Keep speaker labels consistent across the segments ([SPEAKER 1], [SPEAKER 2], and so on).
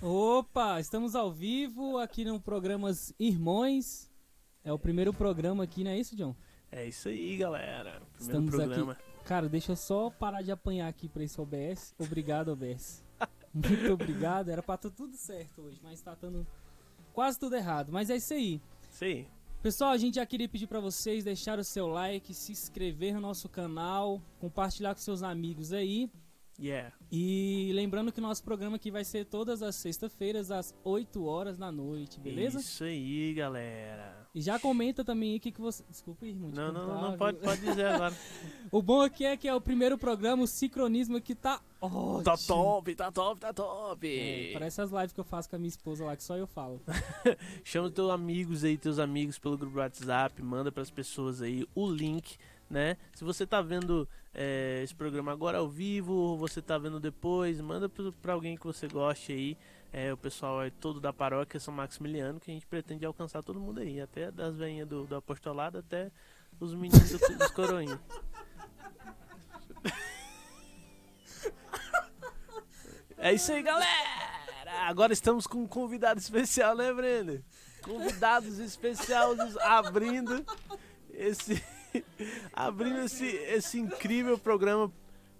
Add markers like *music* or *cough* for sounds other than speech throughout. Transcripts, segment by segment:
[SPEAKER 1] Opa, estamos ao vivo aqui no Programas Irmões. É o primeiro programa aqui, não é isso, John?
[SPEAKER 2] É isso aí, galera. Primeiro
[SPEAKER 1] Estamos
[SPEAKER 2] programa.
[SPEAKER 1] aqui. Cara, deixa eu só parar de apanhar aqui pra esse OBS. Obrigado, OBS. *laughs* Muito obrigado. Era pra estar tudo certo hoje, mas tá dando quase tudo errado. Mas é isso aí.
[SPEAKER 2] Isso aí.
[SPEAKER 1] Pessoal, a gente já queria pedir pra vocês deixar o seu like, se inscrever no nosso canal, compartilhar com seus amigos aí.
[SPEAKER 2] Yeah.
[SPEAKER 1] E lembrando que o nosso programa aqui vai ser todas as sextas-feiras, às 8 horas da noite, beleza?
[SPEAKER 2] Isso aí, galera.
[SPEAKER 1] E já comenta também aí o que, que você. Desculpa, irmão. te
[SPEAKER 2] Não, não,
[SPEAKER 1] cortar,
[SPEAKER 2] não, não
[SPEAKER 1] viu?
[SPEAKER 2] pode, pode dizer
[SPEAKER 1] *laughs*
[SPEAKER 2] agora. Tá
[SPEAKER 1] O bom aqui é que é o primeiro programa, o sincronismo aqui tá ótimo.
[SPEAKER 2] tá top, tá top, tá top.
[SPEAKER 1] É, parece as lives que eu faço com a minha esposa lá, que só eu falo.
[SPEAKER 2] Chama os teus amigos aí, teus amigos pelo grupo do WhatsApp, manda pras pessoas aí o link, né? Se você tá vendo é, esse programa agora ao vivo, ou você tá vendo depois, manda pro- pra alguém que você goste aí. É, o pessoal é todo da paróquia São Maximiliano, que a gente pretende alcançar todo mundo aí, até das veinhas do, do apostolado até os meninos do- dos coroinhos. É isso aí, galera! Agora estamos com um convidado especial, né, Breno? Convidados especiais abrindo esse abrindo esse, esse incrível programa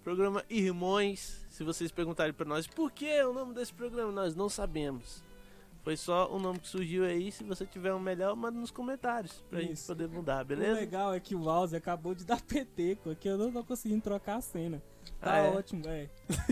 [SPEAKER 2] programa Irmões. Se vocês perguntarem para nós por que o nome desse programa, nós não sabemos. Foi só o nome que surgiu aí. Se você tiver um melhor, manda nos comentários pra gente
[SPEAKER 1] Isso.
[SPEAKER 2] poder mudar,
[SPEAKER 1] O
[SPEAKER 2] beleza?
[SPEAKER 1] legal é que o Alze acabou de dar *laughs* peteco aqui, eu não tô conseguindo trocar a cena. Tá
[SPEAKER 2] Ah, é?
[SPEAKER 1] ótimo, é. *laughs*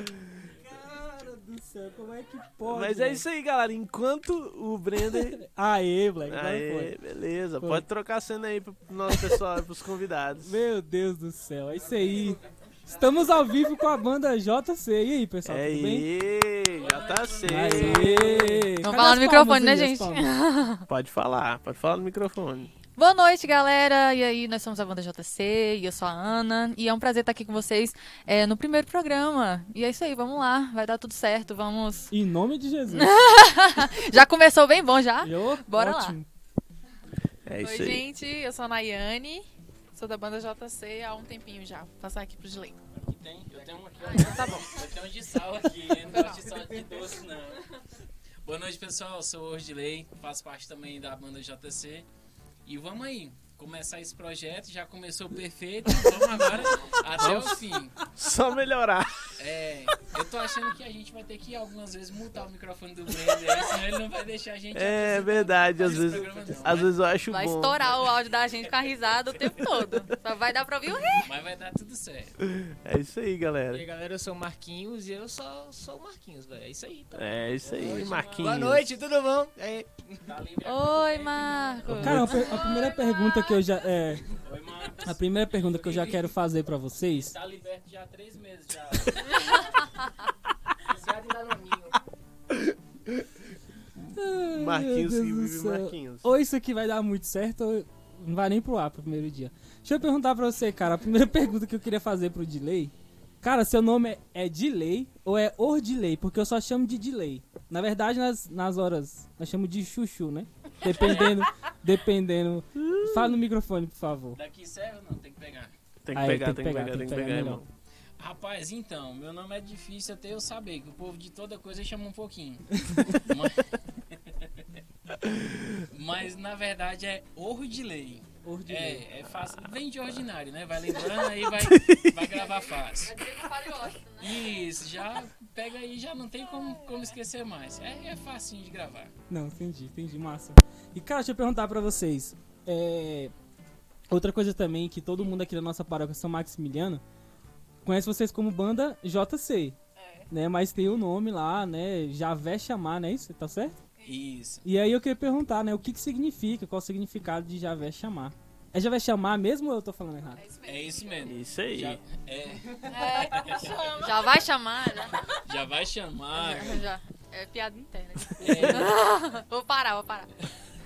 [SPEAKER 1] Cara do céu, como é que pode?
[SPEAKER 2] Mas é
[SPEAKER 1] velho?
[SPEAKER 2] isso aí, galera. Enquanto o Breno
[SPEAKER 1] Aê, Black, *laughs* agora
[SPEAKER 2] Aê,
[SPEAKER 1] foi.
[SPEAKER 2] beleza.
[SPEAKER 1] Foi.
[SPEAKER 2] Pode trocar a cena aí pro nosso pessoal, pros convidados.
[SPEAKER 1] Meu Deus do céu, é isso aí. Estamos ao vivo com a banda JC. E aí, pessoal,
[SPEAKER 2] É
[SPEAKER 1] tudo bem?
[SPEAKER 2] aí, já tá certo.
[SPEAKER 1] Aê!
[SPEAKER 3] Vamos
[SPEAKER 1] Cadê
[SPEAKER 3] falar
[SPEAKER 1] as
[SPEAKER 3] no microfone,
[SPEAKER 1] palmas
[SPEAKER 3] né,
[SPEAKER 1] aí, as
[SPEAKER 3] gente?
[SPEAKER 1] palmas?
[SPEAKER 2] Pode falar, pode falar no microfone.
[SPEAKER 3] Boa noite, galera! E aí, nós somos a banda JC e eu sou a Ana. E é um prazer estar aqui com vocês é, no primeiro programa. E é isso aí, vamos lá, vai dar tudo certo, vamos.
[SPEAKER 1] Em nome de
[SPEAKER 3] *laughs*
[SPEAKER 1] Jesus.
[SPEAKER 3] Já começou bem bom já?
[SPEAKER 1] Eu,
[SPEAKER 3] Bora lá.
[SPEAKER 1] ótimo.
[SPEAKER 2] É
[SPEAKER 4] Oi,
[SPEAKER 2] isso aí.
[SPEAKER 4] gente, eu sou a Nayane, sou da banda JC há um tempinho já. Vou passar aqui pro Gilei.
[SPEAKER 5] Tem, eu tenho um aqui,
[SPEAKER 4] Ah,
[SPEAKER 5] ó.
[SPEAKER 4] então tá bom.
[SPEAKER 5] Eu tenho um de sal
[SPEAKER 4] *laughs*
[SPEAKER 5] aqui, eu não gosto de sal de doce, não. Boa noite, pessoal. Eu sou o Ordilei, faço parte também da banda JTC. E vamos aí, começar esse projeto. Já começou perfeito, vamos agora até o fim.
[SPEAKER 2] Só melhorar.
[SPEAKER 5] É, eu tô achando que a gente vai ter que algumas vezes mutar o microfone do Breno, aí, senão ele não vai deixar a gente.
[SPEAKER 2] É
[SPEAKER 5] apresentar
[SPEAKER 2] verdade, às
[SPEAKER 5] esse
[SPEAKER 2] vezes,
[SPEAKER 5] programa, não,
[SPEAKER 2] às
[SPEAKER 5] né?
[SPEAKER 2] vezes eu acho
[SPEAKER 3] Vai
[SPEAKER 2] bom. né?
[SPEAKER 3] estourar o áudio da gente com a risada o tempo todo. Só vai dar pra ouvir o resto.
[SPEAKER 5] Mas vai dar tudo certo.
[SPEAKER 2] É isso aí,
[SPEAKER 6] E aí,
[SPEAKER 2] galera.
[SPEAKER 6] galera, eu sou o Marquinhos e eu só sou o Marquinhos, velho. É isso aí. Tá?
[SPEAKER 2] É isso aí, Marquinhos.
[SPEAKER 6] Boa noite, tudo bom? É,
[SPEAKER 5] Tá livre agora.
[SPEAKER 3] Oi, Marco!
[SPEAKER 1] Cara, a per- a primeira pergunta que eu já. É,
[SPEAKER 5] Oi, mano.
[SPEAKER 1] a primeira pergunta que eu já quero fazer pra vocês.
[SPEAKER 5] Tá liberto já há três meses já.
[SPEAKER 2] Marquinhos
[SPEAKER 1] Ai, meu Deus
[SPEAKER 2] que vive
[SPEAKER 1] do céu.
[SPEAKER 2] Marquinhos.
[SPEAKER 1] Ou isso aqui vai dar muito certo, ou não vai nem pro ar pro primeiro dia. Deixa eu perguntar pra você, cara. A primeira *laughs* pergunta que eu queria fazer pro Delay. Cara, seu nome é, é Delay ou é Ordilay? Porque eu só chamo de Delay. Na verdade, nas, nas horas, nós chamamos de Chuchu, né? Dependendo. dependendo. Fala no microfone, por favor.
[SPEAKER 5] Daqui serve ou não? Tem que pegar.
[SPEAKER 2] Tem que
[SPEAKER 1] Aí,
[SPEAKER 2] pegar, tem que pegar, tem que pegar,
[SPEAKER 1] meu
[SPEAKER 2] irmão.
[SPEAKER 5] Rapaz, então, meu nome é difícil até eu saber, que o povo de toda coisa chama um pouquinho. Mas, *laughs* Mas, na verdade é Ordilei.
[SPEAKER 1] Ordilei.
[SPEAKER 5] É, é fácil. Vem de ordinário, né? Vai lembrando aí, vai, vai gravar fácil. né? Isso, já pega aí, já não tem como, como esquecer mais. É, é facinho de gravar.
[SPEAKER 1] Não, entendi, entendi, massa. E cara, deixa eu perguntar pra vocês. é, Outra coisa também que todo mundo aqui da nossa paróquia São Maximiliano conhece vocês como banda JC.
[SPEAKER 5] É.
[SPEAKER 1] Né, mas tem o nome lá, né? Javé chamar, né? Isso, tá certo?
[SPEAKER 5] É Isso.
[SPEAKER 1] E aí eu queria perguntar, né? O que que significa? Qual o significado de Javé chamar? É Javé chamar mesmo ou eu tô falando errado?
[SPEAKER 5] É isso mesmo.
[SPEAKER 2] Isso aí.
[SPEAKER 5] Já, é,
[SPEAKER 3] Já vai chamar, já.
[SPEAKER 5] já vai chamar. *laughs*
[SPEAKER 3] já. É piada interna.
[SPEAKER 5] É,
[SPEAKER 3] Vou parar, vou parar.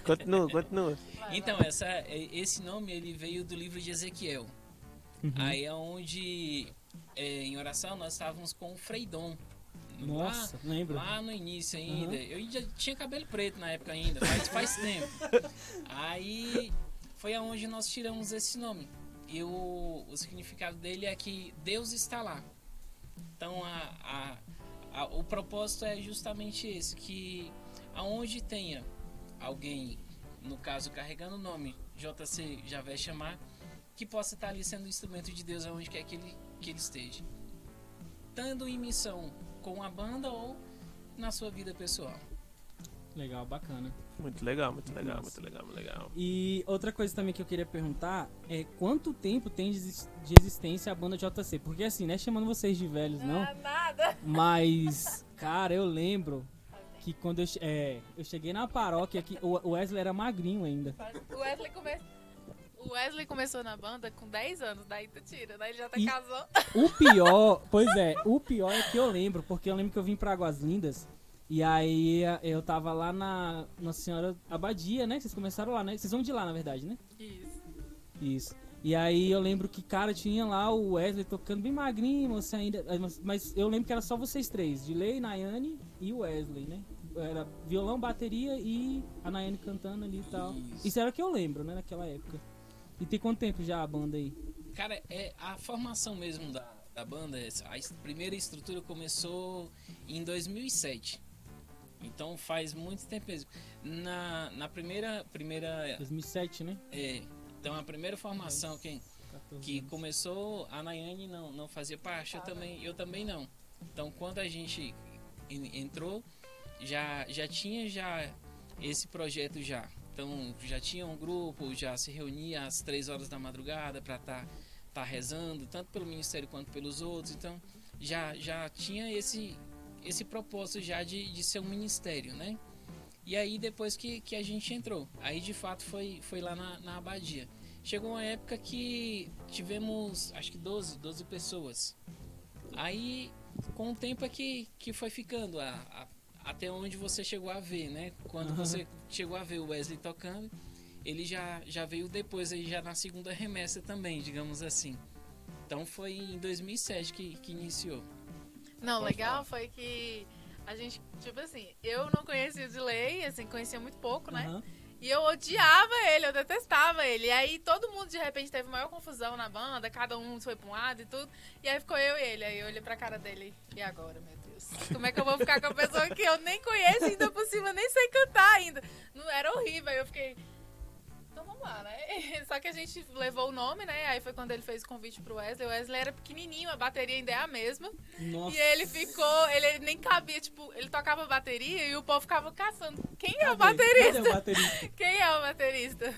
[SPEAKER 2] Continua, continua.
[SPEAKER 5] Então, essa, é- esse nome ele veio do livro de Ezequiel. Aí é onde, é, em oração, nós estávamos com o Freidon. é? Lá-
[SPEAKER 1] Nossa, lembro.
[SPEAKER 5] Lá no início ainda. Eu já tinha cabelo preto na época ainda, faz, faz tempo. Aí foi aonde nós tiramos esse nome. E o, o significado dele é que Deus está lá. Então a- a- a- o propósito é justamente esse, que aonde tenha alguém, no caso carregando o nome JC Javé Chamar, que possa estar ali sendo instrumento de Deus aonde quer que ele, que ele esteja. Estando em missão com a banda ou na sua vida pessoal.
[SPEAKER 1] Legal, bacana.
[SPEAKER 2] Muito legal, muito legal,
[SPEAKER 1] Nossa.
[SPEAKER 2] muito legal, muito legal.
[SPEAKER 1] E outra coisa também que eu queria perguntar é quanto tempo tem de exis- de existência a banda JC? Porque assim, não é chamando vocês de velhos, não.
[SPEAKER 4] nada.
[SPEAKER 1] Mas, cara, eu lembro que quando eu, che- é, eu cheguei na paróquia, que o o Wesley era magrinho ainda.
[SPEAKER 4] O Wesley começou. O Wesley começou na banda com 10 anos, daí tu tira, daí ele já tá
[SPEAKER 1] E-
[SPEAKER 4] casou.
[SPEAKER 1] O pior, pois é, o pior é que eu lembro, porque eu lembro que eu vim pra Águas Lindas e aí eh, eu tava lá na Nossa Senhora Abadia, né? Vocês começaram lá, né? Vocês vão de lá, na verdade, né?
[SPEAKER 4] Isso.
[SPEAKER 1] Isso. E aí eu lembro que, cara, tinha lá o Wesley tocando bem magrinho, você ainda. eh, mas- Mas eu lembro que era só vocês três, Dilei, Nayane e o Wesley, né? Era violão, bateria e a Nayane cantando ali e tal.
[SPEAKER 5] Isso.
[SPEAKER 1] Isso era o que eu lembro, né, naquela época. E tem quanto tempo já a banda aí?
[SPEAKER 5] Cara, é a formação mesmo da, da banda, essa- a es- primeira estrutura começou em 2007. Então faz muito tempo mesmo. Na, na primeira. primeira
[SPEAKER 1] 2007, né?
[SPEAKER 5] é, então a primeira formação que,
[SPEAKER 1] 14
[SPEAKER 5] que
[SPEAKER 1] anos.
[SPEAKER 5] começou, a Nayane não, não fazia parte, eu também, eu também não. Então quando a gente en- entrou, já, já tinha já esse projeto já. Então já tinha um grupo, já se reunia às três horas da madrugada para estar tá rezando, tanto pelo ministério quanto pelos outros. Então já, já tinha esse, esse propósito já de, de ser um ministério, né? E aí depois que, que a gente entrou, aí de fato foi, foi lá na, na abadia. Chegou uma época que tivemos acho que 12, 12 pessoas. Aí com o tempo é que, que foi ficando a, a- até onde você chegou a ver, né? Quando você chegou a ver o Wesley tocando, ele já, já veio depois, aí já na segunda remessa também, digamos assim. Então foi em 2007 que, que iniciou.
[SPEAKER 4] Não,
[SPEAKER 5] Pode
[SPEAKER 4] legal
[SPEAKER 5] falar.
[SPEAKER 4] foi que a gente, tipo assim, eu não conhecia o Dilei, assim, conhecia muito pouco, né?
[SPEAKER 1] Aham.
[SPEAKER 5] Uhum.
[SPEAKER 4] E eu odiava ele, eu detestava ele. E aí todo mundo de repente teve maior confusão na banda, cada um foi pra um lado e tudo. E aí ficou eu e ele. Aí eu olhei pra cara dele. E agora, meu Deus? Como é que eu vou ficar com a pessoa que eu nem conheço ainda por cima, nem sei cantar ainda? Não, era horrível. Aí eu fiquei. Então vamos lá, né? *laughs* Só que a gente levou o nome, né? Aí foi quando ele fez o convite pro Wesley. O Wesley era pequenininho, a bateria ainda é a mesma.
[SPEAKER 1] Nossa.
[SPEAKER 4] E ele ficou, ele nem cabia, tipo, ele tocava bateria e o povo ficava caçando. Quem é o
[SPEAKER 1] Cadê?
[SPEAKER 4] baterista?
[SPEAKER 1] Cadê o baterista?
[SPEAKER 4] *laughs* Quem é o baterista?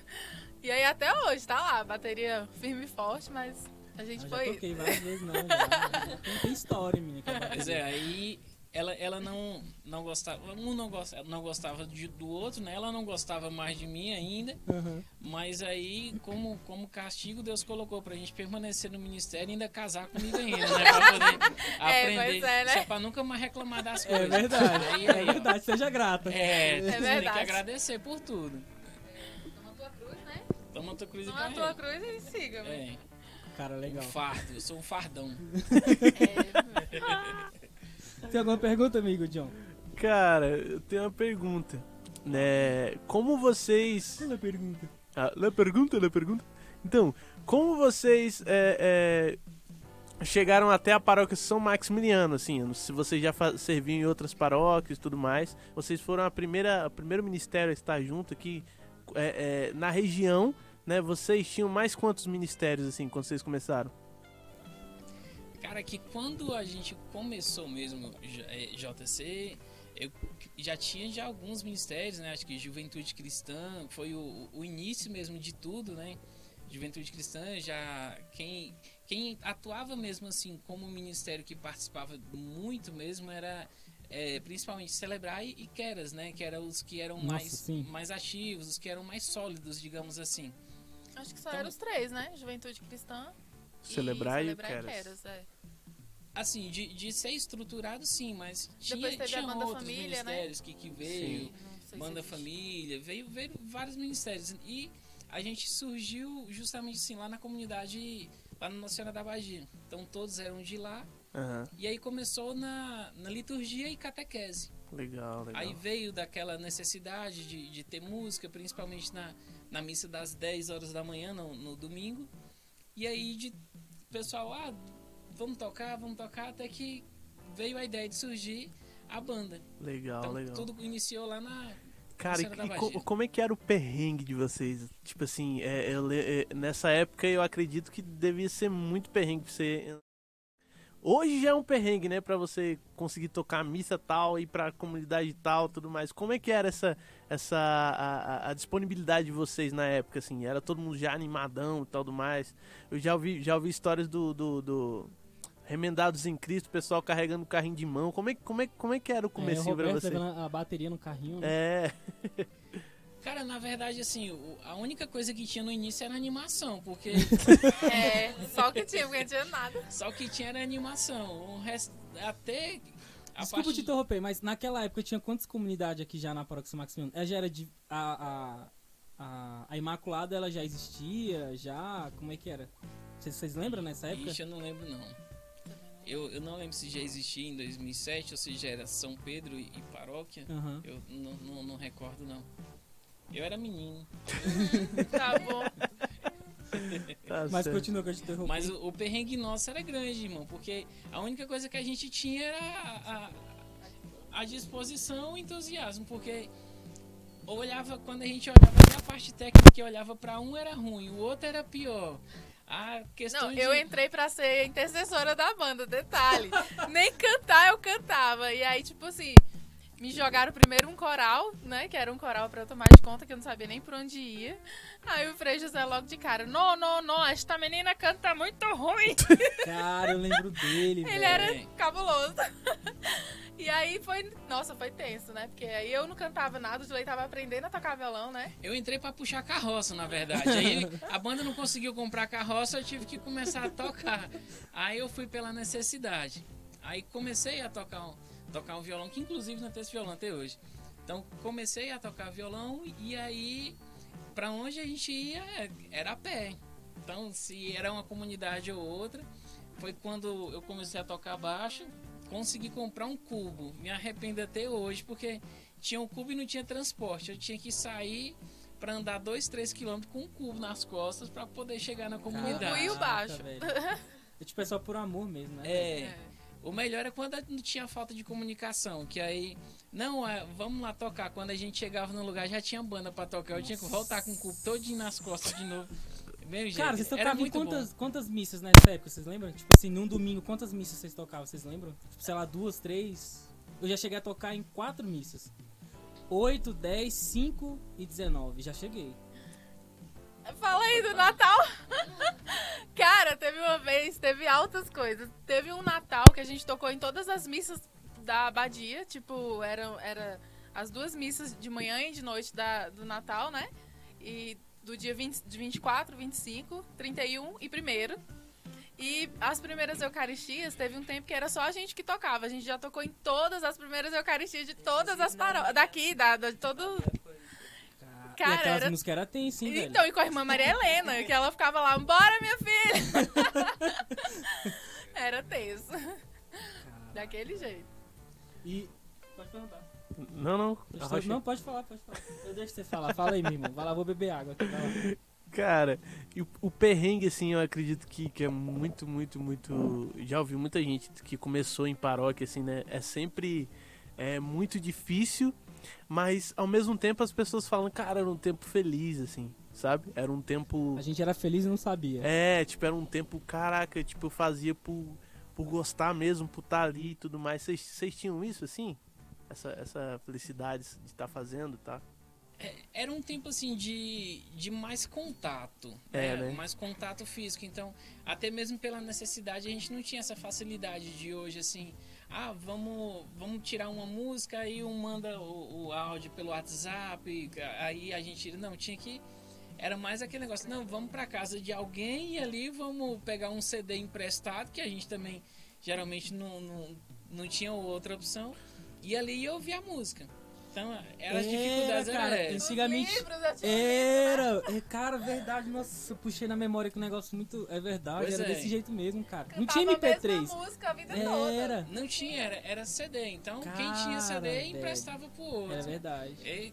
[SPEAKER 4] E aí até hoje, tá lá, bateria firme e forte, mas a gente
[SPEAKER 1] Eu já
[SPEAKER 4] foi.
[SPEAKER 1] toquei várias vezes, não. já. Tem- Tem história, menina. com a bateria.
[SPEAKER 5] Pois é, aí ela, ela não, não gostava, um não gostava, não gostava de- do outro, né? Ela não gostava mais de mim ainda,
[SPEAKER 1] Aham.
[SPEAKER 5] mas aí, como, como castigo, Deus colocou pra gente permanecer no ministério e ainda casar comigo ainda, né? Pra poder aprender,
[SPEAKER 4] pois é, né?
[SPEAKER 5] só pra nunca mais reclamar das
[SPEAKER 1] É
[SPEAKER 5] coisas.
[SPEAKER 1] verdade,
[SPEAKER 5] Aí,
[SPEAKER 1] é
[SPEAKER 5] aí, ó,
[SPEAKER 1] verdade, seja grata.
[SPEAKER 5] É, você tem que
[SPEAKER 4] verdade.
[SPEAKER 5] agradecer por tudo.
[SPEAKER 4] Toma tua cruz, né?
[SPEAKER 5] Toma tua cruz e
[SPEAKER 4] Toma
[SPEAKER 5] carrega.
[SPEAKER 4] tua cruz e siga.
[SPEAKER 5] É,
[SPEAKER 1] Cara,
[SPEAKER 5] um
[SPEAKER 1] legal.
[SPEAKER 5] fardo, eu sou um fardão.
[SPEAKER 1] Tem alguma pergunta, amigo John?
[SPEAKER 2] Cara, eu tenho uma pergunta. Né, como vocês.
[SPEAKER 1] Qual é a pergunta?
[SPEAKER 2] Ah, la pergunta, la pergunta. Então, como vocês é, é, chegaram até a paróquia São Maximiliano, assim, eu não- se vocês já fa- serviam em outras paróquias e tudo mais, vocês foram a primeira, o primeiro ministério a estar junto aqui é, é, na região, né? Vocês tinham mais quantos ministérios, assim, quando vocês começaram?
[SPEAKER 5] Cara, que quando a gente começou mesmo J- eh, JC, eu já tinha já alguns ministérios, né? Acho que Juventude Cristã foi o, o início mesmo de tudo, né? Juventude Cristã já quem quem atuava mesmo assim como ministério que participava muito mesmo era eh, principalmente Celebrar e, e Queras, né? Que eram os que eram
[SPEAKER 1] Nossa,
[SPEAKER 5] mais
[SPEAKER 1] sim.
[SPEAKER 5] mais ativos, os que eram mais sólidos, digamos assim.
[SPEAKER 1] É.
[SPEAKER 4] Acho que só eram os três, né? Juventude Cristã.
[SPEAKER 2] Celebrar e,
[SPEAKER 4] Celebrar
[SPEAKER 2] Queras.
[SPEAKER 4] é.
[SPEAKER 5] Assim, de, de ser estruturado sim, mas tinha,
[SPEAKER 4] Depois teve
[SPEAKER 5] tinha
[SPEAKER 4] a Banda
[SPEAKER 5] outros
[SPEAKER 4] Família, né?
[SPEAKER 5] ministérios que, que veio.
[SPEAKER 2] Sim.
[SPEAKER 4] Não sei se
[SPEAKER 5] Banda
[SPEAKER 4] existe.
[SPEAKER 5] Família, veio, veio vários ministérios. E a gente surgiu justamente assim, lá na comunidade, lá na Nossa Senhora da Bagia. Então todos eram de lá.
[SPEAKER 2] Aham,
[SPEAKER 5] E aí começou na, na liturgia e catequese.
[SPEAKER 2] legal, legal.
[SPEAKER 5] Aí veio daquela necessidade de, de ter música, principalmente na, na missa das 10 horas da manhã, no, no domingo. E aí de pessoal, ah, vamos tocar, vamos tocar, até que, veio a ideia de surgir a banda.
[SPEAKER 2] Legal,
[SPEAKER 5] Então,
[SPEAKER 2] Ah, legal.
[SPEAKER 5] tudo iniciou lá na.
[SPEAKER 2] Cara, e,
[SPEAKER 5] Senhora da
[SPEAKER 2] e co-
[SPEAKER 5] Bagina.
[SPEAKER 2] como é que era o perrengue de vocês? Tipo assim, é, eu le- é, nessa época eu acredito que devia ser muito perrengue pra você. Hoje já é um perrengue, né? Pra você conseguir tocar a missa tal, ir pra comunidade tal tudo mais. Como é que era essa, essa a, a- a disponibilidade de vocês na época, assim? Era todo mundo já animadão e tal do mais. Eu já ouvi, já ouvi histórias do, do, do Remendados em Cristo, o pessoal carregando o carrinho de mão. Como é, que- como é, como é que era o
[SPEAKER 1] É, o
[SPEAKER 2] comecinho pra
[SPEAKER 1] Roberto
[SPEAKER 2] vocês?
[SPEAKER 1] levando a bateria no carrinho. né?
[SPEAKER 2] É. *laughs*
[SPEAKER 5] Cara, na verdade, assim, o- a única coisa que tinha no início era animação, porque
[SPEAKER 4] É, só o que tinha, porque não tinha nada.
[SPEAKER 5] só o que tinha era animação. O resto. Até. A
[SPEAKER 1] Desculpa
[SPEAKER 5] parte
[SPEAKER 1] te interromper, mas naquela época tinha quantas comunidades aqui já na Paróquia São Maximiliano? Ela já era de. A, a, a, a Imaculada ela já existia? Já. Como é que era? Vocês, vocês lembram nessa época?
[SPEAKER 5] Ixi, eu não lembro não. Eu, eu não lembro se já existia em 2007 ou se já era São Pedro e, e paróquia.
[SPEAKER 1] Aham.
[SPEAKER 5] Eu não, não, não recordo não. Eu era menino.
[SPEAKER 4] Tá bom.
[SPEAKER 2] Tá
[SPEAKER 1] Mas
[SPEAKER 2] certo.
[SPEAKER 1] continua que eu te interrompi.
[SPEAKER 5] Mas o, o perrengue nosso era grande, irmão, porque a única coisa que a gente tinha era a, a, a disposição e entusiasmo, porque olhava, quando a gente olhava até a parte técnica que olhava pra um era ruim, o outro era pior. A questão
[SPEAKER 4] Não,
[SPEAKER 5] de...
[SPEAKER 4] eu entrei pra ser intercessora da banda, detalhe. Nem cantar eu cantava. E aí, tipo assim, me jogaram primeiro um coral, né? Que era um coral pra eu tomar de conta, que eu não sabia nem por onde ia. Aí o Frei José logo de cara, não, não, não, esta menina canta muito ruim.
[SPEAKER 1] Cara, eu lembro dele, velho.
[SPEAKER 4] Ele era
[SPEAKER 5] É.
[SPEAKER 4] cabuloso. *laughs* E aí foi, nossa, foi tenso, né? Porque aí eu não cantava nada, o Julei tava aprendendo a tocar violão, né?
[SPEAKER 5] Eu entrei pra puxar carroça, na verdade. Aí a banda não conseguiu comprar carroça, eu tive que começar a tocar. Aí eu fui pela necessidade. Aí comecei a tocar um, tocar um violão, que inclusive não tem esse violão até hoje. Então comecei a tocar violão e aí pra onde a gente ia é, era a pé. Então se era uma comunidade ou outra, foi quando eu comecei a tocar baixo, consegui comprar um cubo. Me arrependo até hoje porque tinha um cubo e não tinha transporte. Eu tinha que sair pra andar 2, 3 quilômetros com um cubo nas costas pra poder chegar na
[SPEAKER 4] Caraca,
[SPEAKER 5] comunidade.
[SPEAKER 4] e o baixo.
[SPEAKER 1] velho. É tipo, é só por amor mesmo, né?
[SPEAKER 5] É. O melhor é quando não tinha falta de comunicação, que aí, não, é, vamos lá tocar. Quando a gente chegava no lugar já tinha banda pra tocar, eu tinha que voltar com o cubo todinho nas costas de novo. Meu jeito,
[SPEAKER 1] Cara, vocês
[SPEAKER 5] era
[SPEAKER 1] tocavam em
[SPEAKER 5] muito
[SPEAKER 1] quantas,
[SPEAKER 5] bom.
[SPEAKER 1] quantas missas nessa época, vocês lembram? Tipo assim, num domingo, quantas missas vocês tocavam, vocês lembram? Tipo, sei lá, duas, três. Eu já cheguei a tocar em quatro missas. oito dez cinco e 19. Já cheguei.
[SPEAKER 4] Fala aí do Natal. *laughs* Cara, teve uma vez, teve altas coisas. Teve um Natal que a gente tocou em todas as missas da abadia, tipo, eram era as duas missas de manhã e de noite da, do Natal, né? E do dia 20, de 24, 25, 31 e 1 e as primeiras Eucaristias, teve um tempo que era só a gente que tocava. A gente já tocou em todas as primeiras Eucaristias de todas as paróquias. Daqui, da, da- de todo, Cara,
[SPEAKER 1] e aquelas
[SPEAKER 4] era-
[SPEAKER 1] músicas eram tensas, hein, velho?
[SPEAKER 4] então, e com a irmã Maria Helena, que ela ficava lá, bora minha filha! *laughs* Era tenso. Daquele jeito.
[SPEAKER 1] E... Pode perguntar.
[SPEAKER 2] Não, não.
[SPEAKER 1] Eu estou-
[SPEAKER 2] Arrocha.
[SPEAKER 1] Não, pode falar, pode falar. Eu deixo você falar. Fala aí, meu irmão. Vai lá, vou beber água. aqui, vai lá.
[SPEAKER 2] Cara, e o- o perrengue, assim, eu acredito que, que é muito, muito, muito. Já ouvi muita gente que começou em paróquia, assim, né? É sempre é, muito difícil, mas ao mesmo tempo as pessoas falam, cara, era um tempo feliz, assim, sabe? Era um tempo.
[SPEAKER 1] A gente era feliz e não sabia.
[SPEAKER 2] É, tipo, era um tempo, caraca, tipo, eu fazia por, por gostar mesmo, por estar ali e tudo mais. Vocês- Vocês tinham isso, assim? Essa, essa felicidade de estar fazendo, tá?
[SPEAKER 5] Era um tempo assim de, de mais contato,
[SPEAKER 2] É, né?
[SPEAKER 5] mais contato físico. Então, até mesmo pela necessidade, a gente não tinha essa facilidade de hoje assim. Ah, vamos, vamos tirar uma música, aí um manda o, o áudio pelo WhatsApp, e a- aí a gente. Não, tinha que. Era mais aquele negócio, não, vamos pra casa de alguém e ali vamos pegar um CD emprestado, que a gente também geralmente não, não, não tinha outra opção, e ali ia ouvir a música. Então, eram as
[SPEAKER 1] Era,
[SPEAKER 5] dificuldades eram
[SPEAKER 1] cara,
[SPEAKER 5] essas.
[SPEAKER 1] isso- Antigamente-
[SPEAKER 4] Os livros, assim, eu tinha
[SPEAKER 1] Era, é, cara, verdade, nossa, eu puxei na memória que um negócio muito. É verdade,
[SPEAKER 5] Pois
[SPEAKER 1] era
[SPEAKER 5] é.
[SPEAKER 1] desse jeito mesmo, cara.
[SPEAKER 4] livro,
[SPEAKER 1] Não tinha
[SPEAKER 4] cantava a mesma
[SPEAKER 1] MP3.
[SPEAKER 4] música a vida toda.
[SPEAKER 1] Era,
[SPEAKER 5] Não tinha, era, era CD. Então, quem
[SPEAKER 1] Cara,
[SPEAKER 5] tinha CD
[SPEAKER 1] velho.
[SPEAKER 5] emprestava pro
[SPEAKER 1] era
[SPEAKER 5] outro.
[SPEAKER 1] É verdade.
[SPEAKER 5] E-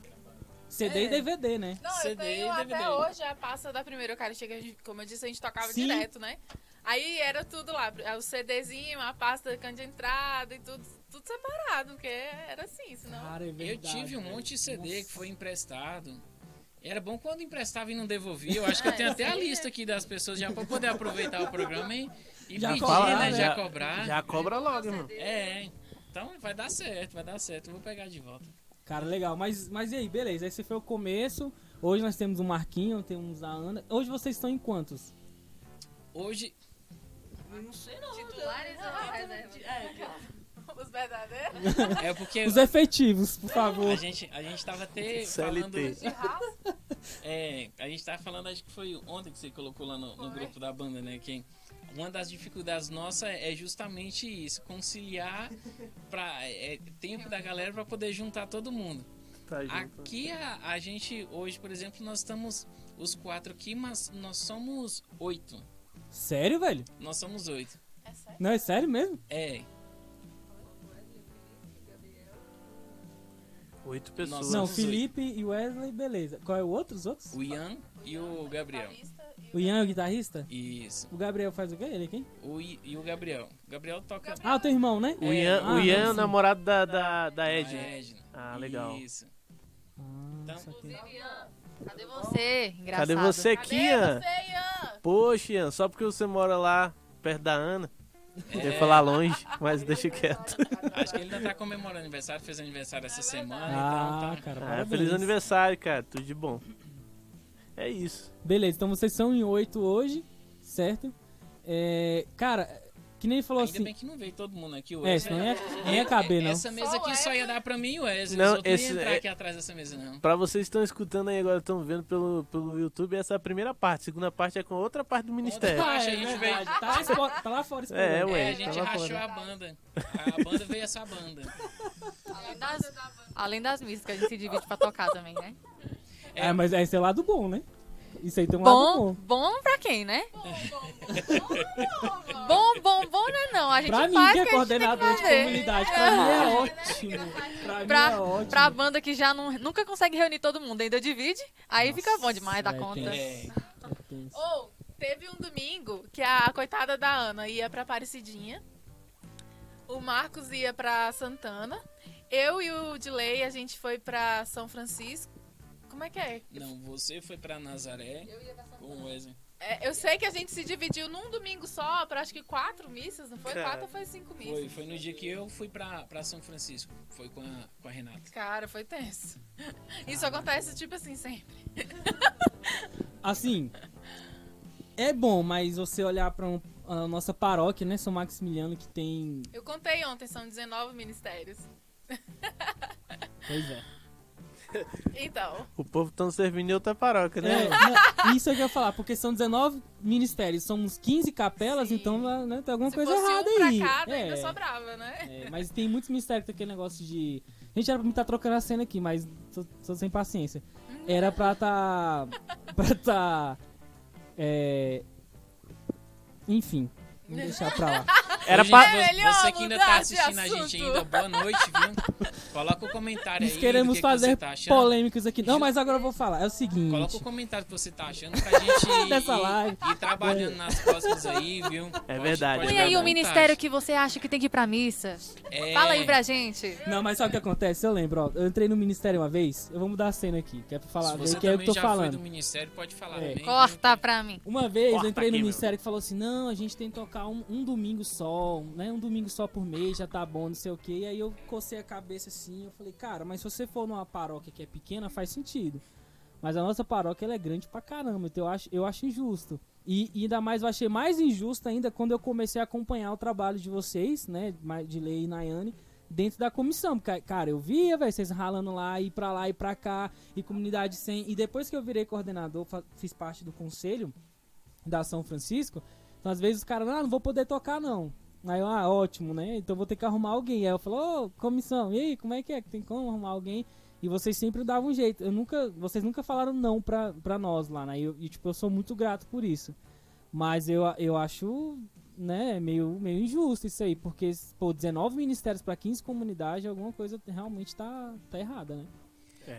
[SPEAKER 1] CD e
[SPEAKER 5] É.
[SPEAKER 1] DVD, né?
[SPEAKER 4] Não,
[SPEAKER 5] CD
[SPEAKER 4] eu tenho
[SPEAKER 5] e
[SPEAKER 4] até
[SPEAKER 5] DVD.
[SPEAKER 4] hoje a passa da primeira Eucaristia, que a gente, como eu disse, a gente tocava
[SPEAKER 1] Sim.
[SPEAKER 4] direto, né? Aí era tudo lá, é o CDzinho, a pasta de entrada e tudo, tudo separado, porque era assim, senão.
[SPEAKER 1] Cara, é
[SPEAKER 5] Eu
[SPEAKER 1] verdade,
[SPEAKER 5] tive um
[SPEAKER 1] velho.
[SPEAKER 5] monte de CD que
[SPEAKER 1] Nossa.
[SPEAKER 5] foi emprestado. Era bom quando emprestava e não devolvia. Eu acho que eu
[SPEAKER 4] Ah,
[SPEAKER 5] tenho até a
[SPEAKER 4] sim, né?
[SPEAKER 5] lista aqui das pessoas já pra poder aproveitar o programa hein? e
[SPEAKER 1] Já
[SPEAKER 5] pedir,
[SPEAKER 1] cobrar,
[SPEAKER 5] né?
[SPEAKER 1] né?
[SPEAKER 5] Já cobrar.
[SPEAKER 2] Já cobra logo, irmão.
[SPEAKER 5] É, então vai dar certo, vai dar certo. Eu vou pegar de volta.
[SPEAKER 1] Cara, legal. Mas, mas e aí, beleza. Esse foi o começo. Hoje nós temos o Marquinho, temos a Ana. Hoje vocês estão em quantos? *laughs*
[SPEAKER 5] Hoje,
[SPEAKER 6] Não sei não.
[SPEAKER 3] Titulares ou reservas?
[SPEAKER 4] *laughs* Os verdadeiros.
[SPEAKER 5] é porque
[SPEAKER 1] Os efetivos, por favor.
[SPEAKER 5] a gente, a gente tava até falando...
[SPEAKER 2] CLT.
[SPEAKER 5] É, a gente tava falando, acho que foi ontem que você colocou lá no, no grupo da banda, né? Que uma das dificuldades nossas é justamente isso, conciliar pra, é, tempo da galera pra poder juntar todo mundo. é.
[SPEAKER 2] Tá junto.
[SPEAKER 5] Aqui a, a gente, hoje, por exemplo, nós estamos os quatro aqui, mas nós somos oito.
[SPEAKER 1] Sério, velho?
[SPEAKER 5] Nós somos oito.
[SPEAKER 1] Não, é sério mesmo?
[SPEAKER 5] É,
[SPEAKER 2] Oito pessoas.
[SPEAKER 5] Somos
[SPEAKER 1] Não,
[SPEAKER 5] oito.
[SPEAKER 1] Felipe e Wesley, beleza. Qual é o outro? Os outros?
[SPEAKER 5] o Ian e o Gabriel.
[SPEAKER 1] O Ian é o guitarrista?
[SPEAKER 5] Isso.
[SPEAKER 1] O Gabriel faz o quê? Ele é quem?
[SPEAKER 5] O, I- e o Gabriel. O Gabriel toca
[SPEAKER 1] Ah, o teu irmão, né?
[SPEAKER 2] O Ian,
[SPEAKER 1] Ah,
[SPEAKER 2] o Ian é o
[SPEAKER 1] sim.
[SPEAKER 2] namorado da, da, da
[SPEAKER 5] a
[SPEAKER 4] é
[SPEAKER 2] Edna.
[SPEAKER 5] Edna.
[SPEAKER 2] Ah, legal.
[SPEAKER 5] Isso.
[SPEAKER 1] Ah,
[SPEAKER 5] Então,
[SPEAKER 1] saquei.
[SPEAKER 3] Cadê você? Engraçado.
[SPEAKER 2] Cadê você aqui,
[SPEAKER 4] Cadê
[SPEAKER 2] Ian?
[SPEAKER 4] você, Ian?
[SPEAKER 2] Poxa, Ian, só porque você mora lá perto da Ana. Eu ia falar longe, mas deixa quieto.
[SPEAKER 5] Acho que ele ainda tá comemorando aniversário, fez aniversário essa semana,
[SPEAKER 1] Ah,
[SPEAKER 5] então tá.
[SPEAKER 1] cara,
[SPEAKER 2] Ah,
[SPEAKER 1] parabéns.
[SPEAKER 2] feliz aniversário, cara. Tudo de bom. É isso.
[SPEAKER 1] Beleza, então vocês são em oito hoje, certo? É, cara, que nem ele falou
[SPEAKER 5] Ainda
[SPEAKER 1] assim...
[SPEAKER 5] bem que não veio todo mundo aqui hoje.
[SPEAKER 1] É, isso não ia, não ia caber, não.
[SPEAKER 5] Essa mesa
[SPEAKER 4] Só
[SPEAKER 5] aqui só ia
[SPEAKER 4] essa?
[SPEAKER 5] dar pra mim e o Wesley.
[SPEAKER 2] Não,
[SPEAKER 5] Não, eu
[SPEAKER 2] esse-
[SPEAKER 5] ia entrar
[SPEAKER 2] é-
[SPEAKER 5] aqui atrás dessa mesa, não.
[SPEAKER 2] Pra vocês que estão escutando aí agora, estão vendo pelo, pelo YouTube, essa é a primeira parte. A segunda parte é com outra parte do ministério.
[SPEAKER 5] Outra parte.
[SPEAKER 1] Ah, é
[SPEAKER 5] Acha, a gente
[SPEAKER 1] verdade. Tá, lá espo- tá lá fora esperando.
[SPEAKER 2] *laughs* É, ué,
[SPEAKER 5] é, a gente
[SPEAKER 2] tava
[SPEAKER 5] rachou
[SPEAKER 2] fora.
[SPEAKER 5] a banda. A banda veio essa banda.
[SPEAKER 3] Além das, além das missas que a gente se divide pra tocar também, né?
[SPEAKER 1] É, mas esse é o lado bom, né? Isso aí tem um
[SPEAKER 3] Bom,
[SPEAKER 1] lado bom.
[SPEAKER 3] bom pra quem, né?
[SPEAKER 4] Bom,
[SPEAKER 3] Bom, bom, bom não é não. A gente
[SPEAKER 1] Pra mim,
[SPEAKER 3] faz
[SPEAKER 1] que
[SPEAKER 3] o
[SPEAKER 1] é
[SPEAKER 3] que a gente tem que
[SPEAKER 1] coordenador de
[SPEAKER 3] fazer.
[SPEAKER 1] comunidade, pra mim é ótimo. Pra, mim é
[SPEAKER 3] Pra,
[SPEAKER 1] ótimo.
[SPEAKER 3] pra banda que já não- nunca consegue reunir todo mundo, ainda divide, aí fica bom demais da
[SPEAKER 1] véi,
[SPEAKER 3] conta.
[SPEAKER 1] tem-
[SPEAKER 5] É,
[SPEAKER 1] Pensa.
[SPEAKER 4] Ou teve um domingo que a coitada da Ana ia pra Aparecidinha, o Marcos ia pra Santana, eu e o Dilei a gente foi pra São Francisco. Como é que é?
[SPEAKER 5] não, você foi pra Nazaré com o Wesley.
[SPEAKER 4] É, eu sei que a gente se dividiu num domingo só pra acho que quatro missas, não foi?
[SPEAKER 2] Cara,
[SPEAKER 4] quatro ou foi cinco missas?
[SPEAKER 5] Foi, foi no dia que eu fui pra, pra São Francisco. Foi com a, com a Renata.
[SPEAKER 4] Cara, foi tenso. *laughs* Isso acontece tipo assim sempre.
[SPEAKER 1] Assim, é bom, mas você olhar pra um- a nossa paróquia, né? São Maximiliano, que tem...
[SPEAKER 4] Eu contei ontem, são 19 ministérios.
[SPEAKER 1] Pois é.
[SPEAKER 4] Então,
[SPEAKER 2] O povo tão servindo em outra
[SPEAKER 1] É,
[SPEAKER 2] paróquia, né?
[SPEAKER 1] não, isso é que eu ia falar, porque são 19 ministérios, são uns 15 capelas,
[SPEAKER 4] Sim.
[SPEAKER 1] então né, tem alguma
[SPEAKER 4] se
[SPEAKER 1] coisa
[SPEAKER 4] fosse
[SPEAKER 1] errada
[SPEAKER 4] um
[SPEAKER 1] aí.
[SPEAKER 4] pra cada,
[SPEAKER 1] é,
[SPEAKER 4] ainda sobrava, né?
[SPEAKER 1] é, mas tem muitos mistérios, tem aquele negócio de. Gente, era pra me estar trocando a cena aqui, mas tô, tô sem paciência.
[SPEAKER 4] Uhum.
[SPEAKER 1] Era pra tá. pra tá. É. Enfim, vamos deixar pra
[SPEAKER 4] *laughs*
[SPEAKER 1] lá.
[SPEAKER 2] Era
[SPEAKER 5] Ô,
[SPEAKER 2] pra.
[SPEAKER 5] gente,
[SPEAKER 4] É
[SPEAKER 5] vo- você
[SPEAKER 4] melhor
[SPEAKER 5] que ainda
[SPEAKER 4] mudar
[SPEAKER 5] tá
[SPEAKER 4] de
[SPEAKER 5] assistindo a gente
[SPEAKER 4] assunto.
[SPEAKER 5] ainda, boa noite, viu? Coloca o comentário aí
[SPEAKER 1] Nós
[SPEAKER 5] do
[SPEAKER 1] queremos
[SPEAKER 5] que que você
[SPEAKER 1] fazer
[SPEAKER 5] tá achando.
[SPEAKER 1] polêmicas aqui. Não, mas agora eu vou falar. É o seguinte.
[SPEAKER 5] Coloca o comentário que você tá achando
[SPEAKER 1] *laughs*
[SPEAKER 5] pra gente ir,
[SPEAKER 1] Dessa live.
[SPEAKER 5] ir trabalhando nas próximas aí, viu?
[SPEAKER 2] É verdade,
[SPEAKER 3] Põe
[SPEAKER 2] é
[SPEAKER 3] aí
[SPEAKER 5] dar
[SPEAKER 3] o
[SPEAKER 5] vontade.
[SPEAKER 3] ministério que você acha que tem que ir pra missa.
[SPEAKER 5] É,
[SPEAKER 3] Fala aí pra gente.
[SPEAKER 1] Não, mas sabe o que acontece? Eu lembro, ó. Eu entrei no ministério uma vez, eu vou mudar a cena aqui, que é pra falar,
[SPEAKER 5] Se você
[SPEAKER 1] ver que é o que
[SPEAKER 5] também
[SPEAKER 1] eu tô
[SPEAKER 5] já foi
[SPEAKER 1] falando.
[SPEAKER 5] do ministério, pode falar
[SPEAKER 1] É.
[SPEAKER 5] também.
[SPEAKER 3] Corta pra mim.
[SPEAKER 1] Uma vez
[SPEAKER 2] Corta
[SPEAKER 1] eu entrei no
[SPEAKER 2] aqui, meu.
[SPEAKER 1] ministério que falou assim: não, a gente tem que tocar um, um domingo só, um, né? Um domingo só por mês, já tá bom, não sei o quê. E aí eu cocei a cabeça assim, eu falei, cara, mas se você for numa paróquia que é pequena, faz sentido. Mas a nossa paróquia ela é grande pra caramba, então eu acho, eu acho injusto. E, e ainda mais, eu achei mais injusto ainda quando eu comecei a acompanhar o trabalho de vocês, né? ma- De Lei e Nayane, dentro da comissão. Porque, cara, eu via, velho, vocês ralando lá, ir pra lá, ir pra cá, e comunidade sem. E depois que eu virei coordenador, fa- fiz parte do conselho da São Francisco. Então, às vezes, os caras, ah, não vou poder tocar, não. Aí eu, ah, ótimo, né? Então vou ter que arrumar alguém. Aí eu falo, ô, comissão, e aí, como é que é? Tem como arrumar alguém? E vocês sempre davam um jeito. Eu nunca, vocês nunca falaram não pra, pra nós lá, né? E, eu- e, tipo, eu sou muito grato por isso. Mas eu, eu acho, né, meio, meio injusto isso aí. Porque, pô, 19 ministérios pra 15 comunidades, alguma coisa realmente tá, tá errada, né?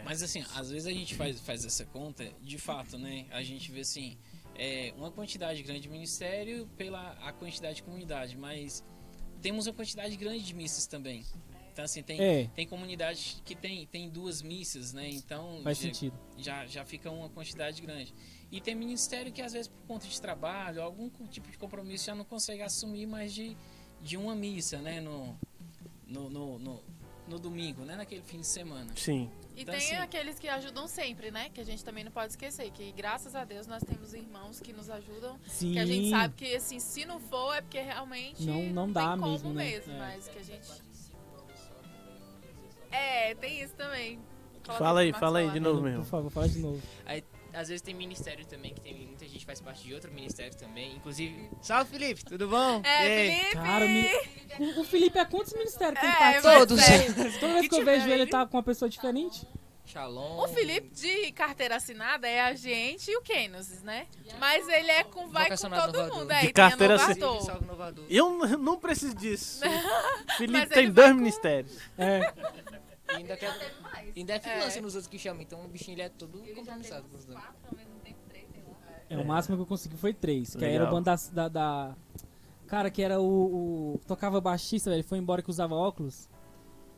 [SPEAKER 5] Mas assim, às vezes a gente faz, faz essa conta, de fato, né? A gente vê assim, é, uma quantidade grande de ministério pela a quantidade de comunidade, mas temos uma quantidade grande de missas também. Então, assim, tem,
[SPEAKER 1] É.
[SPEAKER 5] tem comunidade que tem, tem duas missas, né? Então,
[SPEAKER 1] Faz
[SPEAKER 5] já-
[SPEAKER 1] sentido.
[SPEAKER 5] já, já fica uma quantidade grande. E tem ministério que às vezes por conta de trabalho, algum co- tipo de compromisso, já não consegue assumir mais de, de uma missa, né? No, no, no, no, no domingo, né? Naquele fim de semana.
[SPEAKER 2] Sim.
[SPEAKER 4] E
[SPEAKER 5] Então,
[SPEAKER 4] tem
[SPEAKER 5] assim-
[SPEAKER 4] aqueles que ajudam sempre, né? Que a gente também não pode esquecer. Que graças a Deus nós temos irmãos que nos ajudam.
[SPEAKER 1] Sim.
[SPEAKER 4] Que a gente sabe que, assim, se não for é porque realmente
[SPEAKER 1] Não- não
[SPEAKER 4] tem
[SPEAKER 1] dá
[SPEAKER 4] como
[SPEAKER 1] mesmo, né? É.
[SPEAKER 4] Mas que a gente... É, tem isso também. Coloca
[SPEAKER 2] Fala
[SPEAKER 4] aqui,
[SPEAKER 2] aí,
[SPEAKER 4] Marcos,
[SPEAKER 2] fala aí
[SPEAKER 4] falar.
[SPEAKER 2] de novo, meu.
[SPEAKER 1] Por
[SPEAKER 2] irmão.
[SPEAKER 1] favor, fala de novo.
[SPEAKER 6] Às vezes tem ministério também, que tem muita gente que faz parte de outro ministério também. Inclusive. Salve Felipe, tudo bom?
[SPEAKER 4] É,
[SPEAKER 6] E aí?
[SPEAKER 4] Felipe!
[SPEAKER 1] Cara, me- o, o Felipe é quantos ministérios que ele
[SPEAKER 4] É,
[SPEAKER 1] tá?
[SPEAKER 4] mas
[SPEAKER 6] Todos.
[SPEAKER 4] sério.
[SPEAKER 1] Toda vez
[SPEAKER 4] Que
[SPEAKER 1] que eu
[SPEAKER 4] tiver né?
[SPEAKER 1] vejo ele,
[SPEAKER 4] aí.
[SPEAKER 1] ele tá com uma pessoa diferente.
[SPEAKER 6] Shalom.
[SPEAKER 4] O Felipe de carteira assinada é a gente e o Kenosis, né? Mas ele é com vai com
[SPEAKER 6] Vocacionado
[SPEAKER 4] todo
[SPEAKER 6] inovador.
[SPEAKER 4] mundo. É,
[SPEAKER 2] De
[SPEAKER 4] e
[SPEAKER 2] carteira
[SPEAKER 4] tem
[SPEAKER 2] assi-
[SPEAKER 6] Inclusive,
[SPEAKER 4] inovador.
[SPEAKER 6] Salve Novador.
[SPEAKER 2] Eu n- não preciso disso. Felipe
[SPEAKER 4] *laughs* Mas
[SPEAKER 2] tem
[SPEAKER 4] ele
[SPEAKER 2] dois
[SPEAKER 4] vai com-
[SPEAKER 2] ministérios.
[SPEAKER 1] É,
[SPEAKER 6] E ainda quer. Ainda é freelancer nos outros que chamam, então o bichinho ele é todo compromissado com os dois.
[SPEAKER 1] é, o máximo que eu consegui foi três. Que aí era
[SPEAKER 2] Legal.
[SPEAKER 1] o bando da, da, da- Cara, que era o, o- Tocava baixista, velho. Foi embora que usava óculos.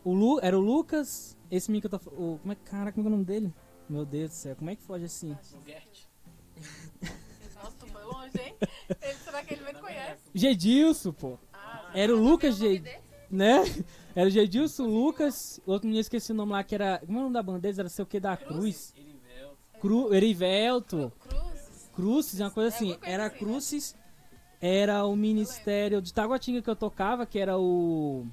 [SPEAKER 1] O Lu... Era o Lucas. Esse menino que eu tô. fa- O... Como é que. Caraca, como é que é o nome dele? Meu Deus do céu, como é que foge assim?
[SPEAKER 5] O Gert,
[SPEAKER 4] Nossa, tu foi longe, hein? Ele, será que ele me conhece?
[SPEAKER 1] Gedilson, pô. Era o Lucas G. Né? Era o Gedilson, o Lucas. O outro menino esqueci o nome lá, que era. Como é o nome da banda deles? Era sei o que da Cruz.
[SPEAKER 5] Erivelto,
[SPEAKER 1] Cru, Erivelto.
[SPEAKER 4] Cruzes.
[SPEAKER 1] Cruzes, uma coisa assim.
[SPEAKER 4] alguma coisa
[SPEAKER 1] Era
[SPEAKER 4] assim, né?
[SPEAKER 1] Cruzes. Era o ministério de Taguatinga que eu tocava, que era o.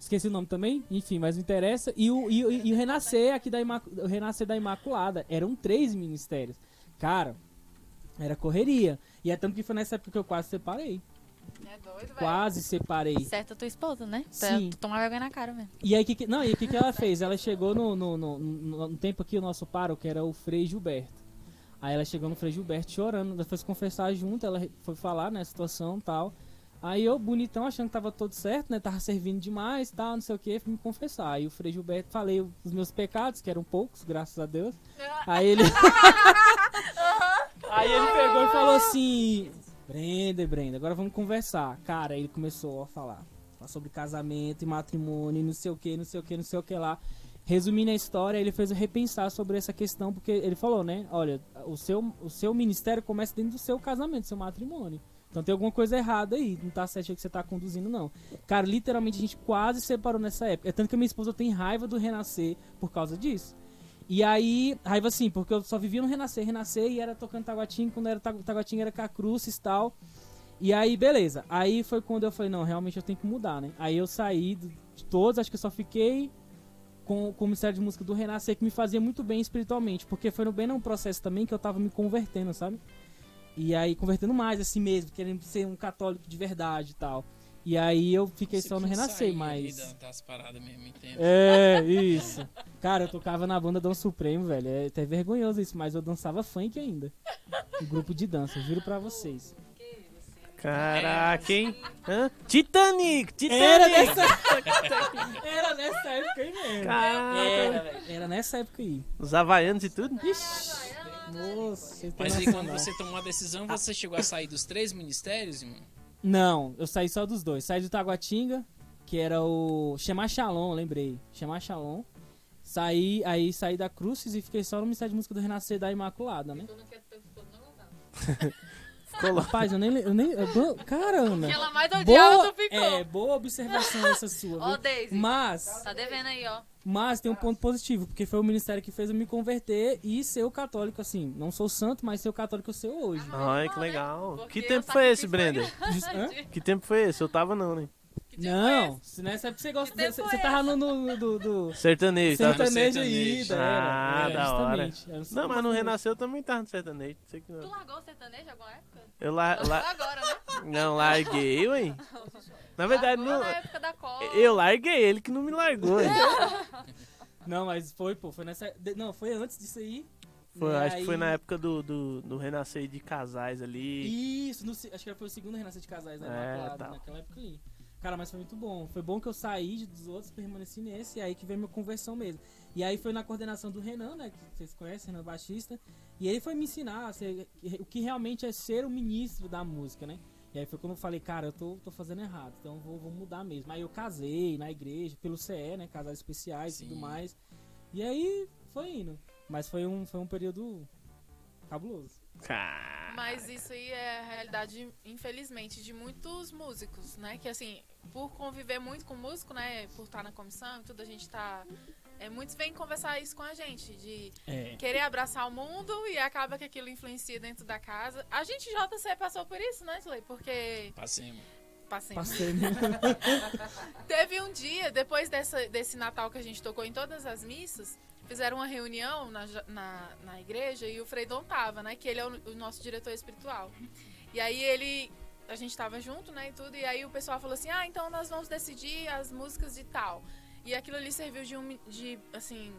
[SPEAKER 1] Esqueci o nome também, enfim, mas não interessa. E o, e, o- e o Renascer aqui da Imacu... o Renascer da Imaculada. Eram três ministérios. Cara, era correria. E é tanto que foi nessa época que eu quase separei.
[SPEAKER 4] É doido, velho.
[SPEAKER 1] Quase separei.
[SPEAKER 3] Certo, a tua esposa, né? Pra
[SPEAKER 1] Sim.
[SPEAKER 3] tu tomar vergonha na cara mesmo.
[SPEAKER 1] E aí, que que, não, e o que, que ela fez? Ela chegou no, no, no, no- no tempo aqui, o nosso paro, que era o Frei Gilberto. Aí ela chegou no Frei Gilberto chorando, ela foi se confessar junto, ela re- foi falar, né, a situação e tal. Aí eu, bonitão, achando que tava tudo certo, né, tava servindo demais, tal, não sei o que, fui me confessar. Aí o Frei Gilberto, falei os meus pecados, que eram poucos, graças a Deus. Aí ele... *laughs* Aí ele pegou e falou assim: Brenda, Brenda, agora vamos conversar. Cara, ele começou a falar, falar sobre casamento e matrimônio, e não sei o que, não sei o que, não sei o que lá. Resumindo a história, ele fez eu repensar sobre essa questão, porque ele falou, né? Olha, o seu, o seu ministério começa dentro do seu casamento, do seu matrimônio. Então tem alguma coisa errada aí, não tá certo o que você tá conduzindo, não. Cara, literalmente a gente quase separou nessa época. É tanto que a minha esposa tem raiva do renascer por causa disso. E aí, raiva assim, porque eu só vivia no Renascer, Renascer e era tocando Taguatinga, quando era Tagu- Taguatinga era Cacruzes e tal. E aí, beleza. Aí foi quando eu falei, não, realmente eu tenho que mudar, né? Aí eu saí do- de todos, acho que eu só fiquei com, com o Ministério de Música do Renascer, que me fazia muito bem espiritualmente, porque foi no bem num processo também que eu tava me convertendo, sabe? E aí, convertendo mais assim mesmo, querendo ser um católico de verdade e tal. E aí eu fiquei só no
[SPEAKER 5] é
[SPEAKER 1] Renascer, mas...
[SPEAKER 5] Das paradas um mesmo, entende?
[SPEAKER 1] É, isso. Cara, eu tocava na banda Dom Supremo, velho. É até vergonhoso isso, mas eu dançava funk ainda. O grupo de dança, eu juro pra vocês.
[SPEAKER 2] Caraca, hein? Hã? Titanic! Titanic!
[SPEAKER 1] É. Era nessa, era nessa época aí mesmo.
[SPEAKER 2] Caraca.
[SPEAKER 1] Era, era nessa época aí.
[SPEAKER 2] Ah, Os havaianos e tudo?
[SPEAKER 1] Ixi, nossa. você tem
[SPEAKER 5] Mas aí
[SPEAKER 1] noção,
[SPEAKER 5] quando
[SPEAKER 1] não. Ah.
[SPEAKER 5] você tomou a decisão, você chegou a sair dos três ministérios, irmão?
[SPEAKER 1] Não, eu saí só dos dois. Saí do Taguatinga, que era o. Chamar Shalom, lembrei. Chamar Shalom. Saí, aí saí da Cruzes e fiquei só no Ministério de Música do Renascer da Imaculada, né?
[SPEAKER 2] Ficou louco.
[SPEAKER 1] Rapaz, eu nem. Eu nem eu, bo- cara, Ana.
[SPEAKER 3] Que ela mais
[SPEAKER 4] odiava,
[SPEAKER 1] Boa,
[SPEAKER 4] tu ficou.
[SPEAKER 1] é, boa
[SPEAKER 4] *laughs*
[SPEAKER 1] observação essa sua.
[SPEAKER 3] Ó,
[SPEAKER 1] viu?
[SPEAKER 3] Daisy.
[SPEAKER 1] Mas,
[SPEAKER 3] Tá devendo aí, ó.
[SPEAKER 1] mas tem um ponto positivo, porque foi o ministério que fez eu me converter e ser o católico, assim. Não sou santo, mas ser o católico que eu sou hoje.
[SPEAKER 2] Ai,
[SPEAKER 1] né?
[SPEAKER 2] que legal.
[SPEAKER 4] Porque
[SPEAKER 2] Que
[SPEAKER 4] eu
[SPEAKER 2] tempo
[SPEAKER 4] tava
[SPEAKER 2] foi esse,
[SPEAKER 4] aqui,
[SPEAKER 2] Brenda?
[SPEAKER 4] *laughs*
[SPEAKER 1] Just- hã?
[SPEAKER 2] Que tempo foi esse? Eu tava não, né?
[SPEAKER 1] Não, é, se nessa época você gosta.
[SPEAKER 4] tipo Que tempo é
[SPEAKER 1] Você
[SPEAKER 4] foi
[SPEAKER 1] você tava no. no- do,
[SPEAKER 2] *laughs*
[SPEAKER 1] do
[SPEAKER 2] Sertanejo, tava.
[SPEAKER 5] Sertane-
[SPEAKER 1] sertanejo aí,
[SPEAKER 5] sertanejo.
[SPEAKER 1] era.
[SPEAKER 2] Ah,
[SPEAKER 1] Era,
[SPEAKER 2] da hora.
[SPEAKER 1] justamente. Era um
[SPEAKER 2] Não, mas no
[SPEAKER 1] sertanejo.
[SPEAKER 2] Renasceu eu também tava no sertanejo. Não sei que não.
[SPEAKER 3] largou o sertanejo alguma época?
[SPEAKER 2] Eu lá, lá-
[SPEAKER 3] Agora, né?
[SPEAKER 2] não larguei, ué. Na verdade, não,
[SPEAKER 3] é
[SPEAKER 1] é
[SPEAKER 3] época da cola.
[SPEAKER 2] eu larguei ele que não me largou. hein?
[SPEAKER 1] Não, mas foi, pô. Foi nessa. de- Não, foi antes disso aí.
[SPEAKER 2] Foi,
[SPEAKER 1] né,
[SPEAKER 2] acho que foi
[SPEAKER 1] aí-
[SPEAKER 2] na época do, do, do Renascer de casais ali.
[SPEAKER 1] Isso, no se- acho que era- foi o segundo Renascer de Casais, né?
[SPEAKER 2] É,
[SPEAKER 1] Imaculado,
[SPEAKER 2] tá.
[SPEAKER 1] naquela época ali. Cara, mas foi muito bom. Foi bom que eu saí dos outros, permaneci nesse, e aí que veio minha conversão mesmo. E aí foi na coordenação do Renan, né? Que vocês conhecem, Renan Baixista. E ele foi me ensinar a ser- o que realmente é ser o ministro da música, né? E aí foi quando eu falei, cara, eu tô, tô fazendo errado, então eu vou, vou mudar mesmo. Aí eu casei na igreja, pelo CE, né? Casais especiais e tudo
[SPEAKER 5] Sim.
[SPEAKER 1] mais. E aí foi indo. Mas foi um, foi um período cabuloso.
[SPEAKER 2] Cara,
[SPEAKER 4] Mas isso aí é a realidade, infelizmente, de muitos músicos, né? Que assim, por conviver muito com músico, né? Por estar na comissão e tudo, a gente tá. É, muitos vêm conversar isso com a gente, de
[SPEAKER 1] É.
[SPEAKER 4] querer abraçar o mundo e acaba que aquilo influencia dentro da casa. A gente, JC, passou por isso, né, Slay? Porque.
[SPEAKER 5] Passemos.
[SPEAKER 4] Passei.
[SPEAKER 1] Passei né?
[SPEAKER 4] Teve um dia, depois dessa- desse Natal que a gente tocou em todas as missas, fizeram uma reunião na, ja- na, na igreja e o Frei Dom tava, né? Que ele é o, o nosso diretor espiritual. E aí ele. A gente tava junto, né? E tudo. E aí o pessoal falou assim: ah, então nós vamos decidir as músicas de tal. E aquilo ali serviu de um. mi- De, assim.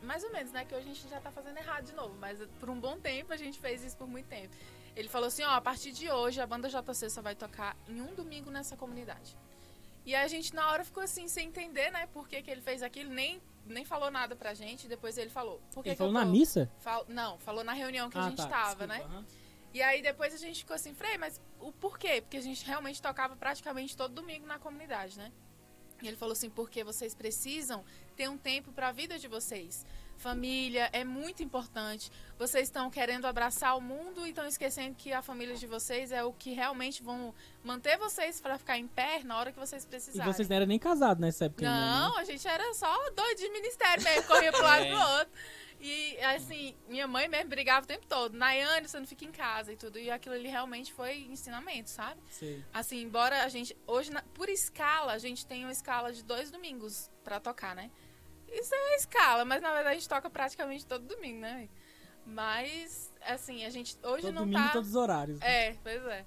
[SPEAKER 4] Mais ou menos, né? Que hoje a gente já tá fazendo errado de novo, mas por um bom tempo a gente fez isso por muito tempo. Ele falou assim: ó, a partir de hoje a banda JC só vai tocar em um domingo nessa comunidade. E a gente na hora ficou assim, sem entender, né? Por que, que ele fez aquilo, nem, nem falou nada pra gente, depois ele falou. Por que
[SPEAKER 1] Ele
[SPEAKER 4] que
[SPEAKER 1] falou
[SPEAKER 4] eu
[SPEAKER 1] na
[SPEAKER 4] tô-
[SPEAKER 1] missa?
[SPEAKER 4] Fal- Não, falou na reunião que a gente
[SPEAKER 1] tá,
[SPEAKER 4] tava,
[SPEAKER 1] desculpa,
[SPEAKER 4] né?
[SPEAKER 1] aham.
[SPEAKER 4] E aí depois a gente ficou assim, Frei, mas o porquê? Porque a gente realmente tocava praticamente todo domingo na comunidade, né? E ele falou assim, porque vocês precisam ter um tempo para a vida de vocês. Família é muito importante. Vocês estão querendo abraçar o mundo e estão esquecendo que a família de vocês é o que realmente vão manter vocês para ficar em pé na hora que vocês
[SPEAKER 1] E
[SPEAKER 4] precisarem.
[SPEAKER 1] vocês não eram nem casados nessa época ainda, né?
[SPEAKER 4] Não, a gente era só doido de ministério mesmo, corria pro lado e pro outro. E assim, minha mãe mesmo brigava o tempo todo. Nayane, você não fica em casa e tudo. E aquilo ali realmente foi ensinamento, sabe?
[SPEAKER 1] Sei.
[SPEAKER 4] Assim, embora a gente. Hoje, na- por escala, a gente tem uma escala de dois domingos pra tocar, né? Isso é a escala, mas na verdade a gente toca praticamente todo domingo, né? Mas, assim, a gente hoje
[SPEAKER 1] Todo
[SPEAKER 4] não
[SPEAKER 1] domingo,
[SPEAKER 4] tá.
[SPEAKER 1] todos os horários.
[SPEAKER 4] É, pois é.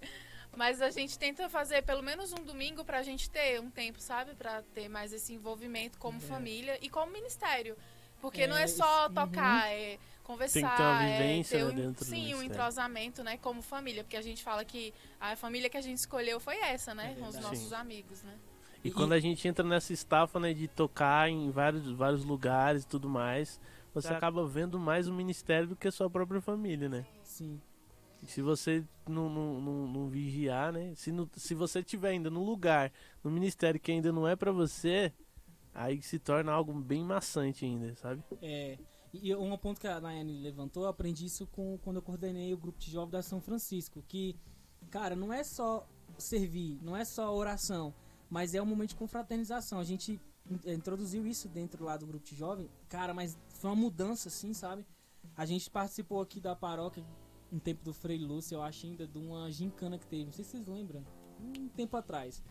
[SPEAKER 4] Mas a gente tenta fazer pelo menos um domingo pra gente ter um tempo, sabe? Pra ter mais esse envolvimento
[SPEAKER 2] É.
[SPEAKER 4] como família e como ministério. Porque não é
[SPEAKER 1] É,
[SPEAKER 4] só
[SPEAKER 1] isso,
[SPEAKER 4] tocar, é conversar,
[SPEAKER 2] Uhum. Tem que ter uma
[SPEAKER 4] é
[SPEAKER 2] vivência,
[SPEAKER 4] ter
[SPEAKER 2] né,
[SPEAKER 4] um-
[SPEAKER 2] dentro do
[SPEAKER 4] sim, um
[SPEAKER 2] ministério.
[SPEAKER 4] entrosamento, né, como família, porque a gente fala que a família que a gente escolheu foi essa, né, com os
[SPEAKER 1] verdade.
[SPEAKER 4] nossos
[SPEAKER 2] É Sim.
[SPEAKER 4] amigos, né?
[SPEAKER 2] E quando a gente entra nessa estafa, né, de tocar em vários, vários lugares e tudo mais, você
[SPEAKER 6] Tá.
[SPEAKER 2] acaba vendo mais o ministério do que a sua própria família, né?
[SPEAKER 1] Sim.
[SPEAKER 2] E se você não, não, não, não vigiar, né? Se, não- se você tiver ainda num lugar, no ministério que ainda não é pra você, aí se torna algo bem maçante ainda, sabe?
[SPEAKER 1] É. E um ponto que a Nayane levantou, eu aprendi isso com, quando eu coordenei o grupo de jovens da São Francisco. Que, cara, não é só servir, não é só oração, mas é um momento de confraternização. A gente in- introduziu isso dentro lá do grupo de jovem, cara, mas foi uma mudança, assim, sabe? A gente participou aqui da paróquia, no tempo do Frei Lúcio, eu acho ainda, de uma gincana que teve. Não sei se vocês lembram. Um tempo atrás.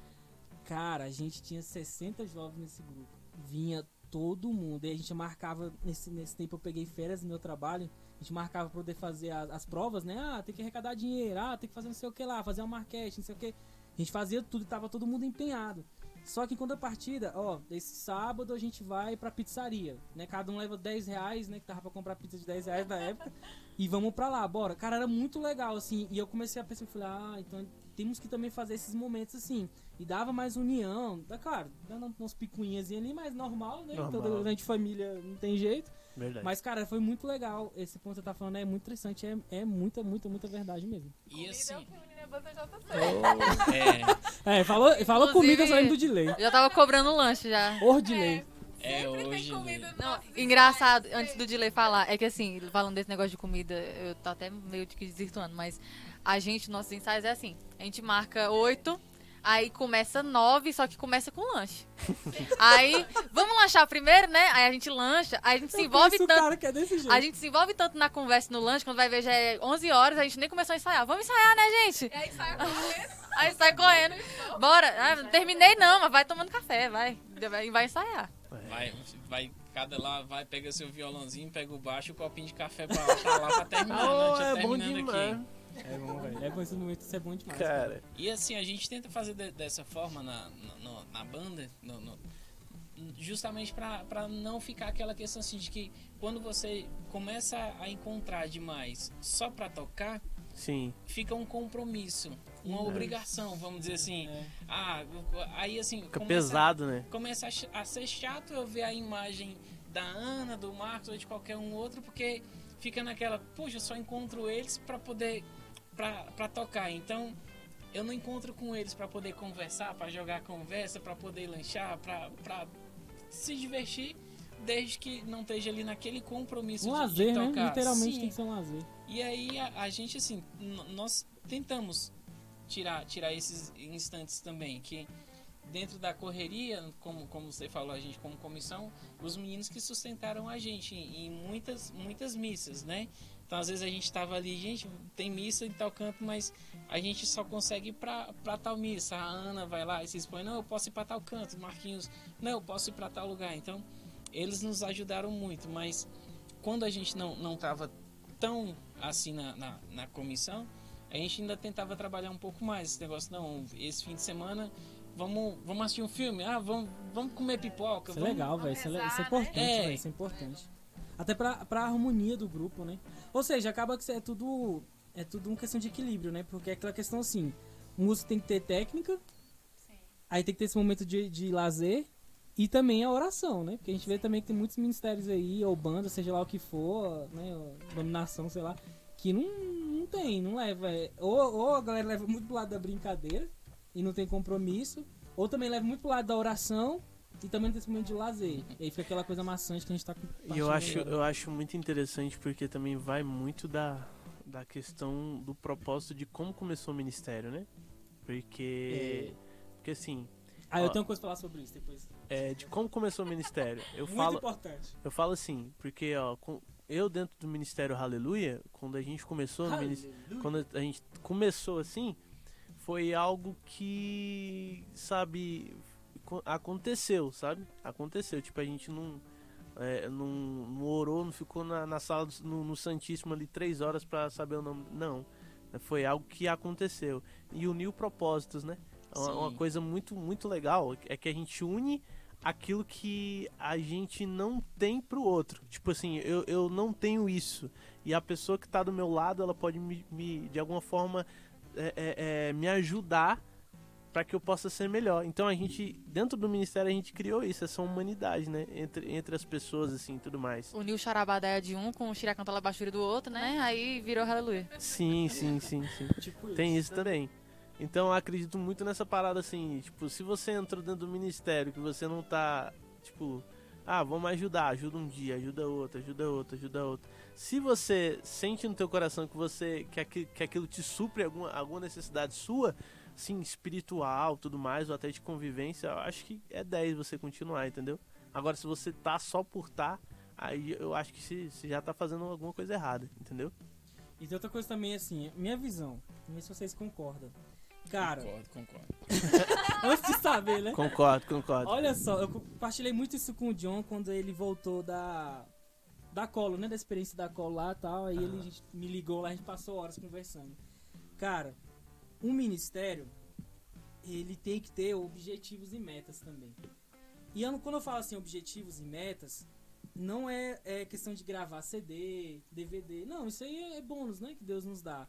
[SPEAKER 1] Cara, a gente tinha 60 jovens nesse grupo. Vinha todo mundo. E a gente marcava, nesse, nesse tempo eu peguei férias no meu trabalho. A gente marcava pra poder fazer a- as, provas, né? Ah, tem que arrecadar dinheiro, ah, tem que fazer não sei o que lá, fazer uma marquete, não sei o que. A gente fazia tudo e tava todo mundo empenhado. Só que em contrapartida, ó, esse sábado a gente vai pra pizzaria, né? Cada um leva 10 reais, né? Que tava pra comprar pizza de 10 reais na época. e vamos pra lá, bora. Cara, era muito legal, assim. E eu comecei a pensar, falei, ah, então temos que também fazer esses momentos assim. E dava mais união, tá claro, dando umas picuinhas ali, mas normal, né?
[SPEAKER 2] Normal.
[SPEAKER 1] Toda grande família não tem jeito.
[SPEAKER 3] É.
[SPEAKER 2] Verdade.
[SPEAKER 1] Mas, cara, foi muito legal. Esse ponto que você tá falando é muito interessante, é, é muita, muita, muita verdade mesmo.
[SPEAKER 4] um
[SPEAKER 5] E
[SPEAKER 4] é
[SPEAKER 5] assim.
[SPEAKER 4] né? tá
[SPEAKER 1] É, falou, falou
[SPEAKER 3] Inclusive-
[SPEAKER 1] comida, só lembro do delay.
[SPEAKER 3] Eu já tava cobrando lanche já.
[SPEAKER 1] Or delay.
[SPEAKER 5] É, é hoje. né?
[SPEAKER 3] Não, engraçado, antes do delay falar, é que assim, falando desse negócio de comida, eu tô até meio que desvirtuando, mas a gente, nossos ensaios é assim, a gente marca oito, aí começa nove, só que começa com lanche. Aí, vamos lanchar primeiro, né? Aí a gente lancha, aí a gente se envolve
[SPEAKER 1] Isso, o
[SPEAKER 3] tanto.
[SPEAKER 1] cara que é desse jeito.
[SPEAKER 3] A gente se envolve tanto na conversa e no lanche, quando vai ver já é 11 horas, a gente nem começou a ensaiar. Vamos ensaiar, né, gente?
[SPEAKER 4] E aí sai correndo,
[SPEAKER 3] Aí sai correndo. Bora. Ah, não terminei não, mas vai tomando café, vai. E vai ensaiar.
[SPEAKER 2] É.
[SPEAKER 5] Vai, vai, cada lá, vai, pega seu violãozinho, pega o baixo, o copinho de café pra lá, pra, lá, pra terminar, né?
[SPEAKER 2] Oh,
[SPEAKER 5] Já
[SPEAKER 2] é bom
[SPEAKER 5] terminando
[SPEAKER 2] demais,
[SPEAKER 5] aqui.
[SPEAKER 1] É bom, velho. É bom esse momento, isso é bom demais.
[SPEAKER 2] cara.
[SPEAKER 5] E assim, a gente tenta fazer de- dessa forma na, na, no- na banda, no- no- justamente pra, pra não ficar aquela questão assim de que quando você começa a encontrar demais só pra tocar,
[SPEAKER 2] Sim.
[SPEAKER 5] fica um compromisso, uma obrigação, vamos dizer
[SPEAKER 1] É,
[SPEAKER 5] assim. Ah, aí assim.
[SPEAKER 2] Fica
[SPEAKER 5] começa-
[SPEAKER 2] pesado, né?
[SPEAKER 5] Começa a ch- a ser chato eu ver a imagem da Ana, do Marcos ou de qualquer um outro, porque fica naquela, puxa, eu só encontro eles pra poder. pra, pra tocar. Então. Eu não encontro com eles pra poder conversar, pra jogar conversa, pra poder lanchar, pra, pra se divertir, desde que não esteja ali naquele compromisso
[SPEAKER 1] Um
[SPEAKER 5] de,
[SPEAKER 1] lazer,
[SPEAKER 5] de
[SPEAKER 1] né?
[SPEAKER 5] tocar.
[SPEAKER 1] Literalmente
[SPEAKER 5] Sim.
[SPEAKER 1] tem que ser um lazer.
[SPEAKER 5] E aí a, a gente assim, n- nós tentamos tirar tirar esses instantes também que dentro da correria, como como você falou a gente como comissão, os meninos que sustentaram a gente em, em muitas muitas missas, né? Então às vezes a gente tava ali, gente, tem missa em tal canto, mas a gente só consegue ir pra, pra tal missa. A Ana vai lá e se expõe, não, eu posso ir pra tal canto, Marquinhos, não, eu posso ir pra tal lugar. Então, eles nos ajudaram muito, mas quando a gente não, não tava tão assim na, na, na comissão, a gente ainda tentava trabalhar um pouco mais esse negócio. Não, esse fim de semana vamos, vamos assistir um filme, ah, vamos, vamos comer pipoca.
[SPEAKER 1] Isso é
[SPEAKER 5] vamos-
[SPEAKER 1] legal, velho. Isso, é, le- isso é
[SPEAKER 4] Apesar, né?
[SPEAKER 1] importante,
[SPEAKER 5] É.
[SPEAKER 1] velho. Isso é importante. Até pra, pra harmonia do grupo, né? Ou seja, acaba que isso é tudo. É tudo uma questão de equilíbrio, né? Porque é aquela questão assim: o músico tem que ter técnica, aí tem que ter esse momento de, de lazer e também a oração, né? Porque a gente vê também que tem muitos ministérios aí, ou banda, seja lá o que for, né? ou Dominação, sei lá, que não, não tem, não leva. é, Ou, ou a galera leva muito pro lado da brincadeira e não tem compromisso, ou também leva muito pro lado da oração e também não tem esse momento de lazer. E aí fica aquela coisa maçante que a gente tá com.
[SPEAKER 2] E eu
[SPEAKER 1] compartilhando
[SPEAKER 2] acho,
[SPEAKER 1] agora.
[SPEAKER 2] eu acho muito interessante porque também vai muito da, da questão do propósito de como começou o ministério, né? Porque. Porque assim,
[SPEAKER 1] Ah, eu
[SPEAKER 2] ó.
[SPEAKER 1] tenho uma coisa pra falar sobre isso depois.
[SPEAKER 2] é, de como começou o ministério. Eu
[SPEAKER 1] muito
[SPEAKER 2] falo,
[SPEAKER 1] importante.
[SPEAKER 2] eu falo assim, porque ó, com- eu dentro do ministério Aleluia, quando a gente começou no ministério.
[SPEAKER 1] Aleluia.
[SPEAKER 2] quando a gente começou assim, foi algo que, sabe, co- aconteceu, sabe? Aconteceu. Tipo, a gente não, é, não, não orou, não ficou na, na sala, do- no, no Santíssimo ali três horas pra saber o nome. Não. Foi algo que aconteceu. E uniu propósitos, né? É Uma, uma
[SPEAKER 5] Sim.
[SPEAKER 2] coisa muito, muito legal é que a gente une aquilo que a gente não tem pro outro. Tipo assim, eu, eu não tenho isso. E a pessoa que tá do meu lado, ela pode me, me- de alguma forma, é, é, é, me ajudar para que eu possa ser melhor. Então a gente, dentro do ministério, a gente criou isso, essa humanidade, né? Entre, entre as pessoas, assim, tudo mais.
[SPEAKER 3] Uniu o Charabadaia de um com o Xiracantola Bachuri do outro, né? Aí virou Hallelujah.
[SPEAKER 2] Sim, sim, sim, sim.
[SPEAKER 1] Tipo isso.
[SPEAKER 2] Tem isso também. Então eu acredito muito nessa parada assim, tipo, se você entrou dentro do ministério que você não tá, tipo, ah, vamos ajudar, ajuda um dia, ajuda outro, ajuda outro, ajuda outro. Se você sente no teu coração que você que, aqui- que aquilo te supre alguma, alguma necessidade sua, assim, espiritual, tudo mais, ou até de convivência, eu acho que é 10 você continuar, entendeu? Agora se você tá só por tá, aí eu acho que você você já tá fazendo alguma coisa errada, entendeu?
[SPEAKER 1] E tem outra coisa também, assim, minha visão. Não sei se vocês concordam. Cara,
[SPEAKER 5] Concordo, concordo.
[SPEAKER 1] antes de saber, né?
[SPEAKER 2] Concordo, concordo.
[SPEAKER 1] Olha só, eu compartilhei muito isso com o John quando ele voltou da. Da colo, né? Da experiência da colo lá e tal. Aí ele me ligou lá, a gente passou horas conversando. Cara, um ministério, ele tem que ter objetivos e metas também. E eu não- quando eu falo assim, objetivos e metas, não é, é questão de gravar CD, DVD. Não, isso aí é bônus, né? Que Deus nos dá.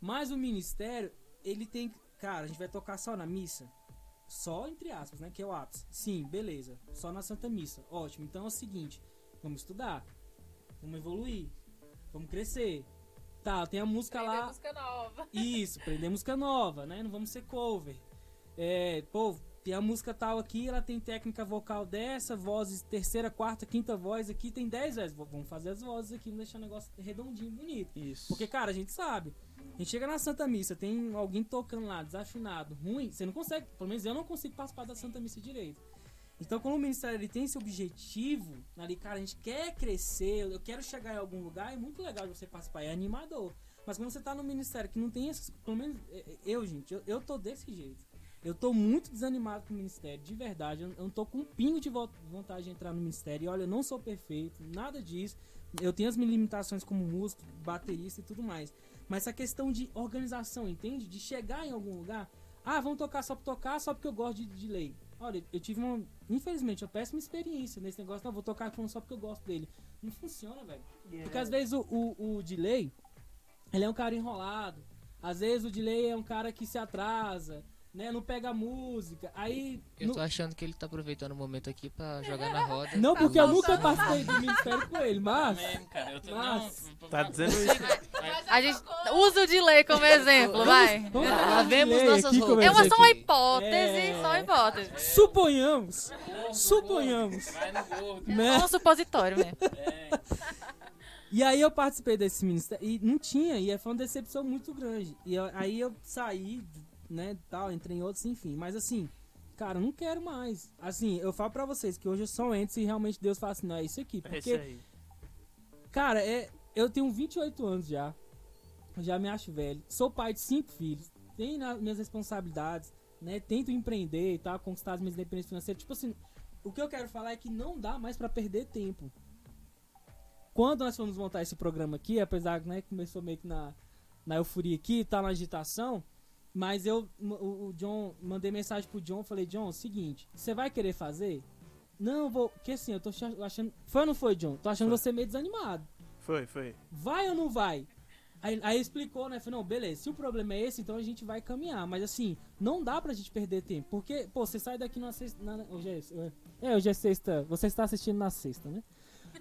[SPEAKER 1] Mas o ministério, ele tem. que- Cara, a gente vai tocar só na missa? Só entre aspas, né? Que é o ápice. Sim, beleza. Só na Santa Missa. Ótimo. Então é o seguinte: vamos estudar. Vamos evoluir. Vamos crescer. Tá, tem a música
[SPEAKER 4] Aprender
[SPEAKER 1] lá.
[SPEAKER 4] música nova.
[SPEAKER 1] Isso, prender música nova, né? Não vamos ser cover. É, pô, tem a música tal aqui, ela tem técnica vocal dessa, vozes, terceira, quarta, quinta voz aqui, tem 10 vezes. V- Vamos fazer as vozes aqui, vamos deixar o negócio redondinho, bonito.
[SPEAKER 2] Isso.
[SPEAKER 1] Porque, cara, a gente sabe. A gente chega na Santa Missa, tem alguém tocando lá, desafinado, ruim, você não consegue, pelo menos eu não consigo participar da Santa Missa direito. Então, quando o ministério ele tem esse objetivo, ali, cara, a gente quer crescer, eu quero chegar em algum lugar, é muito legal de você participar, é animador. Mas quando você tá no ministério que não tem essas. Pelo menos é, é, eu, gente, eu, eu tô desse jeito. Eu tô muito desanimado com o ministério, de verdade. Eu, eu não tô com um pingo de vo- vontade de entrar no ministério. E olha, eu não sou perfeito, nada disso. Eu tenho as minhas limitações como músico, baterista e tudo mais. Mas essa questão de organização, entende? De chegar em algum lugar. Ah, vamos tocar só pra tocar, só porque eu gosto de, de lei. Olha, eu tive uma. Infelizmente, uma péssima experiência nesse negócio. Não, vou tocar falando só porque eu gosto dele. Não funciona, velho. Porque às vezes o, o, o delay, ele é um cara enrolado. Às vezes o delay é um cara que se atrasa, né? Não pega a música. Aí.
[SPEAKER 6] Eu
[SPEAKER 1] nu-
[SPEAKER 6] tô achando que ele tá aproveitando o momento aqui pra jogar na roda. Tá
[SPEAKER 1] Não, porque eu nunca
[SPEAKER 3] faltando-
[SPEAKER 1] participei do ministério com ele, mas.
[SPEAKER 6] é.
[SPEAKER 5] Mesmo, cara. Eu tô...
[SPEAKER 1] Mas-
[SPEAKER 5] Não,
[SPEAKER 2] Tá dizendo isso?
[SPEAKER 7] A gente usa o delay como exemplo, vai.
[SPEAKER 1] Vamos falar
[SPEAKER 6] Lá
[SPEAKER 1] de
[SPEAKER 6] vemos
[SPEAKER 1] delay
[SPEAKER 6] nossas
[SPEAKER 1] aqui, como
[SPEAKER 6] roupas.
[SPEAKER 7] É uma,
[SPEAKER 6] aqui.
[SPEAKER 7] só uma hipótese,
[SPEAKER 1] É.
[SPEAKER 7] só uma hipótese.
[SPEAKER 1] Suponhamos.
[SPEAKER 5] gordo,
[SPEAKER 1] Suponhamos.
[SPEAKER 5] gordo, Vai no gordo.
[SPEAKER 1] Né?
[SPEAKER 7] Só um supositório mesmo.
[SPEAKER 5] É.
[SPEAKER 1] E aí eu participei desse ministério e não tinha, e foi uma decepção muito grande. E eu- aí eu saí, né, tal, entrei em outros, enfim. Mas assim, cara, eu não quero mais. Assim, eu falo pra vocês que hoje eu só entro se realmente Deus fala assim, não, é isso aqui.
[SPEAKER 2] É
[SPEAKER 1] Porque,
[SPEAKER 2] isso aí.
[SPEAKER 1] cara, é, eu tenho 28 anos já. Eu já me acho velho. Sou pai de cinco filhos. Tenho na- minhas responsabilidades, né? Tento empreender e tal, conquistar as minhas independências financeiras. Tipo assim, o que eu quero falar é que não dá mais pra perder tempo. Quando nós fomos montar esse programa aqui, apesar né, que começou meio que na, na euforia aqui, tá na agitação, mas eu, m- o, o John, mandei mensagem pro John, falei, John, seguinte, você vai querer fazer? Não, vou, porque assim, eu tô cha- achando, foi ou não foi, John? Tô achando
[SPEAKER 2] Foi.
[SPEAKER 1] você meio desanimado.
[SPEAKER 2] Foi, foi.
[SPEAKER 1] Vai ou não vai? Aí, aí explicou, né? Falei, não, beleza, se o problema é esse, então a gente vai caminhar. Mas assim, não dá pra gente perder tempo. Porque, pô, você sai daqui na sexta. na- hoje é, é, é, hoje é sexta. Você está assistindo na sexta, né?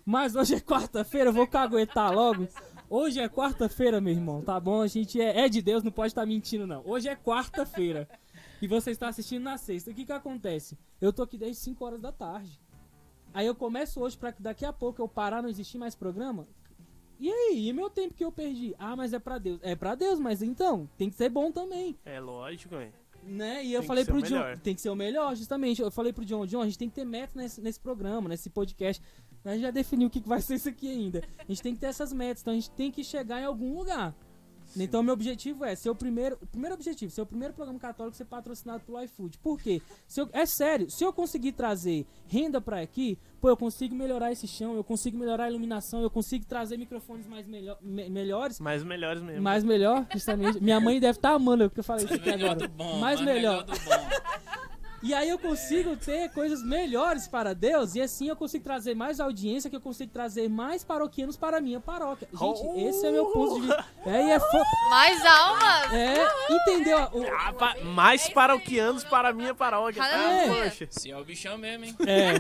[SPEAKER 1] Mas hoje é quarta-feira, eu vou caguetar logo. Hoje é quarta-feira, meu irmão, tá bom? A gente é, é de Deus, não pode estar mentindo, não. Hoje é quarta-feira. E você está assistindo na sexta. O que que acontece? Eu tô aqui desde 5 horas da tarde. Aí eu começo hoje pra que daqui a pouco eu parar, não existir mais programa. E aí, e meu tempo que eu perdi? Ah, mas é pra Deus. É pra Deus, mas então, tem que ser bom também,
[SPEAKER 2] É lógico, hein?
[SPEAKER 1] né? E eu
[SPEAKER 2] Tem que
[SPEAKER 1] falei
[SPEAKER 2] ser
[SPEAKER 1] pro
[SPEAKER 2] o melhor.
[SPEAKER 1] John, tem que ser o melhor, justamente. Eu falei pro John, John, a gente tem que ter meta nesse, nesse programa, nesse podcast. A gente já definiu o que que vai *laughs* ser isso aqui ainda. A gente tem que ter essas metas, então a gente tem que chegar em algum lugar. Então, meu objetivo é ser o primeiro. o Primeiro objetivo, ser o primeiro programa católico a ser patrocinado pelo iFood. Por quê? Se eu- é sério, se eu conseguir trazer renda pra aqui, pô, eu consigo melhorar esse chão, eu consigo melhorar a iluminação, eu consigo trazer microfones mais melho- me- melhores.
[SPEAKER 2] Mas melhores mesmo.
[SPEAKER 1] É Mais melhor, justamente. Minha mãe deve estar amando eu que eu falei isso
[SPEAKER 5] Mas *laughs*
[SPEAKER 1] aqui
[SPEAKER 5] melhor
[SPEAKER 1] agora.
[SPEAKER 5] do É bom.
[SPEAKER 1] Mais
[SPEAKER 5] mas
[SPEAKER 1] melhor.
[SPEAKER 5] do bom.
[SPEAKER 1] E aí eu consigo ter coisas melhores para Deus e assim eu consigo trazer mais audiência, que eu consigo trazer mais paroquianos para a minha paróquia. Gente, esse é meu ponto de vista. É, e é, fo...
[SPEAKER 7] Mais almas!
[SPEAKER 1] é entendeu? O-
[SPEAKER 2] Ah, pa-
[SPEAKER 3] É
[SPEAKER 2] mais paroquianos para a minha
[SPEAKER 1] É.
[SPEAKER 2] paróquia.
[SPEAKER 7] Cada
[SPEAKER 2] Ah,
[SPEAKER 1] dia.
[SPEAKER 2] poxa.
[SPEAKER 5] Se é o bichão mesmo, hein?
[SPEAKER 1] é,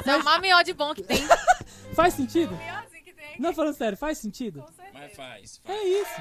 [SPEAKER 7] Isso é o maior mió de bom que tem.
[SPEAKER 1] faz sentido?
[SPEAKER 3] Piorzinho É que tem aqui,
[SPEAKER 1] Não, falando sério, faz sentido?
[SPEAKER 3] com certeza.
[SPEAKER 5] Mas faz. faz.
[SPEAKER 1] É isso.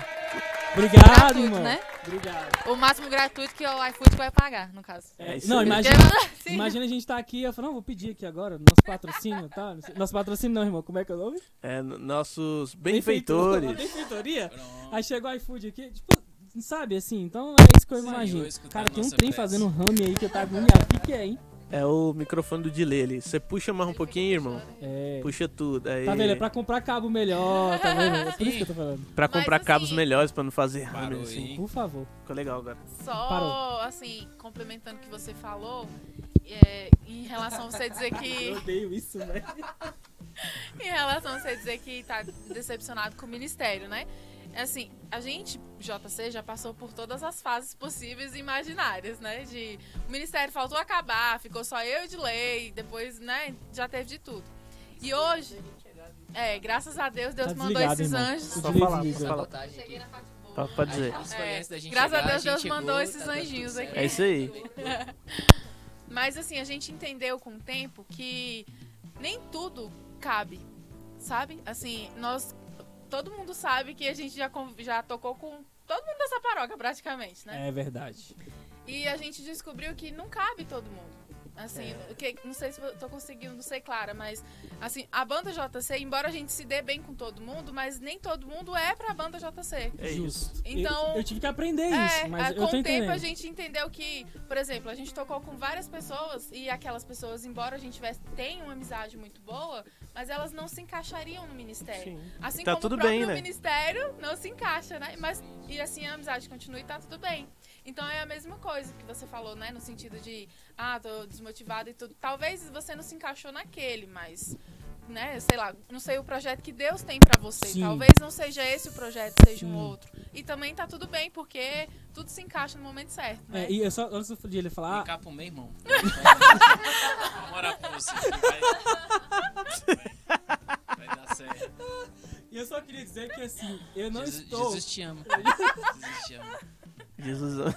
[SPEAKER 1] Obrigado,
[SPEAKER 7] Gratuito,
[SPEAKER 1] mano.
[SPEAKER 7] né?
[SPEAKER 1] Obrigado.
[SPEAKER 7] O máximo gratuito que o iFood vai pagar, no caso.
[SPEAKER 1] É,
[SPEAKER 2] É isso
[SPEAKER 1] não,
[SPEAKER 2] aí.
[SPEAKER 1] imagina,
[SPEAKER 3] é
[SPEAKER 7] Porque- assim,
[SPEAKER 3] assim.
[SPEAKER 7] Sim.
[SPEAKER 1] imagina a gente tá aqui, eu falo, não, vou pedir aqui agora, nosso patrocínio, tá? Nosso patrocínio não, irmão, como é que é o nome?
[SPEAKER 2] É, n- nossos
[SPEAKER 5] né?
[SPEAKER 2] benfeitores.
[SPEAKER 1] Benfeitoria?
[SPEAKER 5] Pronto.
[SPEAKER 1] Aí chegou o iFood aqui, tipo, sabe assim, então é isso que eu
[SPEAKER 5] Sim,
[SPEAKER 1] imagino.
[SPEAKER 5] eu escutando
[SPEAKER 1] Cara, tem um
[SPEAKER 5] nossa
[SPEAKER 1] trem
[SPEAKER 5] prece.
[SPEAKER 1] fazendo rame aí que eu tá agoniado. O que, que é, hein?
[SPEAKER 2] É o microfone do delay ali. Você puxa mais um pouquinho, irmão.
[SPEAKER 1] É.
[SPEAKER 2] Puxa tudo. Aí,
[SPEAKER 1] Tá vendo? É pra comprar cabo melhor, tá vendo? É por isso que eu tô falando.
[SPEAKER 2] pra
[SPEAKER 3] Mas
[SPEAKER 2] comprar cabos
[SPEAKER 3] assim-
[SPEAKER 2] melhores, pra não fazer rame
[SPEAKER 5] Parou
[SPEAKER 2] assim.
[SPEAKER 5] aí.
[SPEAKER 1] Por favor.
[SPEAKER 2] Ficou legal agora.
[SPEAKER 3] Só,
[SPEAKER 1] Parou.
[SPEAKER 3] assim, complementando o que você falou, é, em relação a você
[SPEAKER 1] *laughs*
[SPEAKER 3] dizer que.
[SPEAKER 1] odeio isso, velho.
[SPEAKER 3] Em relação a você dizer que tá decepcionado com o ministério, né? Assim, a gente, JC, já passou por todas as fases possíveis e imaginárias, né? De o ministério faltou acabar, ficou só eu de lei, depois, né, já teve de tudo. E hoje, é, graças a Deus, Deus
[SPEAKER 1] Tá
[SPEAKER 3] mandou
[SPEAKER 1] desligado,
[SPEAKER 3] esses
[SPEAKER 1] irmão.
[SPEAKER 3] anjos.
[SPEAKER 2] Só
[SPEAKER 1] Direito
[SPEAKER 2] falar,
[SPEAKER 1] de
[SPEAKER 2] só falar.
[SPEAKER 6] Sabotagem aqui.
[SPEAKER 2] Pra, Tá pra dizer.
[SPEAKER 6] Isso foi antes da gente
[SPEAKER 3] É. Graças a
[SPEAKER 6] chegar,
[SPEAKER 3] Deus,
[SPEAKER 6] gente
[SPEAKER 3] Deus
[SPEAKER 6] chegou,
[SPEAKER 3] mandou
[SPEAKER 6] tá
[SPEAKER 3] esses
[SPEAKER 6] dando tudo
[SPEAKER 3] anjinhos
[SPEAKER 6] certo.
[SPEAKER 3] aqui.
[SPEAKER 2] É isso aí.
[SPEAKER 3] Mas assim, a gente entendeu com o tempo que nem tudo cabe, sabe? Assim, nós. Todo mundo sabe que a gente já, con- já tocou com todo mundo dessa paróquia, praticamente, né?
[SPEAKER 1] É verdade.
[SPEAKER 3] E a gente descobriu que não cabe todo mundo. Assim, o que, não sei se eu tô conseguindo ser clara, mas assim, a banda JC, embora a gente se dê bem com todo mundo, mas nem todo mundo é pra banda JC.
[SPEAKER 2] É isso.
[SPEAKER 1] Justo.
[SPEAKER 3] Então-
[SPEAKER 1] Eu, eu tive que aprender
[SPEAKER 3] É,
[SPEAKER 1] isso, mas
[SPEAKER 3] a-
[SPEAKER 1] eu tô
[SPEAKER 3] com o
[SPEAKER 1] entendendo.
[SPEAKER 3] tempo a gente entendeu que, por exemplo, a gente tocou com várias pessoas e aquelas pessoas, embora a gente tivesse, tenha uma amizade muito boa, mas elas não se encaixariam no ministério.
[SPEAKER 2] Sim.
[SPEAKER 3] Assim
[SPEAKER 2] Tá
[SPEAKER 3] como
[SPEAKER 2] tudo
[SPEAKER 3] o próprio
[SPEAKER 2] bem, né?
[SPEAKER 3] ministério não se encaixa, né? Mas e assim a amizade continua e tá tudo bem. Então é a mesma coisa que você falou, né? No sentido de, ah, tô desmotivado e tudo. Talvez você não se encaixou naquele, mas, né? Sei lá, não sei o projeto que Deus tem pra você.
[SPEAKER 1] Sim.
[SPEAKER 3] Talvez não seja esse o projeto, seja
[SPEAKER 1] Sim.
[SPEAKER 3] um outro. E também tá tudo bem, porque tudo se encaixa no momento certo, né?
[SPEAKER 1] É, e eu só, antes de ele
[SPEAKER 5] Vem
[SPEAKER 1] falar, "Ah,
[SPEAKER 5] cá pro meu irmão.
[SPEAKER 2] Ah.
[SPEAKER 5] Vou morar com você. que Vai... Vai... vai dar certo.
[SPEAKER 1] E eu só queria dizer que assim, assim, eu não
[SPEAKER 5] Jesus,
[SPEAKER 1] estou.
[SPEAKER 5] Jesus te ama. Jesus te ama.
[SPEAKER 2] Jesus.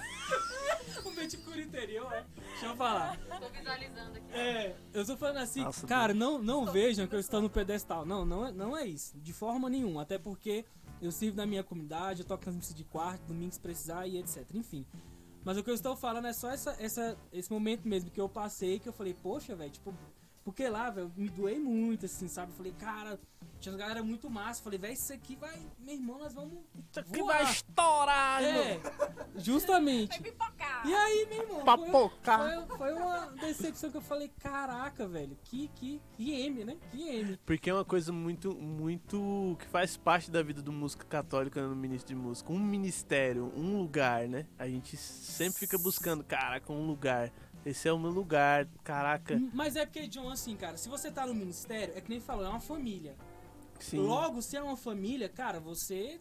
[SPEAKER 1] O meu tipo interior, é. Deixa eu falar.
[SPEAKER 3] Tô visualizando aqui.
[SPEAKER 1] É, eu tô falando assim,
[SPEAKER 2] Nossa,
[SPEAKER 1] cara, não, não vejam que eu estou no pedestal. Não, não é, não é isso. De forma nenhuma. Até porque eu sirvo na minha comunidade, eu toco nas missas de quarto, domingo se precisar e etc. Enfim. Mas o que eu estou falando é só essa, essa, esse momento mesmo que eu passei, que eu falei, poxa, velho, tipo, porque lá, velho, me doei muito, assim, sabe? Falei, cara, tinha uma galera muito massa. Falei, velho, isso aqui vai, meu irmão, nós vamos.
[SPEAKER 2] Que
[SPEAKER 1] voar."
[SPEAKER 2] vai estourar,
[SPEAKER 1] É,
[SPEAKER 2] irmão.
[SPEAKER 1] justamente.
[SPEAKER 4] Vai pipocar.
[SPEAKER 1] E aí, meu irmão? foi-
[SPEAKER 2] Papocar.
[SPEAKER 1] foi, foi uma decepção que eu falei, caraca, velho, que, que, que M, né? Que M.
[SPEAKER 2] Porque é uma coisa muito, muito. que faz parte da vida do músico católico né, no ministro de música. Um ministério, um lugar, né? A gente sempre fica buscando, caraca, um lugar. Esse é o meu lugar, caraca.
[SPEAKER 1] Mas é porque, John, assim, cara, se você tá no ministério, é que nem falou, é uma família.
[SPEAKER 2] Sim.
[SPEAKER 1] Logo, se é uma família, cara, você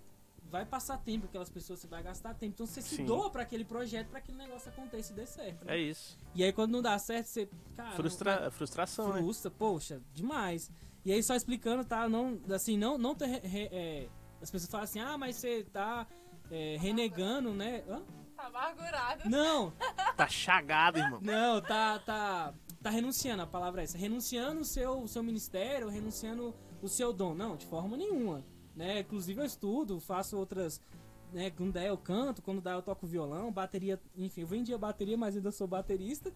[SPEAKER 1] vai passar tempo com aquelas pessoas, você vai gastar tempo. Então você se
[SPEAKER 2] Sim.
[SPEAKER 1] doa pra aquele projeto, pra aquele negócio acontecer e dê certo. né?
[SPEAKER 2] É isso.
[SPEAKER 1] E aí quando não dá certo, você, cara,
[SPEAKER 2] Frustra- Frustração, né?
[SPEAKER 1] frustra, poxa, demais. E aí só explicando, tá? Não, assim, não, não ter, re- re- é, as pessoas falam assim, ah, mas você tá é, renegando, né? Hã?
[SPEAKER 4] Tá amargurado.
[SPEAKER 1] Não,
[SPEAKER 2] Tá chagado, irmão.
[SPEAKER 1] Não, tá, tá, tá renunciando, a palavra é essa. Renunciando o seu, o seu ministério, renunciando o seu dom. Não, de forma nenhuma. Né? Inclusive eu estudo, faço outras... Né? Quando der eu canto, quando dá eu toco violão, bateria... Enfim, eu vendi a bateria, mas ainda sou baterista.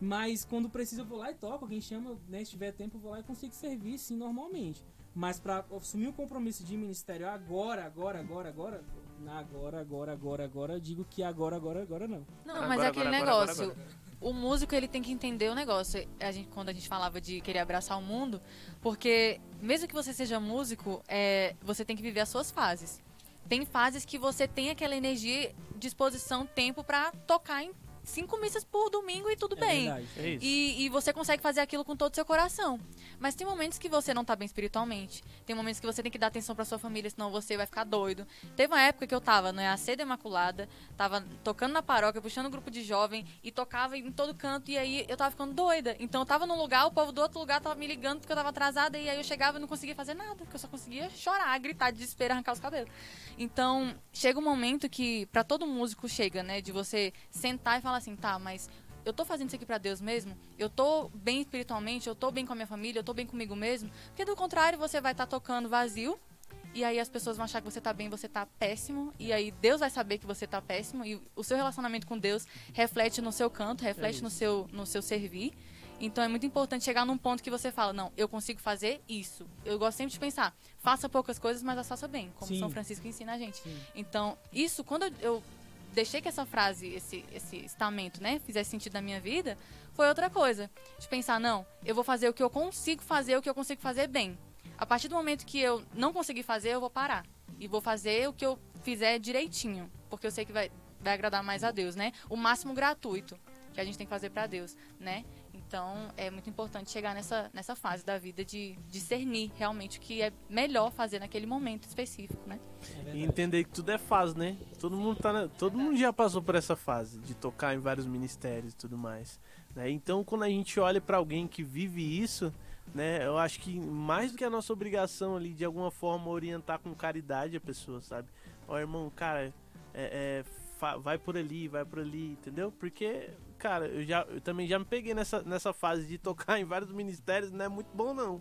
[SPEAKER 1] Mas quando precisa eu vou lá e toco. Quem chama, né? se tiver tempo eu vou lá e consigo servir, sim, normalmente. Mas pra assumir o compromisso de ministério agora, agora, agora, agora... na Agora, agora, agora, agora, eu digo que agora, agora, agora não.
[SPEAKER 3] Não,
[SPEAKER 2] Agora,
[SPEAKER 3] mas é
[SPEAKER 2] agora,
[SPEAKER 3] aquele
[SPEAKER 2] agora,
[SPEAKER 3] negócio.
[SPEAKER 2] agora,
[SPEAKER 3] O músico ele tem que entender o negócio. A gente, quando a gente falava de querer abraçar o mundo, porque mesmo que você seja músico, é, você tem que viver as suas fases. Tem fases que você tem aquela energia, disposição, tempo pra tocar em cinco missas por domingo e tudo
[SPEAKER 1] É
[SPEAKER 3] bem.
[SPEAKER 1] verdade.
[SPEAKER 2] É isso.
[SPEAKER 3] E, e você consegue fazer aquilo com todo o seu coração. Mas tem momentos que você não tá bem espiritualmente. Tem momentos que você tem que dar atenção pra sua família, senão você vai ficar doido. Teve uma época que eu tava na AC da Imaculada, tava tocando na paróquia, puxando um grupo de jovem e tocava em todo canto. E aí eu tava ficando doida. Então eu tava num lugar, o povo do outro lugar tava me ligando porque eu tava atrasada. E aí eu chegava e não conseguia fazer nada, porque eu só conseguia chorar, gritar de desespero, arrancar os cabelos. Então chega um momento que, pra todo músico, chega, né? De você sentar e falar assim, tá, mas eu tô fazendo isso aqui pra Deus mesmo? Eu tô bem espiritualmente, eu tô bem com a minha família, eu tô bem comigo mesmo? Porque do contrário, você vai estar tocando vazio e aí as pessoas vão achar que você tá bem, você tá péssimo, e aí Deus vai saber que você tá péssimo e o seu relacionamento com Deus reflete no seu canto,
[SPEAKER 1] É
[SPEAKER 3] reflete no seu no seu servir. Então é muito importante chegar num ponto que você fala, não, eu consigo fazer isso. Eu gosto sempre de pensar, faça poucas coisas, mas as faça bem, como
[SPEAKER 1] Sim.
[SPEAKER 3] São Francisco ensina a gente.
[SPEAKER 1] Sim.
[SPEAKER 3] Então, isso quando eu- eu deixei que essa frase, esse, esse estamento, né, fizesse sentido na minha vida, foi outra coisa. De pensar, não, eu vou fazer o que eu consigo fazer, o que eu consigo fazer bem. A partir do momento que eu não conseguir fazer, eu vou parar. E vou fazer o que eu fizer direitinho. Porque eu sei que vai, vai agradar mais a Deus, né? O máximo gratuito que a gente tem que fazer pra Deus, né? Então, é muito importante chegar nessa, nessa fase da vida de discernir realmente o que é melhor fazer naquele momento específico,
[SPEAKER 1] É
[SPEAKER 3] né?
[SPEAKER 2] E
[SPEAKER 1] verdade.
[SPEAKER 2] entender que tudo é fase, né? Todo mundo, tá na- todo mundo já passou por essa fase de tocar em vários ministérios e tudo mais. né? Então, quando a gente olha pra alguém que vive isso, né? Eu acho que mais do que a nossa obrigação ali, de alguma forma, orientar com caridade a pessoa, sabe? Ó, irmão, cara, é- é, fa- vai por ali, vai por ali, entendeu? Porque, cara, eu, já, eu também já me peguei nessa, nessa fase de tocar *laughs* em vários ministérios, não é muito bom, não.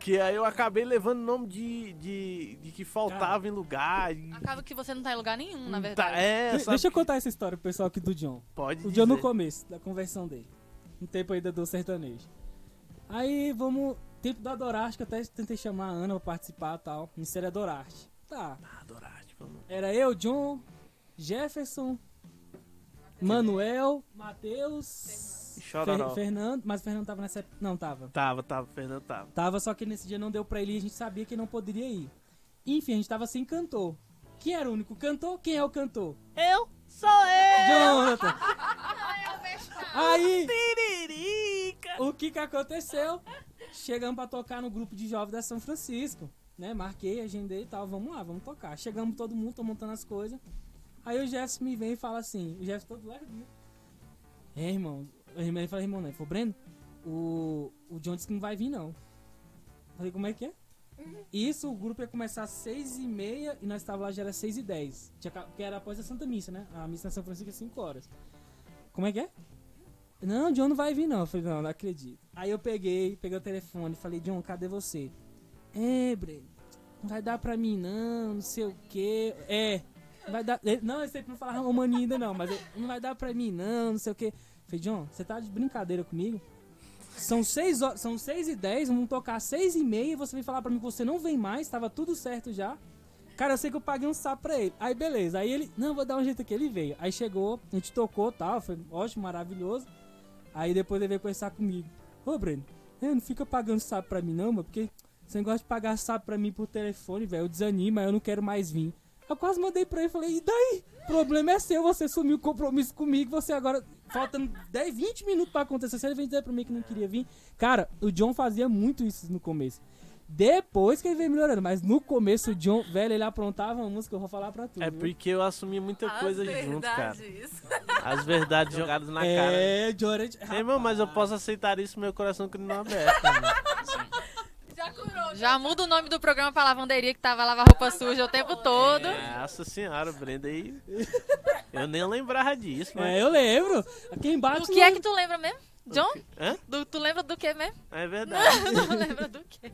[SPEAKER 2] que aí eu acabei levando o nome de, de, de que faltava em lugar. e-
[SPEAKER 3] Acaba que você não tá em lugar nenhum, na
[SPEAKER 2] Tá,
[SPEAKER 3] verdade.
[SPEAKER 2] é,
[SPEAKER 1] De-
[SPEAKER 2] sabe?
[SPEAKER 1] Deixa eu contar essa história pro pessoal aqui do John.
[SPEAKER 2] Pode
[SPEAKER 1] O John no
[SPEAKER 2] dizer.
[SPEAKER 1] começo da conversão dele. No tempo ainda do sertanejo. Aí vamos. Tempo da Dorarte, que eu até tentei chamar a Ana pra participar e tal. Ministério Dorarte. Tá.
[SPEAKER 2] Ah, Dorati, vamos.
[SPEAKER 1] Era eu, John, Jefferson, Manuel, Matheus,
[SPEAKER 2] E Chororó.
[SPEAKER 1] Fernando. Mas o Fernando tava nessa. época- Não, tava.
[SPEAKER 2] Tava, tava, Fernando tava.
[SPEAKER 1] Tava, só que nesse dia não deu pra ele ir, a gente sabia que não poderia ir. Enfim, a gente tava sem cantor. Quem era o único cantor? Quem é o cantor? Eu sou eu! Jonathan! Aí,
[SPEAKER 2] Tiririca!
[SPEAKER 1] o que que aconteceu? Chegamos pra tocar no grupo de jovens da São Francisco, né? Marquei, agendei e tal, vamos lá, vamos tocar. Chegamos todo mundo, tô montando as coisas. Aí o Jefferson me vem e fala assim, o Jefferson todo largo, né? É, irmão, o irmão- ele fala, irmão, né? Ele falou, Breno, o, o John disse que não vai vir, não. Falei, como é que é? Isso, o grupo ia começar às 6 e meia e nós estávamos lá já era 6 e 10. Tinha ca- Porque era após a Santa Missa, né? A missa na São Francisco é 5 horas. Como é que é? Não, John não vai vir não. Eu falei, não, não acredito. Aí eu peguei, peguei o telefone e falei, John, cadê você? É, Breno, não vai dar pra mim não, não sei o quê. É, não vai dar... ele- Não, eu sei que não falar romani ainda não, mas ele, não vai dar pra mim não, não sei o quê. Eu falei, John, você tá de brincadeira comigo? São 6 horas, são 6 e 10, vamos tocar 6 e meia e você vem falar pra mim que você não vem mais, tava tudo certo já. Cara, eu sei que eu paguei um sapo pra ele. Aí beleza, aí ele, não, vou dar um jeito aqui, ele veio. Aí chegou, a gente tocou tal, foi ótimo, maravilhoso. Aí depois ele veio conversar comigo. Ô, Breno, eh, não fica pagando sapo pra mim não, mano, porque você não gosta de pagar sapo pra mim por telefone, velho, eu desanimo, aí eu não quero mais vir. Eu quase mandei pra ele, falei, e daí? O problema é seu, você sumiu o compromisso comigo, você agora, faltando 10, 20 minutos pra acontecer, se ele vem dizer pra mim que não queria vir. Cara, o John fazia muito isso no começo. Depois que ele veio melhorando, mas no começo o John, velho, ele aprontava uma música, eu vou falar pra tu.
[SPEAKER 2] É
[SPEAKER 1] viu?
[SPEAKER 2] porque eu assumi muita coisa
[SPEAKER 4] As
[SPEAKER 2] junto, cara.
[SPEAKER 4] verdades.
[SPEAKER 2] As verdades jogadas na cara. né?
[SPEAKER 1] É, John era de-
[SPEAKER 2] Meu irmão, mas eu posso aceitar isso meu coração que não é aberto.
[SPEAKER 4] *laughs*
[SPEAKER 2] né?
[SPEAKER 4] Já curou.
[SPEAKER 3] Já muda o nome do programa pra lavanderia que tava lavar roupa suja o tempo todo.
[SPEAKER 2] É, Nossa senhora, Brenda aí. Eu nem lembrava disso, mas.
[SPEAKER 1] É, eu lembro. Quem bate
[SPEAKER 3] Do que é que tu lembra mesmo? John?
[SPEAKER 2] Hã?
[SPEAKER 3] Do- tu lembra do que mesmo? *laughs*
[SPEAKER 2] É verdade.
[SPEAKER 3] Não lembra do que?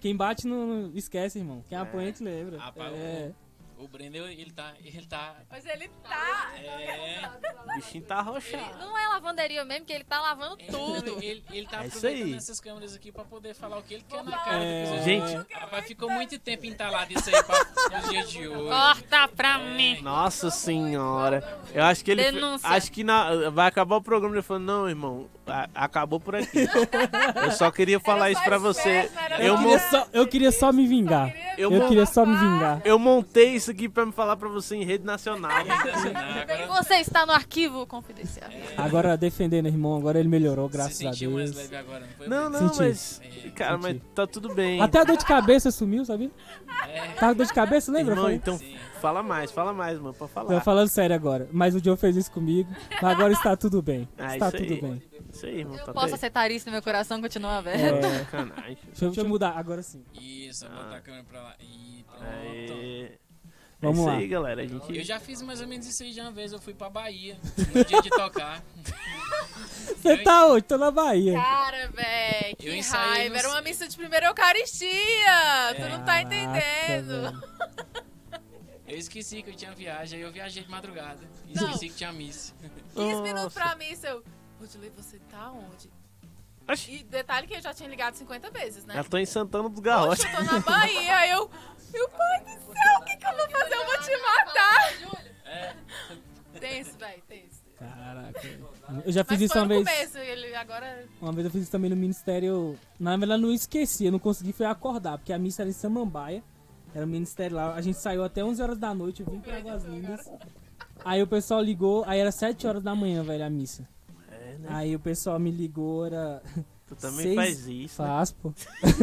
[SPEAKER 1] Quem bate não, não esquece, irmão. Quem
[SPEAKER 2] É.
[SPEAKER 1] apanha, te lembra.
[SPEAKER 5] Ah, pá,
[SPEAKER 1] é.
[SPEAKER 5] O Breno, ele tá. Ele tá.
[SPEAKER 4] Mas ele tá.
[SPEAKER 5] É.
[SPEAKER 2] O bichinho tá arrochado.
[SPEAKER 3] Não é lavanderia mesmo, que ele tá lavando tudo.
[SPEAKER 5] Ele, ele, ele tá
[SPEAKER 2] É isso
[SPEAKER 5] aproveitando
[SPEAKER 2] aí.
[SPEAKER 5] essas câmeras aqui pra poder falar o que ele quer na cara
[SPEAKER 1] É.
[SPEAKER 5] do
[SPEAKER 2] Gente.
[SPEAKER 5] Rapaz, ficou muito tempo entalado isso aí pra os dias de hoje.
[SPEAKER 3] Corta pra mim.
[SPEAKER 2] Nossa senhora. Eu acho que ele.
[SPEAKER 3] Denúncia.
[SPEAKER 2] Acho que na- vai acabar o programa. Ele falou: Não, irmão, a- acabou por aqui. eu só queria falar
[SPEAKER 4] Era
[SPEAKER 2] isso
[SPEAKER 4] só
[SPEAKER 2] pra você.
[SPEAKER 4] esperto, era
[SPEAKER 2] Eu,
[SPEAKER 1] Eu,
[SPEAKER 4] só-
[SPEAKER 2] mon-
[SPEAKER 1] queria só, eu queria só me vingar.
[SPEAKER 2] Eu
[SPEAKER 1] Eu,
[SPEAKER 2] mon-
[SPEAKER 1] queria só me vingar.
[SPEAKER 2] eu montei isso aqui pra me falar pra você em rede nacional.
[SPEAKER 5] Agora
[SPEAKER 3] Você está no arquivo confidencial.
[SPEAKER 1] Agora defendendo, irmão. Agora ele melhorou, graças
[SPEAKER 5] se
[SPEAKER 1] a
[SPEAKER 5] sentiu mais
[SPEAKER 1] Deus.
[SPEAKER 5] leve agora, não foi?
[SPEAKER 2] Não, não,
[SPEAKER 1] Senti.
[SPEAKER 2] mas. Cara, mas
[SPEAKER 1] Senti.
[SPEAKER 2] tá tudo bem.
[SPEAKER 1] Até a dor de cabeça sumiu, sabia? Tava com dor de cabeça, lembra? Eu
[SPEAKER 2] É. Irmão,
[SPEAKER 1] falei-
[SPEAKER 2] então
[SPEAKER 5] Sim.
[SPEAKER 2] fala mais, fala mais, mano, pra falar.
[SPEAKER 1] Tô falando sério agora. Mas o John fez isso comigo. Mas agora está tudo bem.
[SPEAKER 2] Ah,
[SPEAKER 1] está
[SPEAKER 2] isso
[SPEAKER 1] tá tudo
[SPEAKER 2] aí.
[SPEAKER 1] bem.
[SPEAKER 2] Isso aí, irmão, tá
[SPEAKER 3] Posso
[SPEAKER 2] bem. Tá
[SPEAKER 3] aceitar isso no meu coração, continua
[SPEAKER 1] É,
[SPEAKER 3] aberto.
[SPEAKER 1] deixa,
[SPEAKER 2] Sacanagem.
[SPEAKER 1] eu- deixa eu mudar, agora
[SPEAKER 2] *laughs*
[SPEAKER 1] sim.
[SPEAKER 5] Isso, botar a câmera pra lá. E pronto.
[SPEAKER 2] Aê. É
[SPEAKER 1] Vamos
[SPEAKER 2] isso
[SPEAKER 1] lá.
[SPEAKER 2] aí, galera. A
[SPEAKER 5] Eu
[SPEAKER 2] gente.
[SPEAKER 5] já fiz mais ou menos isso aí de uma vez. Eu fui pra Bahia no dia de tocar.
[SPEAKER 1] Você tá onde? Tô na Bahia.
[SPEAKER 4] Cara, véi,
[SPEAKER 5] Eu
[SPEAKER 4] que
[SPEAKER 5] ensaiei
[SPEAKER 4] raiva.
[SPEAKER 5] no-
[SPEAKER 4] Era uma missa de primeira Eucaristia. tu não
[SPEAKER 2] É,
[SPEAKER 4] tá entendendo.
[SPEAKER 1] Caraca, velho.
[SPEAKER 5] Eu esqueci que eu tinha viagem, aí eu viajei de madrugada. E
[SPEAKER 4] Não.
[SPEAKER 5] Esqueci que tinha missa.
[SPEAKER 4] 15 minutos
[SPEAKER 2] Nossa.
[SPEAKER 4] pra missa. Eu, Rodilei, você tá onde?
[SPEAKER 2] Oxi.
[SPEAKER 4] E detalhe que eu já tinha ligado 50 vezes, né?
[SPEAKER 2] Eu tô em Santana dos Garotos.
[SPEAKER 4] Poxa, eu tô na Bahia. Eu, meu pai do céu, o que, que eu vou fazer? Eu vou te matar.
[SPEAKER 2] É.
[SPEAKER 4] Tenso, véi, tenso.
[SPEAKER 1] Caraca. velho. Eu já fiz
[SPEAKER 4] Mas
[SPEAKER 1] isso
[SPEAKER 4] foi
[SPEAKER 1] uma
[SPEAKER 4] no
[SPEAKER 1] vez.
[SPEAKER 4] começo, ele agora...
[SPEAKER 1] Uma vez eu fiz isso também no ministério. Na verdade, eu não esqueci, eu não consegui foi acordar, porque a missa era em Samambaia. Era o ministério lá. A gente saiu até 11 horas da noite, eu vim pra Águas Lindas. Aí o pessoal ligou, aí era 7 horas da manhã, velho, a missa.
[SPEAKER 2] É, né?
[SPEAKER 1] Aí o pessoal me ligou, era. *laughs*
[SPEAKER 2] Tu também
[SPEAKER 1] seis-
[SPEAKER 2] faz isso. né?
[SPEAKER 1] Faz, pô.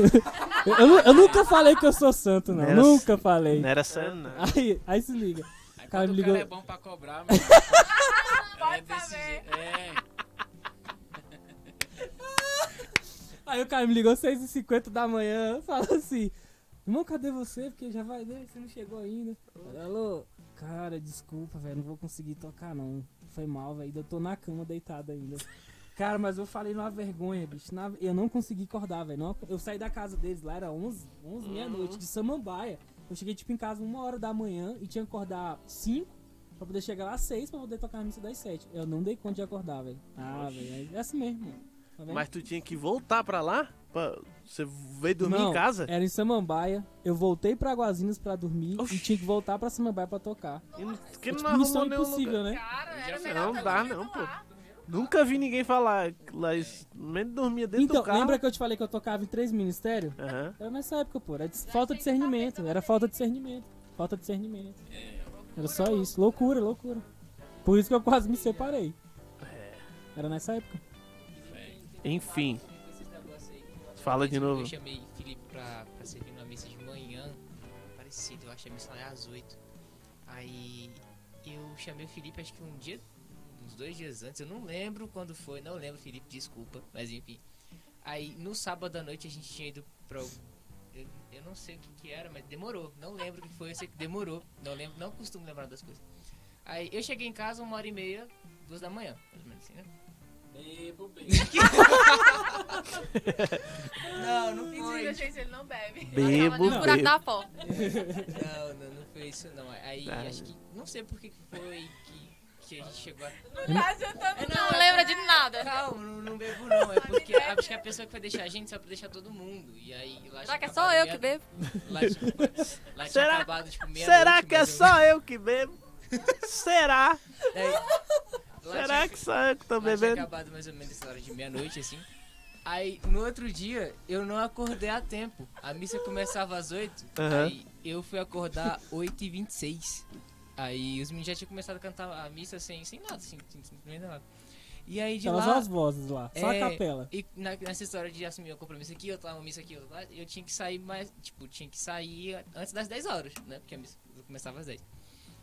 [SPEAKER 1] *laughs* eu, eu nu- eu nunca falei que eu sou santo, não.
[SPEAKER 2] Era- Né?
[SPEAKER 1] Nunca falei.
[SPEAKER 2] Não era sério, não.
[SPEAKER 1] Aí, aí se liga.
[SPEAKER 5] Aí
[SPEAKER 1] Cara,
[SPEAKER 5] quando
[SPEAKER 1] me
[SPEAKER 5] o
[SPEAKER 1] ligou-
[SPEAKER 5] cara é bom pra
[SPEAKER 2] *laughs*
[SPEAKER 5] cobrar, mano. é desse
[SPEAKER 4] saber.
[SPEAKER 5] jeito. É.
[SPEAKER 1] Aí o cara me ligou 6h50 da manhã, falou assim: Irmão, cadê você? Porque já vai, né? Você não chegou ainda. Falei, Alô, cara, desculpa, velho, não vou conseguir tocar não. Foi mal, velho, ainda tô na cama deitado ainda. Cara, mas eu falei numa vergonha, bicho. na- Eu não consegui acordar, velho. não- Eu saí da casa deles lá, era 11, 11 meia-noite, de Samambaia. Eu cheguei, tipo, em casa uma hora da manhã e tinha que acordar 5 pra poder chegar lá às 6 pra poder tocar a missa das 7. Eu não dei conta de acordar, velho. Ah, velho, é assim mesmo, mano. Tá vendo?
[SPEAKER 2] Mas tu tinha que voltar pra lá? Pra- Você veio dormir
[SPEAKER 1] Não,
[SPEAKER 2] em casa?
[SPEAKER 1] Era em Samambaia. Eu voltei pra Aguazinas pra dormir
[SPEAKER 2] Oxi.
[SPEAKER 1] e tinha que voltar pra Samambaia pra tocar.
[SPEAKER 2] E não- Que
[SPEAKER 1] É
[SPEAKER 2] não
[SPEAKER 1] tipo missão
[SPEAKER 2] arrumou nenhum
[SPEAKER 1] impossível,
[SPEAKER 2] lugar.
[SPEAKER 1] né?
[SPEAKER 4] Cara,
[SPEAKER 5] já
[SPEAKER 4] era
[SPEAKER 5] sei,
[SPEAKER 4] melhor
[SPEAKER 2] não
[SPEAKER 4] ter
[SPEAKER 2] dá,
[SPEAKER 4] dormido
[SPEAKER 2] não, pô.
[SPEAKER 4] lá.
[SPEAKER 2] Nunca vi ninguém falar. que Lá, menos dormia dentro
[SPEAKER 1] Então,
[SPEAKER 2] do carro.
[SPEAKER 1] lembra que eu te falei que eu tocava em três ministérios?
[SPEAKER 2] Aham.
[SPEAKER 1] Era nessa época, pô. Era dis- falta de discernimento. Era falta de discernimento. Falta de discernimento. Era só isso. Loucura, loucura. Por isso que eu quase me separei. Era nessa época.
[SPEAKER 2] Enfim.
[SPEAKER 6] Esses negócios aí.
[SPEAKER 2] Fala de
[SPEAKER 6] Mesmo que
[SPEAKER 2] novo.
[SPEAKER 6] Eu chamei Felipe pra, pra servir numa missa de manhã, parecido, eu acho que a missa lá é às 8. Aí eu chamei o Felipe, acho que um dia, uns dois dias antes, eu não lembro quando foi, não lembro, Felipe, desculpa, mas enfim. Aí no sábado à noite a gente tinha ido pra, Eu, eu não sei o que, que era, mas demorou. Não lembro o que foi, eu sei que demorou. Não lembro, não costumo lembrar das coisas. Aí eu cheguei em casa uma hora e meia, duas da manhã, pelo menos assim, né? *laughs*
[SPEAKER 5] Bebo, bebo.
[SPEAKER 6] Não, não
[SPEAKER 4] Mentira,
[SPEAKER 6] foi.
[SPEAKER 4] gente, ele não bebe.
[SPEAKER 3] Ela
[SPEAKER 2] Bebo,
[SPEAKER 3] tava no buraco
[SPEAKER 2] bebo.
[SPEAKER 3] da pó.
[SPEAKER 6] Não, não, não foi isso não. Aí
[SPEAKER 2] Ah.
[SPEAKER 6] acho que. Não sei por que que foi que, que a gente chegou a.
[SPEAKER 4] Não tá adiantando,
[SPEAKER 3] Não lembra de nada.
[SPEAKER 6] Calma, não, não bebo não. É porque a- acho que a pessoa que foi deixar a gente só pra deixar todo mundo. E aí lá
[SPEAKER 3] Será que é
[SPEAKER 6] tinha
[SPEAKER 3] só
[SPEAKER 6] acabado
[SPEAKER 3] eu
[SPEAKER 6] meia-
[SPEAKER 3] que bebo?
[SPEAKER 6] Lá tinha, lá
[SPEAKER 2] *laughs*
[SPEAKER 6] tinha
[SPEAKER 2] Será-
[SPEAKER 6] acabado, tipo, meia
[SPEAKER 2] Será
[SPEAKER 6] noite,
[SPEAKER 2] que é
[SPEAKER 6] mas eu-
[SPEAKER 2] só eu que bebo? Será?
[SPEAKER 6] Daí- É, lá
[SPEAKER 2] *laughs* Será
[SPEAKER 6] tinha-
[SPEAKER 2] que é só eu que tô
[SPEAKER 6] Lá tinha
[SPEAKER 2] bebendo?
[SPEAKER 6] acabado mais ou menos essa hora de meia-noite, assim. Aí, no outro dia, eu não acordei a tempo. A missa começava às 8,
[SPEAKER 2] Aham.
[SPEAKER 6] aí eu fui acordar 8h26. Aí os meninos já tinham começado a cantar a missa sem, sem nada, assim, sem, sem sem nada. E aí de
[SPEAKER 1] Tava só
[SPEAKER 6] lá...
[SPEAKER 1] as vozes lá, só
[SPEAKER 6] É,
[SPEAKER 1] a capela.
[SPEAKER 6] E na- nessa história de assumir o compromisso aqui, eu tava uma missa aqui, outra lá, eu tinha que sair mais, tipo, tinha que sair antes das 10 horas, né? Porque a missa começava às 10.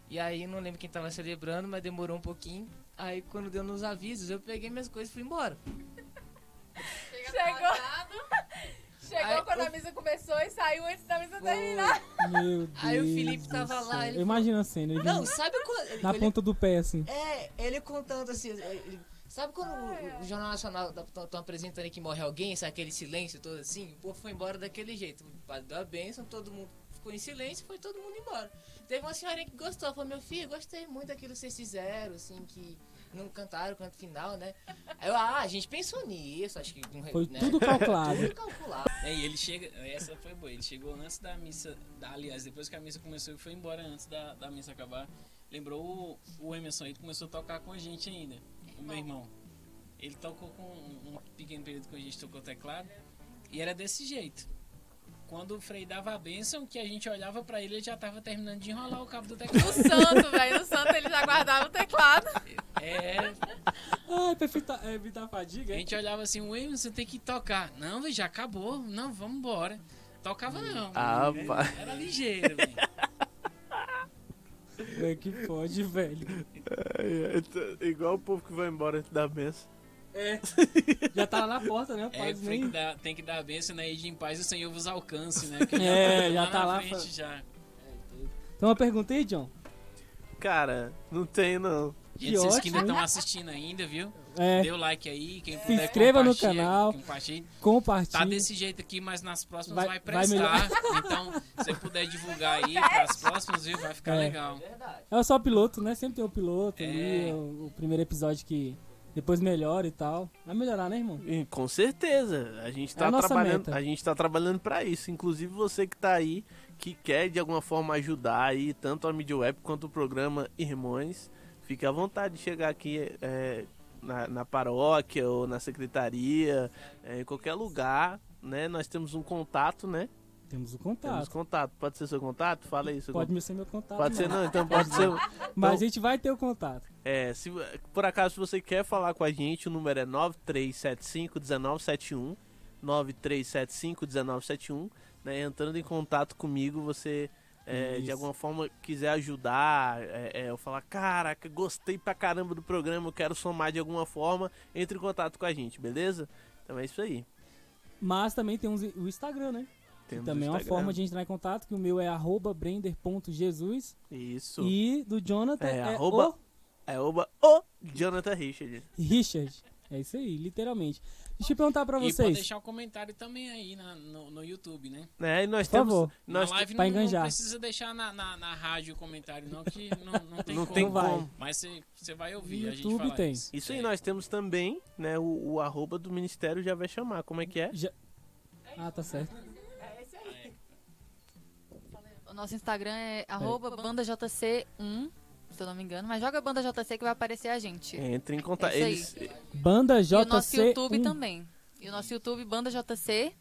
[SPEAKER 6] E aí não lembro quem tava celebrando, mas demorou um pouquinho. Aí quando deu nos avisos, eu peguei minhas coisas e fui embora.
[SPEAKER 4] Chegou. Chegou
[SPEAKER 6] Aí,
[SPEAKER 4] quando a
[SPEAKER 6] o-
[SPEAKER 4] missa começou e saiu antes da missa terminar.
[SPEAKER 1] Meu Deus.
[SPEAKER 6] Aí o Felipe
[SPEAKER 1] do
[SPEAKER 6] tava lá,
[SPEAKER 1] céu.
[SPEAKER 6] ele
[SPEAKER 1] Eu imagino a cena. Ele
[SPEAKER 6] Não, sabe quando.
[SPEAKER 1] na
[SPEAKER 6] ele-
[SPEAKER 1] ponta do pé, assim.
[SPEAKER 6] É, ele contando assim. ele- sabe quando o, o Jornal Nacional estão apresentando aí que morre alguém, sabe aquele silêncio todo assim? O povo foi embora daquele jeito. O padre deu a bênção, todo mundo ficou em silêncio e foi todo mundo embora. Teve uma senhorinha que gostou, falou: Meu filho, gostei muito daquilo que vocês fizeram, assim, que não cantaram o canto final, né? Aí eu, ah, a gente pensou nisso, acho que. não re-
[SPEAKER 1] Foi
[SPEAKER 6] né?
[SPEAKER 1] tudo calculado.
[SPEAKER 6] Tudo calculado.
[SPEAKER 5] É, e ele chega. Essa foi boa. Ele chegou antes da missa. Da, aliás, depois que a missa começou, ele foi embora antes da, da missa acabar. Lembrou o, o Emerson, ele começou a tocar com a gente ainda. O meu irmão. Ele tocou com um, um pequeno período que a gente tocou teclado. E era desse jeito. Quando o Frei dava a bênção, que a gente olhava pra ele, ele já tava terminando de enrolar o cabo do
[SPEAKER 4] *laughs* No
[SPEAKER 5] teclado.
[SPEAKER 4] santo, velho. No santo ele já guardava o teclado.
[SPEAKER 5] é,
[SPEAKER 1] Ai, pra evitar, é, evitar a fadiga.
[SPEAKER 5] A
[SPEAKER 1] é?
[SPEAKER 5] gente olhava assim, o Emerson tem que tocar. Não, véi, já acabou. Não, vamos embora. Tocava não.
[SPEAKER 2] Ah,
[SPEAKER 5] Era-
[SPEAKER 2] pá.
[SPEAKER 5] Era ligeiro, véi.
[SPEAKER 1] Como é que pode,
[SPEAKER 5] *laughs*
[SPEAKER 1] velho?
[SPEAKER 2] Ai, ai, tô- é, Igual o povo que vai embora antes da benção.
[SPEAKER 1] É. Já tava na porta, né?
[SPEAKER 5] É,
[SPEAKER 1] Paz,
[SPEAKER 5] tem, que
[SPEAKER 1] nem...
[SPEAKER 5] dar, tem que dar a bênção, né? E de em paz o Senhor vos alcance,
[SPEAKER 1] *laughs*
[SPEAKER 5] né? Porque
[SPEAKER 1] É, já
[SPEAKER 5] na
[SPEAKER 1] tá lá
[SPEAKER 5] frente
[SPEAKER 1] fa-
[SPEAKER 5] já.
[SPEAKER 1] Então eu perguntei, John.
[SPEAKER 2] Cara, não tem não.
[SPEAKER 5] Gente, vocês que
[SPEAKER 1] ótimo,
[SPEAKER 5] não
[SPEAKER 1] hein?
[SPEAKER 5] estão assistindo ainda, viu?
[SPEAKER 1] *laughs* É,
[SPEAKER 5] Dê o like aí. Quem
[SPEAKER 1] Se
[SPEAKER 5] puder,
[SPEAKER 1] inscreva no
[SPEAKER 5] compartilha,
[SPEAKER 1] canal.
[SPEAKER 5] compartilha.
[SPEAKER 1] compartilha.
[SPEAKER 5] Tá desse jeito aqui, mas nas próximas vai,
[SPEAKER 1] Vai- vai
[SPEAKER 5] prestar. então, se você puder divulgar aí pras próximas, viu? Vai ficar
[SPEAKER 1] É.
[SPEAKER 5] legal.
[SPEAKER 6] Verdade.
[SPEAKER 1] É só o piloto, né? Sempre tem o piloto ali,
[SPEAKER 5] É.
[SPEAKER 1] o, o primeiro episódio que depois melhora e tal. Vai melhorar, né, irmão?
[SPEAKER 2] E, com certeza. A gente
[SPEAKER 1] É
[SPEAKER 2] tá
[SPEAKER 1] a nossa
[SPEAKER 2] trabalhando,
[SPEAKER 1] meta.
[SPEAKER 2] a gente tá trabalhando para isso. Inclusive você que tá aí que quer de alguma forma ajudar aí tanto a Media Web quanto o programa Irmãos, fique à vontade de chegar aqui é, na, na paróquia ou na secretaria, é, em qualquer lugar, né? Nós temos um contato, né?
[SPEAKER 1] Temos o
[SPEAKER 2] Temos
[SPEAKER 1] contato.
[SPEAKER 2] contato. Pode ser seu contato? Fala aí, seu
[SPEAKER 1] Tá. Pode
[SPEAKER 2] contato.
[SPEAKER 1] me ser meu contato.
[SPEAKER 2] Pode ser
[SPEAKER 1] mano.
[SPEAKER 2] não, então pode ser.
[SPEAKER 1] Mas
[SPEAKER 2] então-
[SPEAKER 1] a gente vai ter o contato.
[SPEAKER 2] É, se, por acaso, se você quer falar com a gente, o número é 9375-1971. 9375-1971. Né? Entrando em contato comigo, você é, de
[SPEAKER 1] Isso.
[SPEAKER 2] alguma forma quiser ajudar, é, é, eu falar, caraca, gostei pra caramba do programa, eu quero somar de alguma forma, entre em contato com a gente, beleza? Então é isso aí.
[SPEAKER 1] Mas também temos o Instagram, né? Que
[SPEAKER 2] Temos
[SPEAKER 1] também é
[SPEAKER 2] o
[SPEAKER 1] uma
[SPEAKER 2] Instagram.
[SPEAKER 1] forma de entrar em contato, que o meu é arroba brender.jesus
[SPEAKER 2] Isso.
[SPEAKER 1] e do Jonathan
[SPEAKER 2] É,
[SPEAKER 1] é,
[SPEAKER 2] arroba-
[SPEAKER 1] o
[SPEAKER 2] É oba, o Jonathan Richard.
[SPEAKER 1] Richard. É isso aí, literalmente. Deixa eu perguntar pra
[SPEAKER 5] E pode
[SPEAKER 1] vocês.
[SPEAKER 5] deixar o comentário também aí na- no, no YouTube, né?
[SPEAKER 2] Né? E nós
[SPEAKER 1] Por
[SPEAKER 2] temos.
[SPEAKER 1] favor.
[SPEAKER 2] Nós
[SPEAKER 5] na live
[SPEAKER 1] pra
[SPEAKER 5] não, não
[SPEAKER 1] enganjar.
[SPEAKER 5] precisa deixar na, na, na rádio o comentário, não, que não,
[SPEAKER 2] *laughs*
[SPEAKER 5] não tem
[SPEAKER 2] não
[SPEAKER 5] como.
[SPEAKER 2] tem
[SPEAKER 1] Não vai.
[SPEAKER 2] como.
[SPEAKER 5] Mas você vai ouvir,
[SPEAKER 1] No
[SPEAKER 5] a gente
[SPEAKER 1] YouTube
[SPEAKER 5] fala
[SPEAKER 1] tem.
[SPEAKER 5] Isso,
[SPEAKER 2] Isso aí,
[SPEAKER 5] É.
[SPEAKER 2] nós temos também, né, o, o arroba do Ministério já vai chamar, como é que é?
[SPEAKER 1] Ah, tá certo.
[SPEAKER 3] O nosso Instagram é arroba bandajc1, se eu não me engano. Mas joga banda JC que vai aparecer a gente.
[SPEAKER 2] Entre em contato.
[SPEAKER 3] É
[SPEAKER 2] Eles,
[SPEAKER 3] isso
[SPEAKER 1] Banda um.
[SPEAKER 3] E o nosso
[SPEAKER 1] JC.
[SPEAKER 3] YouTube também. E o nosso YouTube, Banda JC.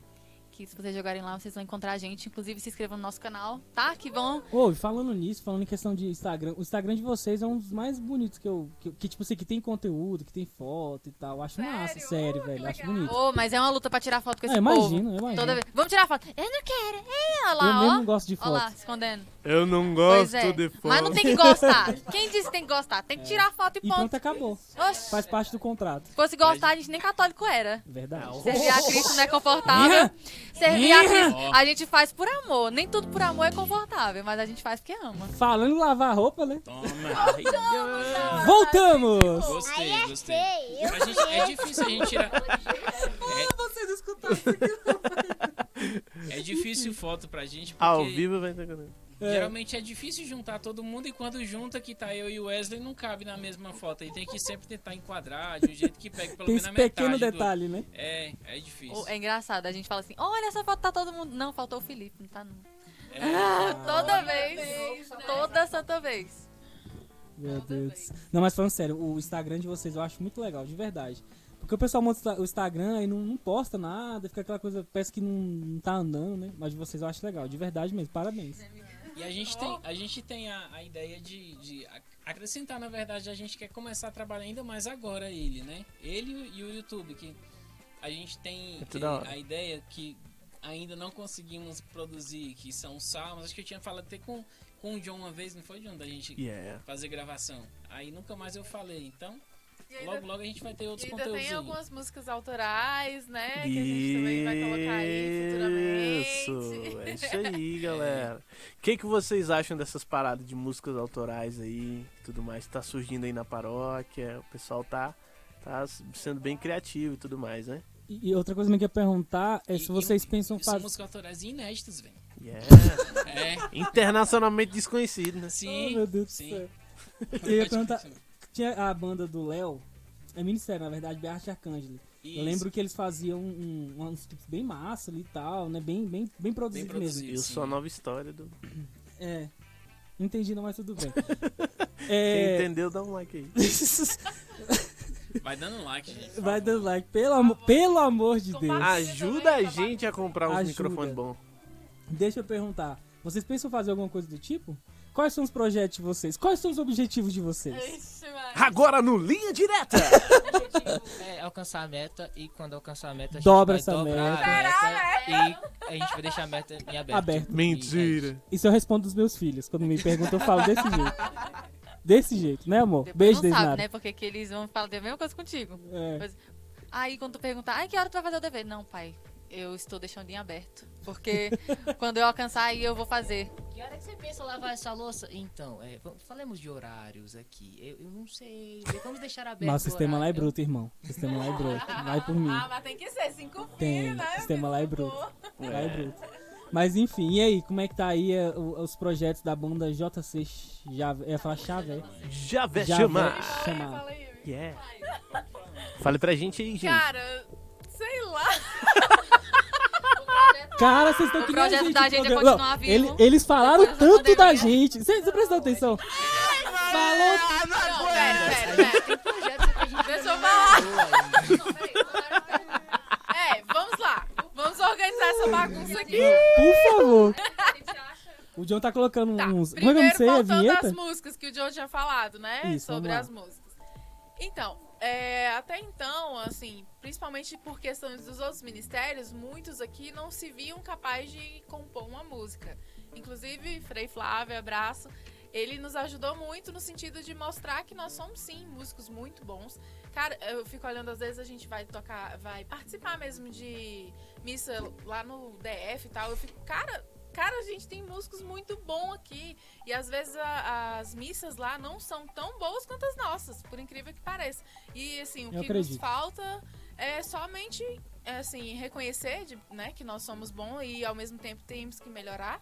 [SPEAKER 3] Que se vocês jogarem lá, vocês vão encontrar a gente. Inclusive, se inscrevam no nosso canal, tá? Que vão.
[SPEAKER 1] Ô, e falando nisso, falando em questão de Instagram, o Instagram de vocês é um dos mais bonitos que eu. Que, que, tipo assim, que tem conteúdo, que tem foto e tal. Acho
[SPEAKER 4] Sério?
[SPEAKER 1] massa, sério,
[SPEAKER 4] Uh,
[SPEAKER 1] velho.
[SPEAKER 4] que
[SPEAKER 1] Acho
[SPEAKER 4] legal.
[SPEAKER 1] bonito.
[SPEAKER 3] Ô, mas é uma luta pra tirar foto com esse
[SPEAKER 1] Ah,
[SPEAKER 3] povo.
[SPEAKER 1] imagino, eu imagino.
[SPEAKER 3] Toda vez. Vamos tirar foto. Eu não quero. É, olha
[SPEAKER 1] eu
[SPEAKER 3] lá,
[SPEAKER 1] mesmo
[SPEAKER 3] ó.
[SPEAKER 1] não gosto de foto.
[SPEAKER 3] Olha lá, escondendo.
[SPEAKER 2] Eu não
[SPEAKER 3] pois é. Mas não tem que gostar. Quem disse que tem que gostar? Tem que tirar foto e
[SPEAKER 1] É. E pronto, é
[SPEAKER 3] ponto.
[SPEAKER 1] acabou.
[SPEAKER 3] Oxe,
[SPEAKER 1] Faz parte do contrato.
[SPEAKER 3] se fosse gostar, a gente nem católico era.
[SPEAKER 1] Verdade.
[SPEAKER 3] Servir a Cristo não é confortável. servir a
[SPEAKER 1] Ih!
[SPEAKER 3] Cristo. A gente faz por amor. Nem tudo por amor é confortável, mas a gente faz porque ama.
[SPEAKER 1] Falando em lavar roupa, né?
[SPEAKER 5] Toma. Ai,
[SPEAKER 1] Voltamos!
[SPEAKER 5] Gostei,
[SPEAKER 8] Aí
[SPEAKER 5] gostei.
[SPEAKER 8] achei. Eu
[SPEAKER 5] A gente, é difícil a gente tirar.
[SPEAKER 1] Ah, Vocês escutaram isso aqui?
[SPEAKER 5] É difícil foto pra gente, porque
[SPEAKER 2] *laughs* Ao vivo vai ter que-
[SPEAKER 5] geralmente é difícil juntar todo mundo e quando junta que tá eu e o Wesley não cabe na mesma foto. Aí tem que sempre tentar enquadrar de um jeito que pegue pelo
[SPEAKER 1] Tem
[SPEAKER 5] menos
[SPEAKER 1] esse
[SPEAKER 5] a metade.
[SPEAKER 1] pequeno
[SPEAKER 5] do-
[SPEAKER 1] detalhe, né?
[SPEAKER 5] É, é difícil.
[SPEAKER 3] É engraçado, a gente fala assim: olha essa foto, tá todo mundo. Não, faltou o Felipe, não tá não.
[SPEAKER 5] É,
[SPEAKER 3] *laughs* Toda vez. Toda santa vez.
[SPEAKER 1] Meu Deus. do céu. Não, mas falando sério, o Instagram de vocês eu acho muito legal, de verdade. Porque o pessoal monta o Instagram e não, não posta nada, fica aquela coisa, parece que não, não tá andando, né? Mas de vocês eu acho legal, de verdade mesmo, parabéns.
[SPEAKER 5] E a gente tem, a, gente tem a, a ideia de, de ac- acrescentar, na verdade, a gente quer começar a trabalhar ainda mais agora ele, né? Ele e o- e o YouTube, que a gente tem
[SPEAKER 2] É tudo
[SPEAKER 5] eh,
[SPEAKER 2] da hora.
[SPEAKER 5] a ideia que ainda não conseguimos produzir, que são salmos. Acho que eu tinha falado até com, com o John uma vez, não foi, John, da gente
[SPEAKER 4] É,
[SPEAKER 2] Yeah.
[SPEAKER 5] fazer gravação. Aí nunca mais eu falei, então
[SPEAKER 4] E ainda,
[SPEAKER 5] logo, logo a gente vai ter
[SPEAKER 4] e
[SPEAKER 5] outros
[SPEAKER 4] ainda
[SPEAKER 5] conteúdos.
[SPEAKER 4] tem
[SPEAKER 5] aí.
[SPEAKER 4] algumas músicas autorais, né? Que a gente também vai colocar aí futuramente.
[SPEAKER 2] Isso, é isso aí, galera. O que, que vocês acham dessas paradas de músicas autorais aí, tudo mais, que tá surgindo aí na paróquia, o pessoal tá, tá sendo bem criativo e tudo mais, né?
[SPEAKER 1] E, e outra coisa que eu ia perguntar é se
[SPEAKER 5] E-
[SPEAKER 1] vocês pensam
[SPEAKER 5] São
[SPEAKER 1] fazer.
[SPEAKER 5] músicas autorais
[SPEAKER 1] *laughs*
[SPEAKER 5] inéditas, velho.
[SPEAKER 3] *laughs*
[SPEAKER 2] Yeah.
[SPEAKER 5] É,
[SPEAKER 2] Internacionalmente desconhecido, né?
[SPEAKER 5] sim.
[SPEAKER 1] Oh, meu Deus do
[SPEAKER 5] sim. *laughs*
[SPEAKER 1] céu. Eu ia
[SPEAKER 5] Pode
[SPEAKER 1] perguntar,
[SPEAKER 5] continuar.
[SPEAKER 1] tinha a banda do Léo, é ministério, na verdade, Bearte Arcângeli.
[SPEAKER 5] Isso,
[SPEAKER 1] Eu lembro que eles faziam um- um- uns clipes bem massa ali e tal, né? Bem, bem, bem
[SPEAKER 5] bem
[SPEAKER 1] produzido mesmo.
[SPEAKER 5] produzido.
[SPEAKER 2] Eu
[SPEAKER 5] sim.
[SPEAKER 2] sou a nova história do.
[SPEAKER 1] É. Entendi, não, mas tudo
[SPEAKER 5] *laughs*
[SPEAKER 1] bem.
[SPEAKER 2] Quem
[SPEAKER 1] É.
[SPEAKER 2] entendeu, dá um like aí.
[SPEAKER 5] Vai dando um like, gente. por
[SPEAKER 1] Vai
[SPEAKER 5] favor.
[SPEAKER 1] dando like, pelo, amo- pelo amor de Deus.
[SPEAKER 4] Compartilha.
[SPEAKER 2] Ajuda a gente a comprar uns
[SPEAKER 1] Ajuda.
[SPEAKER 2] microfones bons.
[SPEAKER 1] Deixa eu perguntar. Vocês pensam fazer alguma coisa do tipo? Quais são os projetos de vocês? Quais são os objetivos de
[SPEAKER 3] É
[SPEAKER 1] vocês?
[SPEAKER 4] Ixi, Maria.
[SPEAKER 2] Agora no Linha Direta!
[SPEAKER 1] *laughs*
[SPEAKER 6] É alcançar a meta e quando alcançar a meta, a gente
[SPEAKER 1] Dobra
[SPEAKER 6] vai
[SPEAKER 1] essa
[SPEAKER 6] dobrar a meta e a gente vai deixar a meta em aberto. é
[SPEAKER 1] Aberto.
[SPEAKER 2] Mentira!
[SPEAKER 1] Isso eu respondo dos meus filhos. Quando me perguntam, eu falo desse jeito. Desse jeito, né, amor?
[SPEAKER 3] Depois
[SPEAKER 1] Beijo,
[SPEAKER 3] não sabe,
[SPEAKER 1] Desnara.
[SPEAKER 3] né? Porque que eles vão falar a mesma coisa contigo.
[SPEAKER 1] É.
[SPEAKER 3] Aí quando tu perguntar, ai, que hora tu vai fazer o dever? Não, pai, eu estou deixando em aberto. Porque quando eu alcançar, aí eu vou fazer.
[SPEAKER 6] Que hora que você pensa lavar essa louça? Então, é, vamos- falemos de horários aqui. Eu, eu não sei. Vamos deixar aberto.
[SPEAKER 1] Nossa, o sistema lá é
[SPEAKER 3] né?
[SPEAKER 6] horário.
[SPEAKER 1] bruto, irmão. O sistema lá é
[SPEAKER 3] *laughs*
[SPEAKER 1] bruto. Vai por mim.
[SPEAKER 4] Ah, mas tem que ser cinco
[SPEAKER 1] Tem,
[SPEAKER 4] filhos, né?
[SPEAKER 1] sistema lá é
[SPEAKER 4] Filho do
[SPEAKER 1] bruto.
[SPEAKER 4] povo.
[SPEAKER 1] Lá é bruto. Mas enfim, e aí? Como é que tá aí é, o- os projetos da banda JC Javé? Eu ia falar Chavé.
[SPEAKER 2] Já vai
[SPEAKER 1] Já
[SPEAKER 2] chamar!
[SPEAKER 1] vai.
[SPEAKER 4] Fala aí,
[SPEAKER 1] Chamar.
[SPEAKER 4] fala aí.
[SPEAKER 2] Yeah. Fale pra gente aí, gente.
[SPEAKER 4] Cara, sei lá.
[SPEAKER 1] Cara, vocês estão
[SPEAKER 3] O
[SPEAKER 1] querendo.
[SPEAKER 3] projeto da gente é continuar vivo.
[SPEAKER 1] eles falaram
[SPEAKER 3] Depois da
[SPEAKER 1] tanto da
[SPEAKER 3] pandemia.
[SPEAKER 1] gente. Vocês vocês prestam atenção? Falou.
[SPEAKER 4] Ah, Não, pera, pera, pera. Deixa eu falar. É, vamos lá. Vamos organizar essa bagunça aqui.
[SPEAKER 1] Por favor. O John tá colocando
[SPEAKER 4] Tá,
[SPEAKER 1] uns. Como é que eu não
[SPEAKER 4] primeiro
[SPEAKER 1] sei? A
[SPEAKER 4] voltando às
[SPEAKER 1] vinheta?
[SPEAKER 4] músicas que o Joe tinha falado, né?
[SPEAKER 1] Isso,
[SPEAKER 4] sobre
[SPEAKER 1] vamos lá.
[SPEAKER 4] as músicas. Então, é, até então, assim, principalmente por questões dos outros ministérios, muitos aqui não se viam capazes de compor uma música. Inclusive, Frei Flávio, abraço. Ele nos ajudou muito no sentido de mostrar que nós somos sim músicos muito bons. Cara, eu fico olhando, às vezes a gente vai tocar, vai participar mesmo de missa lá no DF e tal. Eu fico, cara, cara, a gente tem músicos muito bom aqui. E às vezes a- as missas lá não são tão boas quanto as nossas, por incrível que pareça. E assim, o
[SPEAKER 1] Eu
[SPEAKER 4] que
[SPEAKER 1] acredito.
[SPEAKER 4] nos falta é somente é, assim, reconhecer de- né, que nós somos bons e ao mesmo tempo temos que melhorar.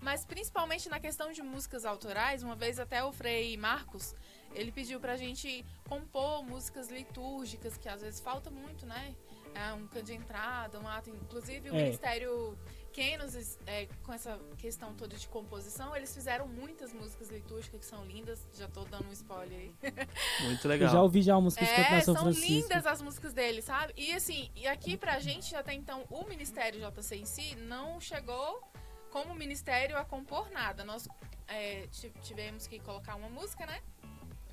[SPEAKER 4] Mas principalmente na questão de músicas autorais, uma vez até o Frei Marcos, ele pediu pra gente compor músicas litúrgicas, que às vezes falta muito, né? É, um canto de entrada, um ato. Inclusive o
[SPEAKER 1] É.
[SPEAKER 4] Ministério Kenos, é, com essa questão toda de composição, eles fizeram muitas músicas litúrgicas que são lindas. Já tô dando um spoiler aí.
[SPEAKER 2] Muito
[SPEAKER 1] Eu já
[SPEAKER 2] legal.
[SPEAKER 1] ouvi já música de cantar
[SPEAKER 4] É,
[SPEAKER 1] São
[SPEAKER 4] são
[SPEAKER 1] Francisco.
[SPEAKER 4] lindas as músicas dele, sabe? E assim, e aqui pra gente, até então, o Ministério JC em si não chegou como ministério a compor nada. Nós é, ti- tivemos que colocar uma música, né?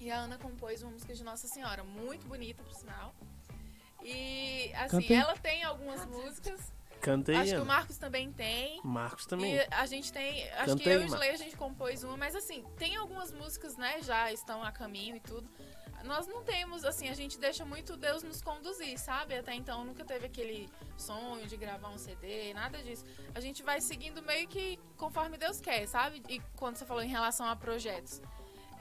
[SPEAKER 4] E a Ana compôs uma música de Nossa Senhora, muito bonita, por sinal. E assim,
[SPEAKER 1] Canta aí.
[SPEAKER 4] ela tem algumas músicas.
[SPEAKER 2] Canta aí,
[SPEAKER 4] Acho que o
[SPEAKER 2] Ana.
[SPEAKER 4] Marcos também tem.
[SPEAKER 2] Marcos também.
[SPEAKER 4] E a gente tem. Acho
[SPEAKER 2] Canta
[SPEAKER 4] que eu
[SPEAKER 2] aí,
[SPEAKER 4] e o
[SPEAKER 2] Marcos.
[SPEAKER 4] Slay a gente compôs uma, mas assim, tem algumas músicas, né? Já estão a caminho e tudo. nós não temos, assim, a gente deixa muito Deus nos conduzir, sabe? Até então nunca teve aquele sonho de gravar um CD, nada disso. A gente vai seguindo meio que conforme Deus quer, sabe? E quando você falou em relação a projetos.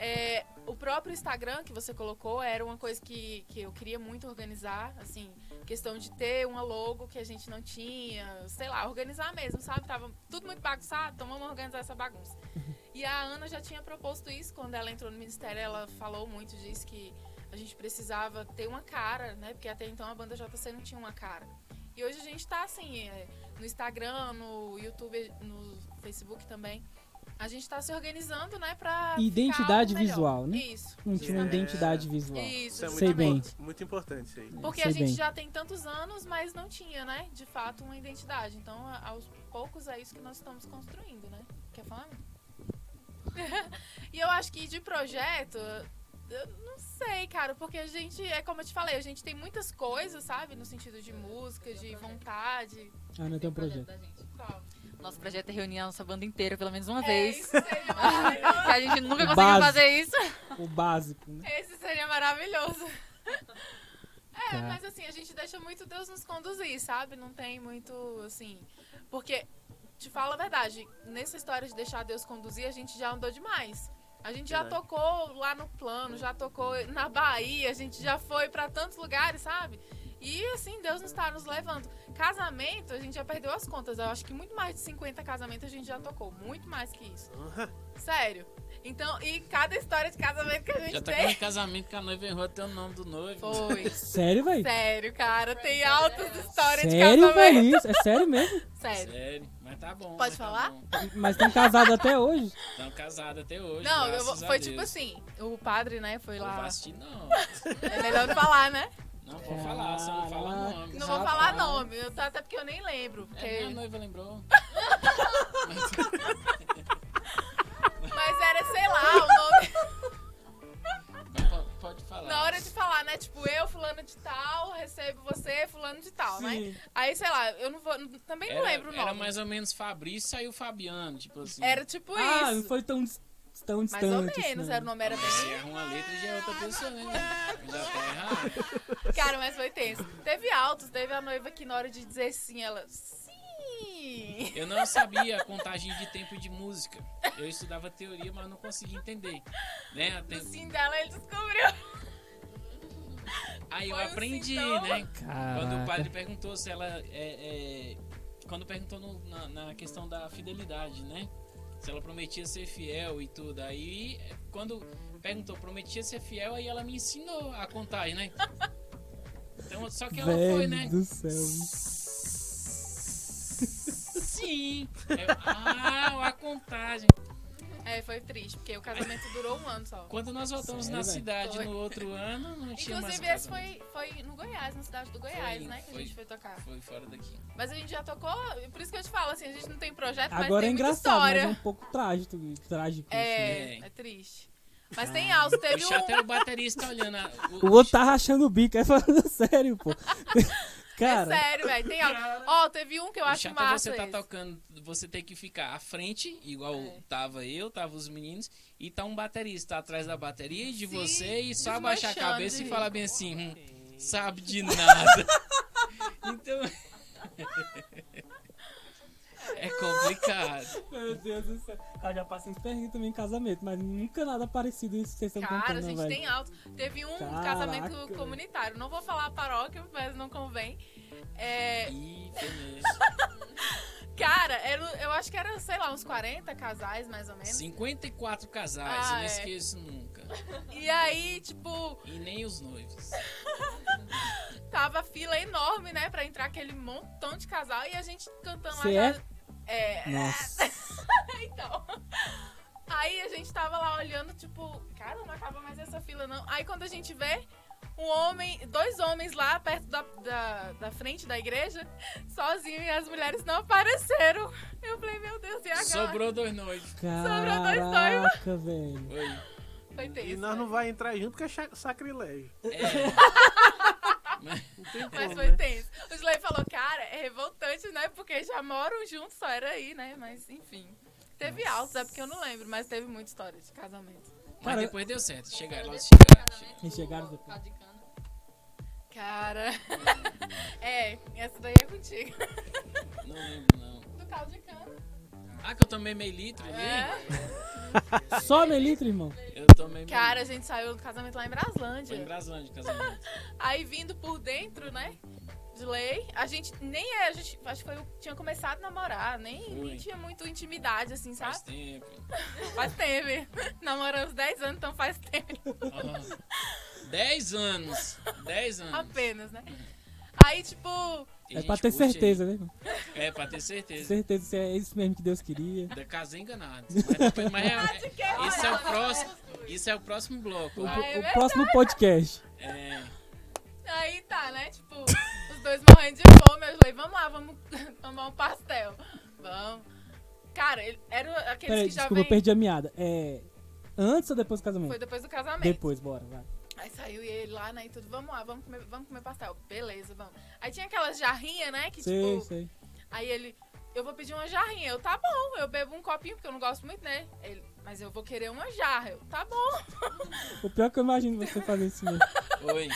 [SPEAKER 4] É, o próprio Instagram que você colocou era uma coisa que, que eu queria muito organizar, assim, questão de ter uma logo que a gente não tinha, sei lá, organizar mesmo, sabe? Tava tudo muito bagunçado, então vamos organizar essa bagunça.
[SPEAKER 1] Uhum.
[SPEAKER 4] E a Ana já tinha proposto isso quando ela entrou no ministério, ela falou muito disso que a gente precisava ter uma cara, né? Porque até então a banda JC não tinha uma cara. E hoje a gente tá assim, é, no Instagram, no YouTube, no Facebook também. A gente tá se organizando, né, pra. ficar
[SPEAKER 1] Identidade
[SPEAKER 4] melhor.
[SPEAKER 1] visual, né?
[SPEAKER 4] Isso.
[SPEAKER 1] Não tinha uma
[SPEAKER 2] É.
[SPEAKER 1] identidade visual.
[SPEAKER 4] Isso,
[SPEAKER 2] Isso é muito,
[SPEAKER 1] Sei bem.
[SPEAKER 2] impor- muito importante isso aí.
[SPEAKER 4] Porque
[SPEAKER 1] Sei
[SPEAKER 4] a gente
[SPEAKER 1] bem.
[SPEAKER 4] já tem tantos anos, mas não tinha, né, de fato, uma identidade. Então, a- aos poucos é isso que nós estamos construindo, né? Quer falar? *laughs* e eu acho que de projeto, eu não sei, cara, porque a gente, é como eu te falei, a gente tem muitas coisas, sabe? No sentido de música, de vontade.
[SPEAKER 1] Ah, não tem um projeto.
[SPEAKER 3] da gente.
[SPEAKER 4] Tal.
[SPEAKER 3] Nosso projeto é reunir a nossa banda inteira, pelo menos uma
[SPEAKER 4] É,
[SPEAKER 3] vez.
[SPEAKER 4] isso
[SPEAKER 3] *laughs*
[SPEAKER 4] seria maravilhoso.
[SPEAKER 3] Que a gente nunca conseguiu
[SPEAKER 1] Base.
[SPEAKER 3] fazer isso.
[SPEAKER 1] O básico, né?
[SPEAKER 4] Esse seria maravilhoso. É,
[SPEAKER 1] Tá.
[SPEAKER 4] mas assim, a gente deixa muito Deus nos conduzir, sabe? Não tem muito, assim. Porque, te falo a verdade, nessa história de deixar Deus conduzir, a gente já andou demais. A gente já
[SPEAKER 2] Verdade.
[SPEAKER 4] tocou lá no plano, já tocou na Bahia, a gente já foi pra tantos lugares, sabe? E assim, Deus nos tá nos levando. Casamento, a gente já perdeu as contas. Eu acho que muito mais de 50 casamentos a gente já tocou. Muito mais que isso. Sério. Então, e cada história de casamento que a gente
[SPEAKER 5] Já tá
[SPEAKER 4] tem.
[SPEAKER 5] com casamento que a noiva errou até o nome do noivo.
[SPEAKER 4] é.
[SPEAKER 1] *laughs*
[SPEAKER 4] Foi.
[SPEAKER 1] Sério, velho?
[SPEAKER 4] Sério, cara. Tem altas histórias de
[SPEAKER 1] Sério,
[SPEAKER 4] casamento.
[SPEAKER 1] velho? Isso é sério mesmo?
[SPEAKER 4] Sério.
[SPEAKER 5] Sério, mas tá bom.
[SPEAKER 4] Pode
[SPEAKER 5] mas
[SPEAKER 4] falar?
[SPEAKER 5] Tá bom.
[SPEAKER 1] Mas tem casado até hoje.
[SPEAKER 5] Tão casados até hoje.
[SPEAKER 4] Não, eu vou-
[SPEAKER 5] graças a
[SPEAKER 4] foi
[SPEAKER 5] Deus.
[SPEAKER 4] tipo assim, o padre, né, foi
[SPEAKER 5] Não vou
[SPEAKER 4] lá.
[SPEAKER 5] assistir, não.
[SPEAKER 4] É melhor não falar,
[SPEAKER 5] *laughs*
[SPEAKER 4] né?
[SPEAKER 5] Não vou falar, só não fala
[SPEAKER 1] Caraca.
[SPEAKER 5] nome.
[SPEAKER 4] Não vou
[SPEAKER 1] Rapaz.
[SPEAKER 4] falar nome, eu tô- até porque eu nem lembro. porque-
[SPEAKER 5] É, minha noiva
[SPEAKER 4] *laughs*
[SPEAKER 5] lembrou.
[SPEAKER 4] Mas era, sei lá,
[SPEAKER 5] *laughs*
[SPEAKER 4] o nome.
[SPEAKER 5] Mas po- pode falar.
[SPEAKER 4] Na hora de falar, né? Tipo, eu, fulano de tal, recebo você, fulano de tal, né? Aí, sei lá, eu não vou. Também não
[SPEAKER 5] Era-
[SPEAKER 4] lembro o nome.
[SPEAKER 5] Era mais ou menos Fabrício e saiu Fabiano, tipo assim.
[SPEAKER 4] Era tipo
[SPEAKER 1] Ah, não
[SPEAKER 4] isso.
[SPEAKER 1] foi tão, dis- tão distante. né?
[SPEAKER 4] Mais ou menos,
[SPEAKER 1] não.
[SPEAKER 4] era o nome era bem.
[SPEAKER 5] Você erra uma letra e já é outra pessoa, né? Já tá errado.
[SPEAKER 4] Cara, mas foi tenso. Teve altos, teve a noiva que na hora de dizer sim, ela. Sim!
[SPEAKER 5] Eu não sabia a contagem de tempo de música. Eu estudava teoria, mas não conseguia entender. Né? Até-
[SPEAKER 4] O sim dela, ele descobriu.
[SPEAKER 5] Aí eu
[SPEAKER 4] foi um
[SPEAKER 5] aprendi,
[SPEAKER 4] sintoma.
[SPEAKER 5] né? Quando o
[SPEAKER 1] Caraca.
[SPEAKER 5] padre perguntou se ela é. é- quando perguntou no- na, na questão da fidelidade, né? Se ela prometia ser fiel e tudo. Aí, é, quando perguntou, prometia ser fiel, aí ela me ensinou a contagem,
[SPEAKER 4] *laughs*
[SPEAKER 5] né? Então, só que ela foi,
[SPEAKER 1] Velho
[SPEAKER 5] né?
[SPEAKER 1] do céu.
[SPEAKER 5] Sim! Eu, ah, a contagem.
[SPEAKER 4] É, foi triste, porque o casamento durou um ano só.
[SPEAKER 5] Quando nós voltamos
[SPEAKER 1] Sério,
[SPEAKER 5] na
[SPEAKER 1] velho?
[SPEAKER 5] cidade
[SPEAKER 4] Foi.
[SPEAKER 5] no outro ano, não tinha
[SPEAKER 4] Inclusive,
[SPEAKER 5] mais
[SPEAKER 4] esse
[SPEAKER 5] casamento.
[SPEAKER 4] foi, foi no Goiás, na cidade do Goiás,
[SPEAKER 5] Foi,
[SPEAKER 4] né? Que a
[SPEAKER 5] foi.
[SPEAKER 4] gente foi tocar.
[SPEAKER 5] Foi fora daqui.
[SPEAKER 4] Mas a gente já tocou, por isso que eu te falo, assim, a gente não tem projeto, mas
[SPEAKER 1] Agora é
[SPEAKER 4] tem muita
[SPEAKER 1] engraçado, mas é
[SPEAKER 4] história.
[SPEAKER 1] um pouco trágico. trágico isso, né?
[SPEAKER 4] É,
[SPEAKER 5] Sim.
[SPEAKER 4] é triste.
[SPEAKER 1] Ah.
[SPEAKER 4] Mas tem altos, teve
[SPEAKER 5] Deixa até
[SPEAKER 4] um.
[SPEAKER 5] o baterista olhando. a-
[SPEAKER 1] O outro tá rachando o bico, *laughs* é falando sério,
[SPEAKER 4] *laughs*
[SPEAKER 1] pô. Cara,
[SPEAKER 4] É sério, velho. Tem altos. Ó, teve um que eu
[SPEAKER 5] O
[SPEAKER 4] acho
[SPEAKER 5] chato é
[SPEAKER 4] massa.
[SPEAKER 5] você tá
[SPEAKER 4] esse.
[SPEAKER 5] tocando, você tem que ficar à frente, igual
[SPEAKER 4] É.
[SPEAKER 5] tava eu, tava os meninos, e tá um baterista atrás da bateria de
[SPEAKER 4] Sim,
[SPEAKER 5] você e só abaixar a
[SPEAKER 4] desmanchando,
[SPEAKER 5] cabeça e
[SPEAKER 4] hein?
[SPEAKER 5] falar bem assim, "Hum, sabe de nada. *laughs* então. *laughs* é complicado.
[SPEAKER 1] meu Deus do céu. Cara, já passei uns perrengues também em casamento, mas nunca nada parecido isso que vocês estão
[SPEAKER 4] Cara, a
[SPEAKER 1] contando,
[SPEAKER 4] gente
[SPEAKER 1] velho.
[SPEAKER 4] tem alto. Teve um
[SPEAKER 1] Caraca,
[SPEAKER 4] casamento
[SPEAKER 1] velho.
[SPEAKER 4] comunitário. Não vou falar a paróquia, mas não convém. É,
[SPEAKER 5] Ih, foi mesmo.
[SPEAKER 4] cara, era- eu acho que era, sei lá, uns 40 casais, mais ou menos.
[SPEAKER 5] 54 casais,
[SPEAKER 4] É. Ah,
[SPEAKER 5] eu não
[SPEAKER 4] é.
[SPEAKER 5] esqueço nunca.
[SPEAKER 4] E aí, tipo,
[SPEAKER 5] E nem os noivos.
[SPEAKER 4] Tava fila enorme, né? Pra entrar aquele montão de casal e a gente cantando
[SPEAKER 1] Cê
[SPEAKER 4] lá.
[SPEAKER 1] é?
[SPEAKER 4] já- É,
[SPEAKER 1] Nossa.
[SPEAKER 4] *laughs* então. Aí a gente tava lá olhando, tipo, cara, não acaba mais essa fila, não. Aí quando a gente vê um homem, dois homens lá perto da, da, da frente da igreja, sozinho, e as mulheres não apareceram. Eu falei, meu Deus, e agora?
[SPEAKER 5] Sobrou dois noivos.
[SPEAKER 4] dois
[SPEAKER 1] Caraca, velho.
[SPEAKER 5] Oi.
[SPEAKER 4] Foi tenso,
[SPEAKER 2] E nós não
[SPEAKER 4] né?
[SPEAKER 2] vai entrar junto porque é cha- sacrilégio.
[SPEAKER 5] É.
[SPEAKER 2] Não tem como, né?
[SPEAKER 4] Mas foi tenso. O Slay falou, cara, é revoltante, né? Porque já moram juntos, só era aí, né? Mas enfim. Teve altos, é porque eu não lembro, mas teve muita história de casamento.
[SPEAKER 5] Mas
[SPEAKER 1] Cara,
[SPEAKER 5] depois deu certo. Chegaram, elas chegaram.
[SPEAKER 4] né?
[SPEAKER 5] che-
[SPEAKER 1] Eles chegaram depois.
[SPEAKER 4] Cara. *laughs* é, essa daí é contigo.
[SPEAKER 5] Não lembro, não.
[SPEAKER 4] *laughs* Do caldo de cana.
[SPEAKER 5] Ah, que eu tomei meio litro ali?
[SPEAKER 4] É.
[SPEAKER 1] Só melitro, irmão. É
[SPEAKER 5] Eu tomei meio
[SPEAKER 4] Cara, a
[SPEAKER 5] litro.
[SPEAKER 4] gente saiu do casamento lá em
[SPEAKER 5] Foi em
[SPEAKER 4] Braslândia.
[SPEAKER 5] Braslândia o casamento.
[SPEAKER 4] Aí vindo por dentro, né? De lei. A gente nem é, a gente acho que foi, tinha começado a namorar, nem, nem
[SPEAKER 5] Foi.
[SPEAKER 4] tinha muito intimidade, assim, sabe?
[SPEAKER 5] Faz tempo.
[SPEAKER 4] Faz tempo. *laughs* Namoramos 10 anos, então faz tempo
[SPEAKER 5] Ó, Dez anos. Dez anos.
[SPEAKER 4] apenas, né? Aí, tipo,
[SPEAKER 5] E a
[SPEAKER 1] É
[SPEAKER 5] gente
[SPEAKER 1] pra ter
[SPEAKER 5] curte aí.
[SPEAKER 1] certeza, né, irmão?
[SPEAKER 5] É, pra ter certeza.
[SPEAKER 1] Certeza que é isso mesmo que Deus queria.
[SPEAKER 5] Da casa enganada. Mas, depois-
[SPEAKER 4] Tá
[SPEAKER 5] mas é, esse é o próximo. Isso é o próximo bloco.
[SPEAKER 1] O,
[SPEAKER 4] Ah, é
[SPEAKER 1] o
[SPEAKER 4] verdade.
[SPEAKER 1] próximo podcast.
[SPEAKER 5] É,
[SPEAKER 4] aí tá, né?
[SPEAKER 1] *laughs*
[SPEAKER 4] Tipo, os dois morrendo de fome. Eu falei, vamos lá, vamos *laughs* tomar um pastel. Vamos. Cara, ele- era aqueles
[SPEAKER 1] Peraí,
[SPEAKER 4] que já
[SPEAKER 1] desculpa, eu
[SPEAKER 4] vem...
[SPEAKER 1] perdi a meada. É. Antes ou depois do casamento?
[SPEAKER 4] Foi depois do casamento.
[SPEAKER 1] Depois, bora, vai.
[SPEAKER 4] Aí saiu ele lá, né? E tudo, vamos lá, vamos comer, vamos comer pastel. Beleza, vamos. Aí tinha aquelas jarrinhas, né? Que
[SPEAKER 1] Sei,
[SPEAKER 4] tipo.
[SPEAKER 1] sei.
[SPEAKER 4] Aí ele, eu vou pedir uma jarrinha. Eu, tá bom, eu bebo um copinho, porque eu não gosto muito, né? Ele, mas eu vou querer uma jarra. Eu, tá bom. *laughs*
[SPEAKER 1] O pior que eu imagino você fazer isso
[SPEAKER 5] *laughs*
[SPEAKER 1] mesmo.
[SPEAKER 5] oi.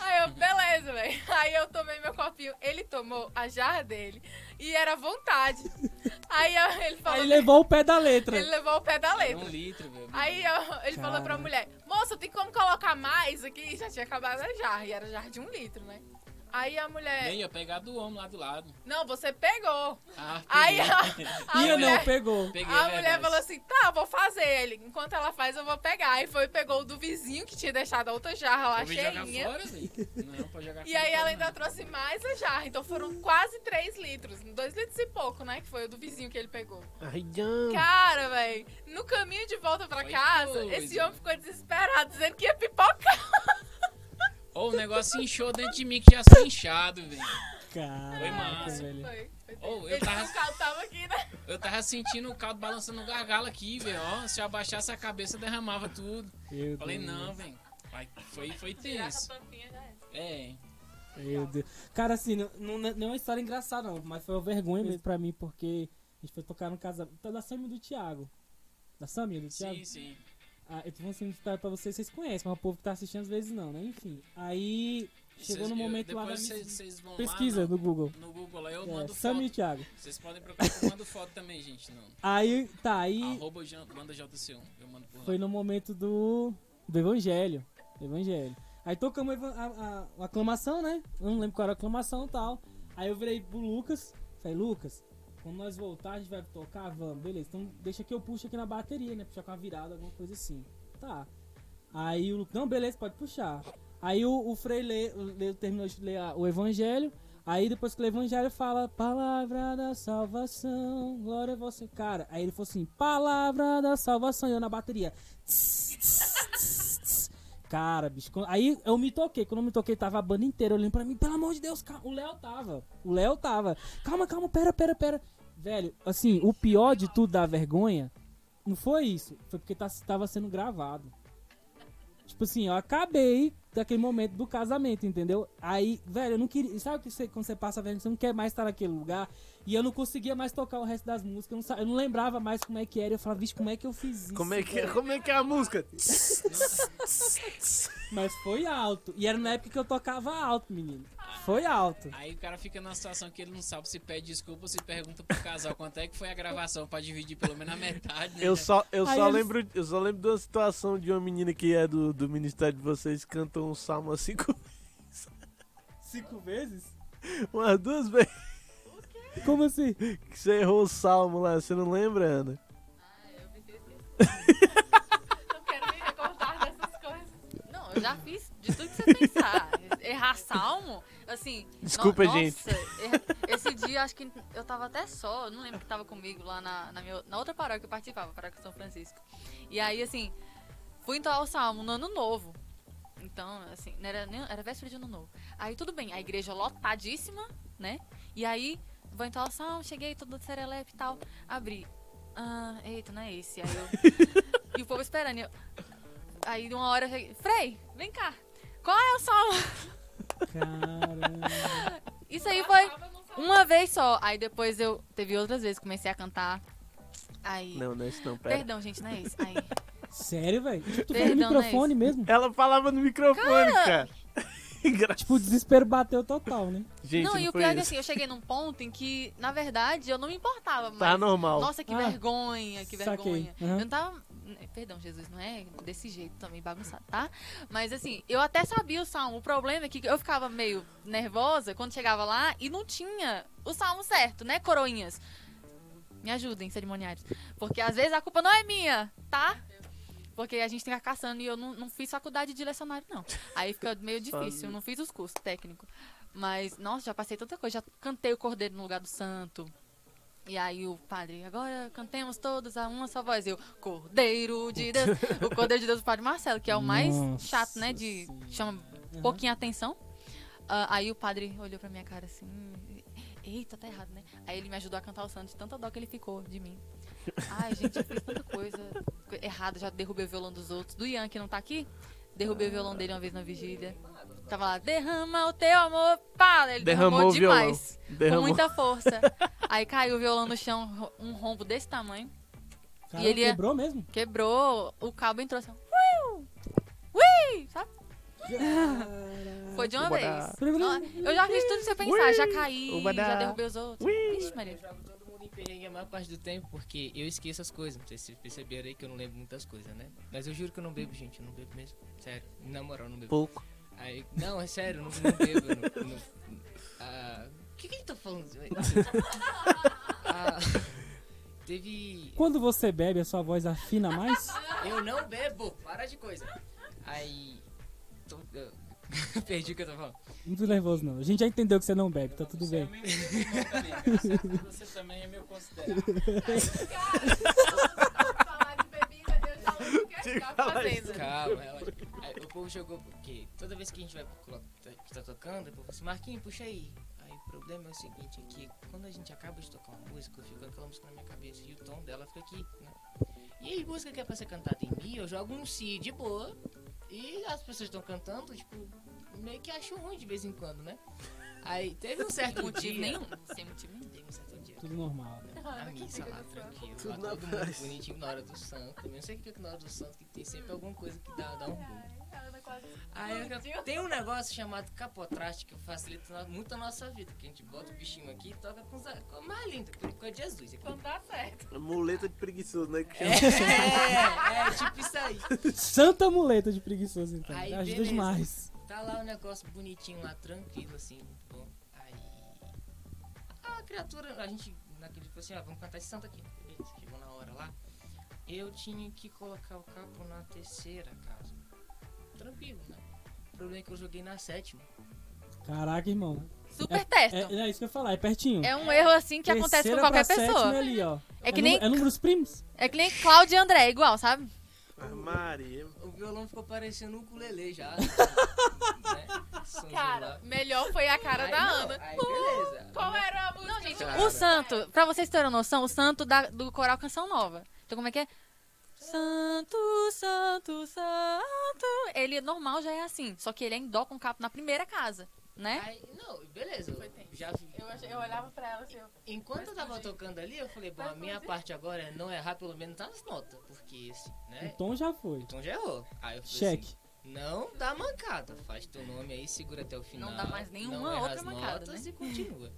[SPEAKER 4] Aí eu, beleza, velho. Aí eu tomei meu copinho. Ele tomou a jarra dele. E era à vontade. Aí eu- ele falou.
[SPEAKER 1] Aí levou o pé da letra.
[SPEAKER 4] ele levou o pé da
[SPEAKER 5] É
[SPEAKER 4] letra.
[SPEAKER 5] um litro, velho.
[SPEAKER 4] Aí eu- ele falou pra
[SPEAKER 1] Caraca.
[SPEAKER 4] mulher, moça, tem como colocar mais aqui? Já tinha acabado a jarra, e era jarra de um litro, né? Aí a mulher,
[SPEAKER 5] Nem ia pegar do homem lá do lado.
[SPEAKER 4] não, você pegou.
[SPEAKER 5] Ah,
[SPEAKER 4] Aí a, a
[SPEAKER 1] *laughs* Ia
[SPEAKER 4] mulher,
[SPEAKER 1] não, pegou.
[SPEAKER 5] peguei, é
[SPEAKER 4] a
[SPEAKER 5] verdade.
[SPEAKER 4] mulher falou assim, tá, eu vou fazer ele. Enquanto ela faz, eu vou pegar. Aí foi e pegou o do vizinho que tinha deixado a outra jarra lá
[SPEAKER 5] Pode jogar
[SPEAKER 4] cheinha.
[SPEAKER 5] fora, velho. Não, pode jogar
[SPEAKER 4] E
[SPEAKER 5] fora,
[SPEAKER 4] aí ela
[SPEAKER 5] não.
[SPEAKER 4] ainda trouxe mais a jarra. Então foram quase 3 litros. 2 litros e pouco, né? Que foi o do vizinho que ele pegou.
[SPEAKER 2] Ai, não.
[SPEAKER 4] Cara, velho, no caminho de volta pra
[SPEAKER 5] Foi
[SPEAKER 4] casa,
[SPEAKER 5] coisa.
[SPEAKER 4] esse homem ficou desesperado, dizendo que ia pipocar.
[SPEAKER 5] Ô, o negócio inchou dentro de mim que já sou inchado, velho. Foi
[SPEAKER 1] Caraca,
[SPEAKER 5] massa.
[SPEAKER 1] velho.
[SPEAKER 4] Foi. foi
[SPEAKER 5] Ô, eu
[SPEAKER 4] Ele
[SPEAKER 5] tava,
[SPEAKER 4] o carro tava
[SPEAKER 5] *laughs*
[SPEAKER 4] aqui, né?
[SPEAKER 5] eu tava sentindo o caldo balançando o gargalo aqui, velho. ó. Se eu abaixasse a cabeça, derramava tudo.
[SPEAKER 1] Meu
[SPEAKER 5] Falei,
[SPEAKER 1] Deus.
[SPEAKER 5] não, velho. Vai- Foi, foi tenso. É.
[SPEAKER 1] Meu Deus. Cara, assim, não, não, não é uma história engraçada, não, mas foi uma vergonha mesmo pra mim, porque a gente foi tocar no casamento da Samia e do Thiago. Da Samia e do Thiago?
[SPEAKER 5] Sim, sim.
[SPEAKER 1] Ah, eu tô falando assim, pra pra vocês, vocês conhecem, mas o povo que tá assistindo às vezes não, né? Enfim. Aí chegou
[SPEAKER 5] Vocês-
[SPEAKER 1] no
[SPEAKER 5] eu-
[SPEAKER 1] momento lá da
[SPEAKER 5] depois
[SPEAKER 1] minha...
[SPEAKER 5] vocês- vocês vão lá
[SPEAKER 1] pesquisa
[SPEAKER 5] no,
[SPEAKER 1] no Google.
[SPEAKER 5] no Google lá, eu
[SPEAKER 1] É,
[SPEAKER 5] mando
[SPEAKER 1] Samia e
[SPEAKER 5] foto.
[SPEAKER 1] Thiago.
[SPEAKER 5] Vocês podem procurar que eu mando foto também, gente. Não.
[SPEAKER 1] Aí, tá, aí
[SPEAKER 5] Arroba eu jan- manda JC1. Eu mando por lá.
[SPEAKER 1] foi no momento do, do Evangelho. Do Evangelho. Aí tocamos a, eva- a- a- a aclamação, né? Eu não lembro qual era a aclamação e tal. Aí eu virei pro Lucas, falei, Lucas, quando nós voltar, a gente vai tocar? Vamos, beleza. Então deixa que eu puxo aqui na bateria, né? Puxar com a virada, alguma coisa assim. Tá. Aí o Lucas, não, beleza, pode puxar. Aí o, o Frei lê, lê- terminou de ler a- o Evangelho. Aí depois que o Evangelho fala, palavra da salvação, glória a você. Cara, aí ele falou assim, palavra da salvação, e eu na bateria. Tss, tss, tss, tss. Cara, bicho, quando- aí eu me toquei. Quando eu me toquei, tava a banda inteira olhando pra mim. Pelo amor de Deus, calma. O Léo tava. O Léo tava. Calma, calma, pera, pera, pera. Velho, assim, o pior de tudo da vergonha não foi isso. Foi porque tá- tava sendo gravado. Tipo assim, eu acabei daquele momento do casamento, entendeu? Aí, velho, eu não queria. Sabe que você, quando você passa velho, você não quer mais estar naquele lugar? E eu não conseguia mais tocar o resto das músicas. Eu não, sa- eu não lembrava mais como é que era. Eu falava, vixe, como é que eu fiz isso?
[SPEAKER 2] Como é, que,
[SPEAKER 1] velho?"
[SPEAKER 2] como é que é a música?
[SPEAKER 1] Mas foi alto. E era na época que eu tocava alto, menino.
[SPEAKER 3] Ah.
[SPEAKER 1] Foi alto.
[SPEAKER 5] Aí o cara fica numa situação que ele não sabe se pede desculpa ou se pergunta pro casal quanto é que foi a gravação pra dividir pelo menos a metade, né?
[SPEAKER 2] Eu só, eu
[SPEAKER 1] Aí
[SPEAKER 2] só
[SPEAKER 1] eles-
[SPEAKER 2] lembro, eu só lembro de uma situação de uma menina que é do, do ministério de vocês cantou um salmo há cinco, *laughs*
[SPEAKER 1] Cinco vezes?
[SPEAKER 2] umas duas vezes
[SPEAKER 1] Como assim?
[SPEAKER 2] que você errou o salmo lá, você não lembra, Ana?
[SPEAKER 4] Não quero me recordar dessas coisas.
[SPEAKER 3] Não, eu já fiz de tudo que você pensar. Errar salmo, assim. no-
[SPEAKER 2] Desculpa,
[SPEAKER 3] nossa,
[SPEAKER 2] gente.
[SPEAKER 3] erra- Esse dia, acho que eu tava até só, eu não lembro que tava comigo lá na, na, minha- na outra paróquia que eu participava, paróquia São Francisco. E aí, assim, fui entoar o salmo no ano novo. Então, assim, não era, nem, era véspera de ano novo. Aí tudo bem, a igreja lotadíssima, né? E aí, vou entoar o salmo, cheguei toda serelepe e tal. Abri. Ah, eita, não é esse. Aí eu.
[SPEAKER 2] *laughs*
[SPEAKER 3] e o povo esperando. e eu- Aí de uma hora eu cheguei, Frei, vem cá. Qual é o salmo?
[SPEAKER 1] Caramba.
[SPEAKER 3] Isso aí foi uma vez só. Aí depois eu teve outras vezes, comecei a cantar. Aí.
[SPEAKER 2] Não, não é isso não, pera. *laughs*
[SPEAKER 3] Perdão, gente, não é isso. Aí.
[SPEAKER 1] Sério, velho? Tipo, tu foi no
[SPEAKER 3] Perdão, não é
[SPEAKER 1] microfone mesmo.
[SPEAKER 2] Ela falava no microfone, cara. *laughs* Engra-
[SPEAKER 1] Tipo, o desespero bateu total, né?
[SPEAKER 2] Gente,
[SPEAKER 3] não,
[SPEAKER 2] não,
[SPEAKER 3] e o
[SPEAKER 2] foi
[SPEAKER 3] pior é que
[SPEAKER 2] isso.
[SPEAKER 3] assim, eu cheguei num ponto em que, na verdade, eu não me importava mais.
[SPEAKER 2] Tá normal.
[SPEAKER 3] assim, Nossa, que
[SPEAKER 1] Ah,
[SPEAKER 3] vergonha, que
[SPEAKER 1] saquei.
[SPEAKER 3] vergonha.
[SPEAKER 1] Aham.
[SPEAKER 3] Eu não tava. Perdão, Jesus, não é desse jeito também bagunçado, tá? Mas assim, eu até sabia o salmo. O problema é que eu ficava meio nervosa quando chegava lá e não tinha o salmo certo, né, coroinhas? Me ajudem, cerimoniários. Porque às vezes a culpa não é minha, tá? Porque a gente fica caçando e eu não, não fiz faculdade de lecionário, não. Aí fica
[SPEAKER 1] *laughs*
[SPEAKER 3] meio difícil, eu não fiz os cursos técnicos. Mas, nossa, já passei tanta coisa. Já cantei o Cordeiro no lugar do Santo. E aí o padre, agora cantemos todos a uma só voz. Eu, Cordeiro de Deus. o Cordeiro de Deus do padre Marcelo, que é o mais
[SPEAKER 1] Nossa
[SPEAKER 3] chato, né? De
[SPEAKER 1] Senhora.
[SPEAKER 3] chama
[SPEAKER 2] Uhum.
[SPEAKER 3] pouquinho atenção. Ah, aí o padre olhou pra minha cara assim. Eita, tá errado, né? Aí ele me ajudou a cantar o santo de tanta dó que ele ficou de mim. Ai, gente, eu fiz tanta coisa co- errada, já derrubei o violão dos outros. Do Ian, que não tá aqui, derrubei o violão dele uma vez na vigília. Tava lá, derrama o teu amor, pá! Ele derramou,
[SPEAKER 2] Derramou o violão.
[SPEAKER 3] demais.
[SPEAKER 2] Derramou.
[SPEAKER 3] Com muita força. Aí caiu o violão no chão, ro- um rombo desse tamanho.
[SPEAKER 1] Cara,
[SPEAKER 3] ele é-
[SPEAKER 1] quebrou mesmo?
[SPEAKER 3] Quebrou, o cabo entrou assim. Uiu! Ui! Sabe? Foi de uma
[SPEAKER 2] Uba
[SPEAKER 3] vez.
[SPEAKER 2] da.
[SPEAKER 3] Não, Eu já fiz tudo sem pensar, já caí,
[SPEAKER 2] Uba da.
[SPEAKER 3] já derrubei os outros. Ixi,
[SPEAKER 6] Eu
[SPEAKER 3] Maria.
[SPEAKER 6] jogo todo mundo em perrengue a maior parte do tempo, porque eu esqueço as coisas. Não sei se vocês perceberam aí que eu não lembro muitas coisas, né? Mas eu juro que eu não bebo, gente. Eu não bebo mesmo. Sério. Na moral, eu não bebo.
[SPEAKER 2] Pouco.
[SPEAKER 6] Aí, não, é sério, eu não, não bebo. eu não- não- Ah, o que que eu
[SPEAKER 1] *laughs*
[SPEAKER 6] tô falando? Ah, teve...
[SPEAKER 1] Quando você bebe, a sua voz afina mais?
[SPEAKER 6] Eu não bebo. Para de coisa. Aí... tô- eu- Perdi o que eu *laughs* tô falando.
[SPEAKER 1] Muito nervoso, não. A gente já entendeu que você não bebe, tá tudo
[SPEAKER 5] Você é
[SPEAKER 1] bem.
[SPEAKER 5] meio irmão também, cara. Você também é meio considerado.
[SPEAKER 4] Falar de bebida, eu já lembro
[SPEAKER 1] *laughs*
[SPEAKER 4] o que eu tava fazendo.
[SPEAKER 6] Calma, relaxa. Aí, o povo jogou, porque toda vez que a gente vai pro tá, tá tocando, o povo fala assim, Marquinhos, puxa aí. Aí o problema é o seguinte, é que quando a gente acaba de tocar uma música, eu fico com aquela música na minha cabeça e o tom dela fica aqui, né? E aí música que é pra ser cantada em mim, eu jogo um si de boa e as pessoas estão cantando, tipo, meio que acho ruim de vez em quando, né? Aí teve um certo
[SPEAKER 3] Motivo
[SPEAKER 6] dia...
[SPEAKER 3] nenhum, sem motivo nenhum.
[SPEAKER 6] Teve um certo dia
[SPEAKER 1] Tudo normal.
[SPEAKER 6] na missa lá, tranquilo.
[SPEAKER 2] Tudo
[SPEAKER 6] Lá,
[SPEAKER 2] na
[SPEAKER 6] todo mundo
[SPEAKER 2] paz.
[SPEAKER 6] bonitinho na hora do santo. Eu não sei o que é que na hora do santo, que tem sempre alguma coisa que dá, dá um boom.
[SPEAKER 4] Então,
[SPEAKER 6] Aí eu, tem um negócio chamado capotraste que facilita muito a nossa vida, que a gente bota o bichinho aqui e toca com os com a mais linda, com com a Jesus.
[SPEAKER 4] Quando dá certo.
[SPEAKER 2] Muleta de preguiçoso, né? Que
[SPEAKER 6] É,
[SPEAKER 2] chama.
[SPEAKER 6] é, é, tipo isso aí.
[SPEAKER 1] Santa muleta de preguiçoso, então.
[SPEAKER 6] Aí,
[SPEAKER 1] Ajuda
[SPEAKER 6] beleza.
[SPEAKER 1] demais.
[SPEAKER 6] Tá lá um negócio bonitinho lá, tranquilo, assim, muito bom. Aí. A criatura, a gente, naquele tipo assim, ó, vamos cantar esse santo aqui. Beleza, chegou na hora lá. Eu tinha que colocar o capo na terceira casa. Tranquilo, né? O problema é que eu joguei na sétima.
[SPEAKER 1] Caraca, irmão.
[SPEAKER 3] Super teto.
[SPEAKER 1] É, é isso que eu ia falar, é pertinho.
[SPEAKER 3] *laughs* É um erro assim que acontece com
[SPEAKER 1] Terceira
[SPEAKER 3] qualquer
[SPEAKER 1] pra sétima
[SPEAKER 3] pessoa.
[SPEAKER 1] Ali, ó.
[SPEAKER 3] É que
[SPEAKER 1] nu-
[SPEAKER 3] nem-
[SPEAKER 1] É números primos?
[SPEAKER 3] É que nem Cláudia e André, igual, sabe?
[SPEAKER 2] Ah, Maria.
[SPEAKER 6] O violão ficou parecendo um ukulele já. *laughs* né? Sonzinho
[SPEAKER 4] Cara,
[SPEAKER 6] lá.
[SPEAKER 4] melhor foi a cara
[SPEAKER 6] Aí
[SPEAKER 4] da
[SPEAKER 6] não,
[SPEAKER 4] Ana.
[SPEAKER 6] Aí beleza.
[SPEAKER 4] Qual era a música? Não, gente,
[SPEAKER 6] Cara.
[SPEAKER 3] O santo, pra vocês terem noção, o santo da- do coral Canção Nova. Então como é que é? Santo, santo, santo. Ele normal já é assim, só que ele é em dó com capo na primeira casa, né?
[SPEAKER 6] Aí, não, beleza. eu
[SPEAKER 4] Foi tenso.
[SPEAKER 6] Já
[SPEAKER 4] Eu, achei- eu olhava pra ela assim, eu...
[SPEAKER 6] Enquanto eu tava tocando ali, eu falei, bom, a minha parte agora é não errar pelo menos nas notas, porque assim,
[SPEAKER 3] É.
[SPEAKER 1] O
[SPEAKER 6] né?
[SPEAKER 1] tom já foi.
[SPEAKER 6] Então já errou. Aí
[SPEAKER 1] Hum.
[SPEAKER 6] eu falei
[SPEAKER 1] Cheque.
[SPEAKER 6] assim, não dá mancada, faz teu nome aí, segura até o final.
[SPEAKER 3] dá mais nenhuma
[SPEAKER 6] não erra
[SPEAKER 3] outra
[SPEAKER 6] as
[SPEAKER 3] mancada,
[SPEAKER 6] notas
[SPEAKER 3] né?
[SPEAKER 6] E continua.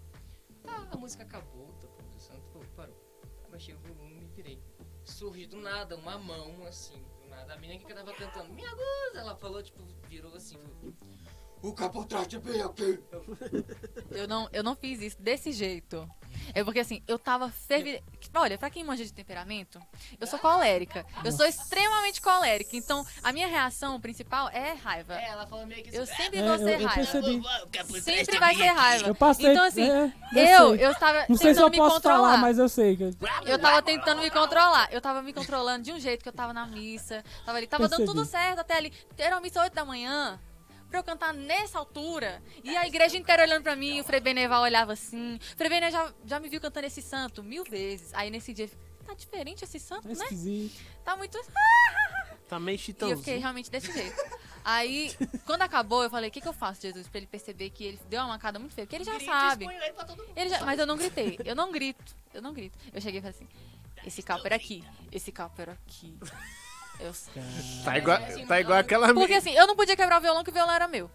[SPEAKER 6] Tá, a música acabou, tocou o santo, pô, parou. Baixei o volume e virei. Surge do nada uma mão, assim, do nada. A menina que tava cantando, me aguda, ela falou, tipo, virou assim, falou, o capotraste é bem aqui. Eu
[SPEAKER 3] Eu não, eu não fiz isso desse jeito. É porque assim, eu tava fervilha. Olha, pra quem manja de temperamento, eu sou colérica. Eu sou extremamente colérica. Então, a minha reação principal é raiva.
[SPEAKER 6] É, ela falou meio que
[SPEAKER 3] Eu sempre
[SPEAKER 1] É,
[SPEAKER 3] vou
[SPEAKER 1] eu-
[SPEAKER 3] ser
[SPEAKER 1] eu
[SPEAKER 3] raiva.
[SPEAKER 1] percebi. é
[SPEAKER 3] Sempre vai ser raiva.
[SPEAKER 1] Eu passei.
[SPEAKER 3] Então, assim,
[SPEAKER 1] é,
[SPEAKER 3] Eu,
[SPEAKER 1] sei.
[SPEAKER 3] eu tava
[SPEAKER 1] Não
[SPEAKER 3] tentando
[SPEAKER 1] sei se eu
[SPEAKER 3] me
[SPEAKER 1] posso
[SPEAKER 3] controlar.
[SPEAKER 1] falar, mas eu sei. que é eu-
[SPEAKER 4] Né?
[SPEAKER 3] Eu tava tentando me controlar. Eu tava me controlando de um jeito que eu tava na missa. Tava ali, tava dando
[SPEAKER 1] Percebi.
[SPEAKER 3] tudo certo até ali. Era uma missa 8 da manhã. Pra eu cantar nessa altura. E a igreja inteira olhando pra mim, o Frei Beneval olhava assim. O Frei Beneval já, já me viu cantando esse santo mil vezes. Aí nesse dia, ele fica, tá diferente esse santo,
[SPEAKER 1] É
[SPEAKER 3] né?
[SPEAKER 1] esquisito.
[SPEAKER 3] Tá muito
[SPEAKER 2] Tá meio
[SPEAKER 3] e eu fiquei
[SPEAKER 2] chitãozinho.
[SPEAKER 3] realmente desse jeito. Aí, quando acabou, eu falei, o que, que eu faço, Jesus? Pra ele perceber que ele deu uma mancada muito feia. Porque ele já sabe. Ele já- mas eu não gritei. Eu não
[SPEAKER 6] Tá *laughs*
[SPEAKER 3] grito. Eu não grito. Eu cheguei e falei assim, esse capo era aqui. Esse capo era aqui. Eu-
[SPEAKER 2] Tá igual, tá igual aquela
[SPEAKER 3] Porque
[SPEAKER 2] mina.
[SPEAKER 3] assim, eu não podia quebrar o violão, que o violão era meu.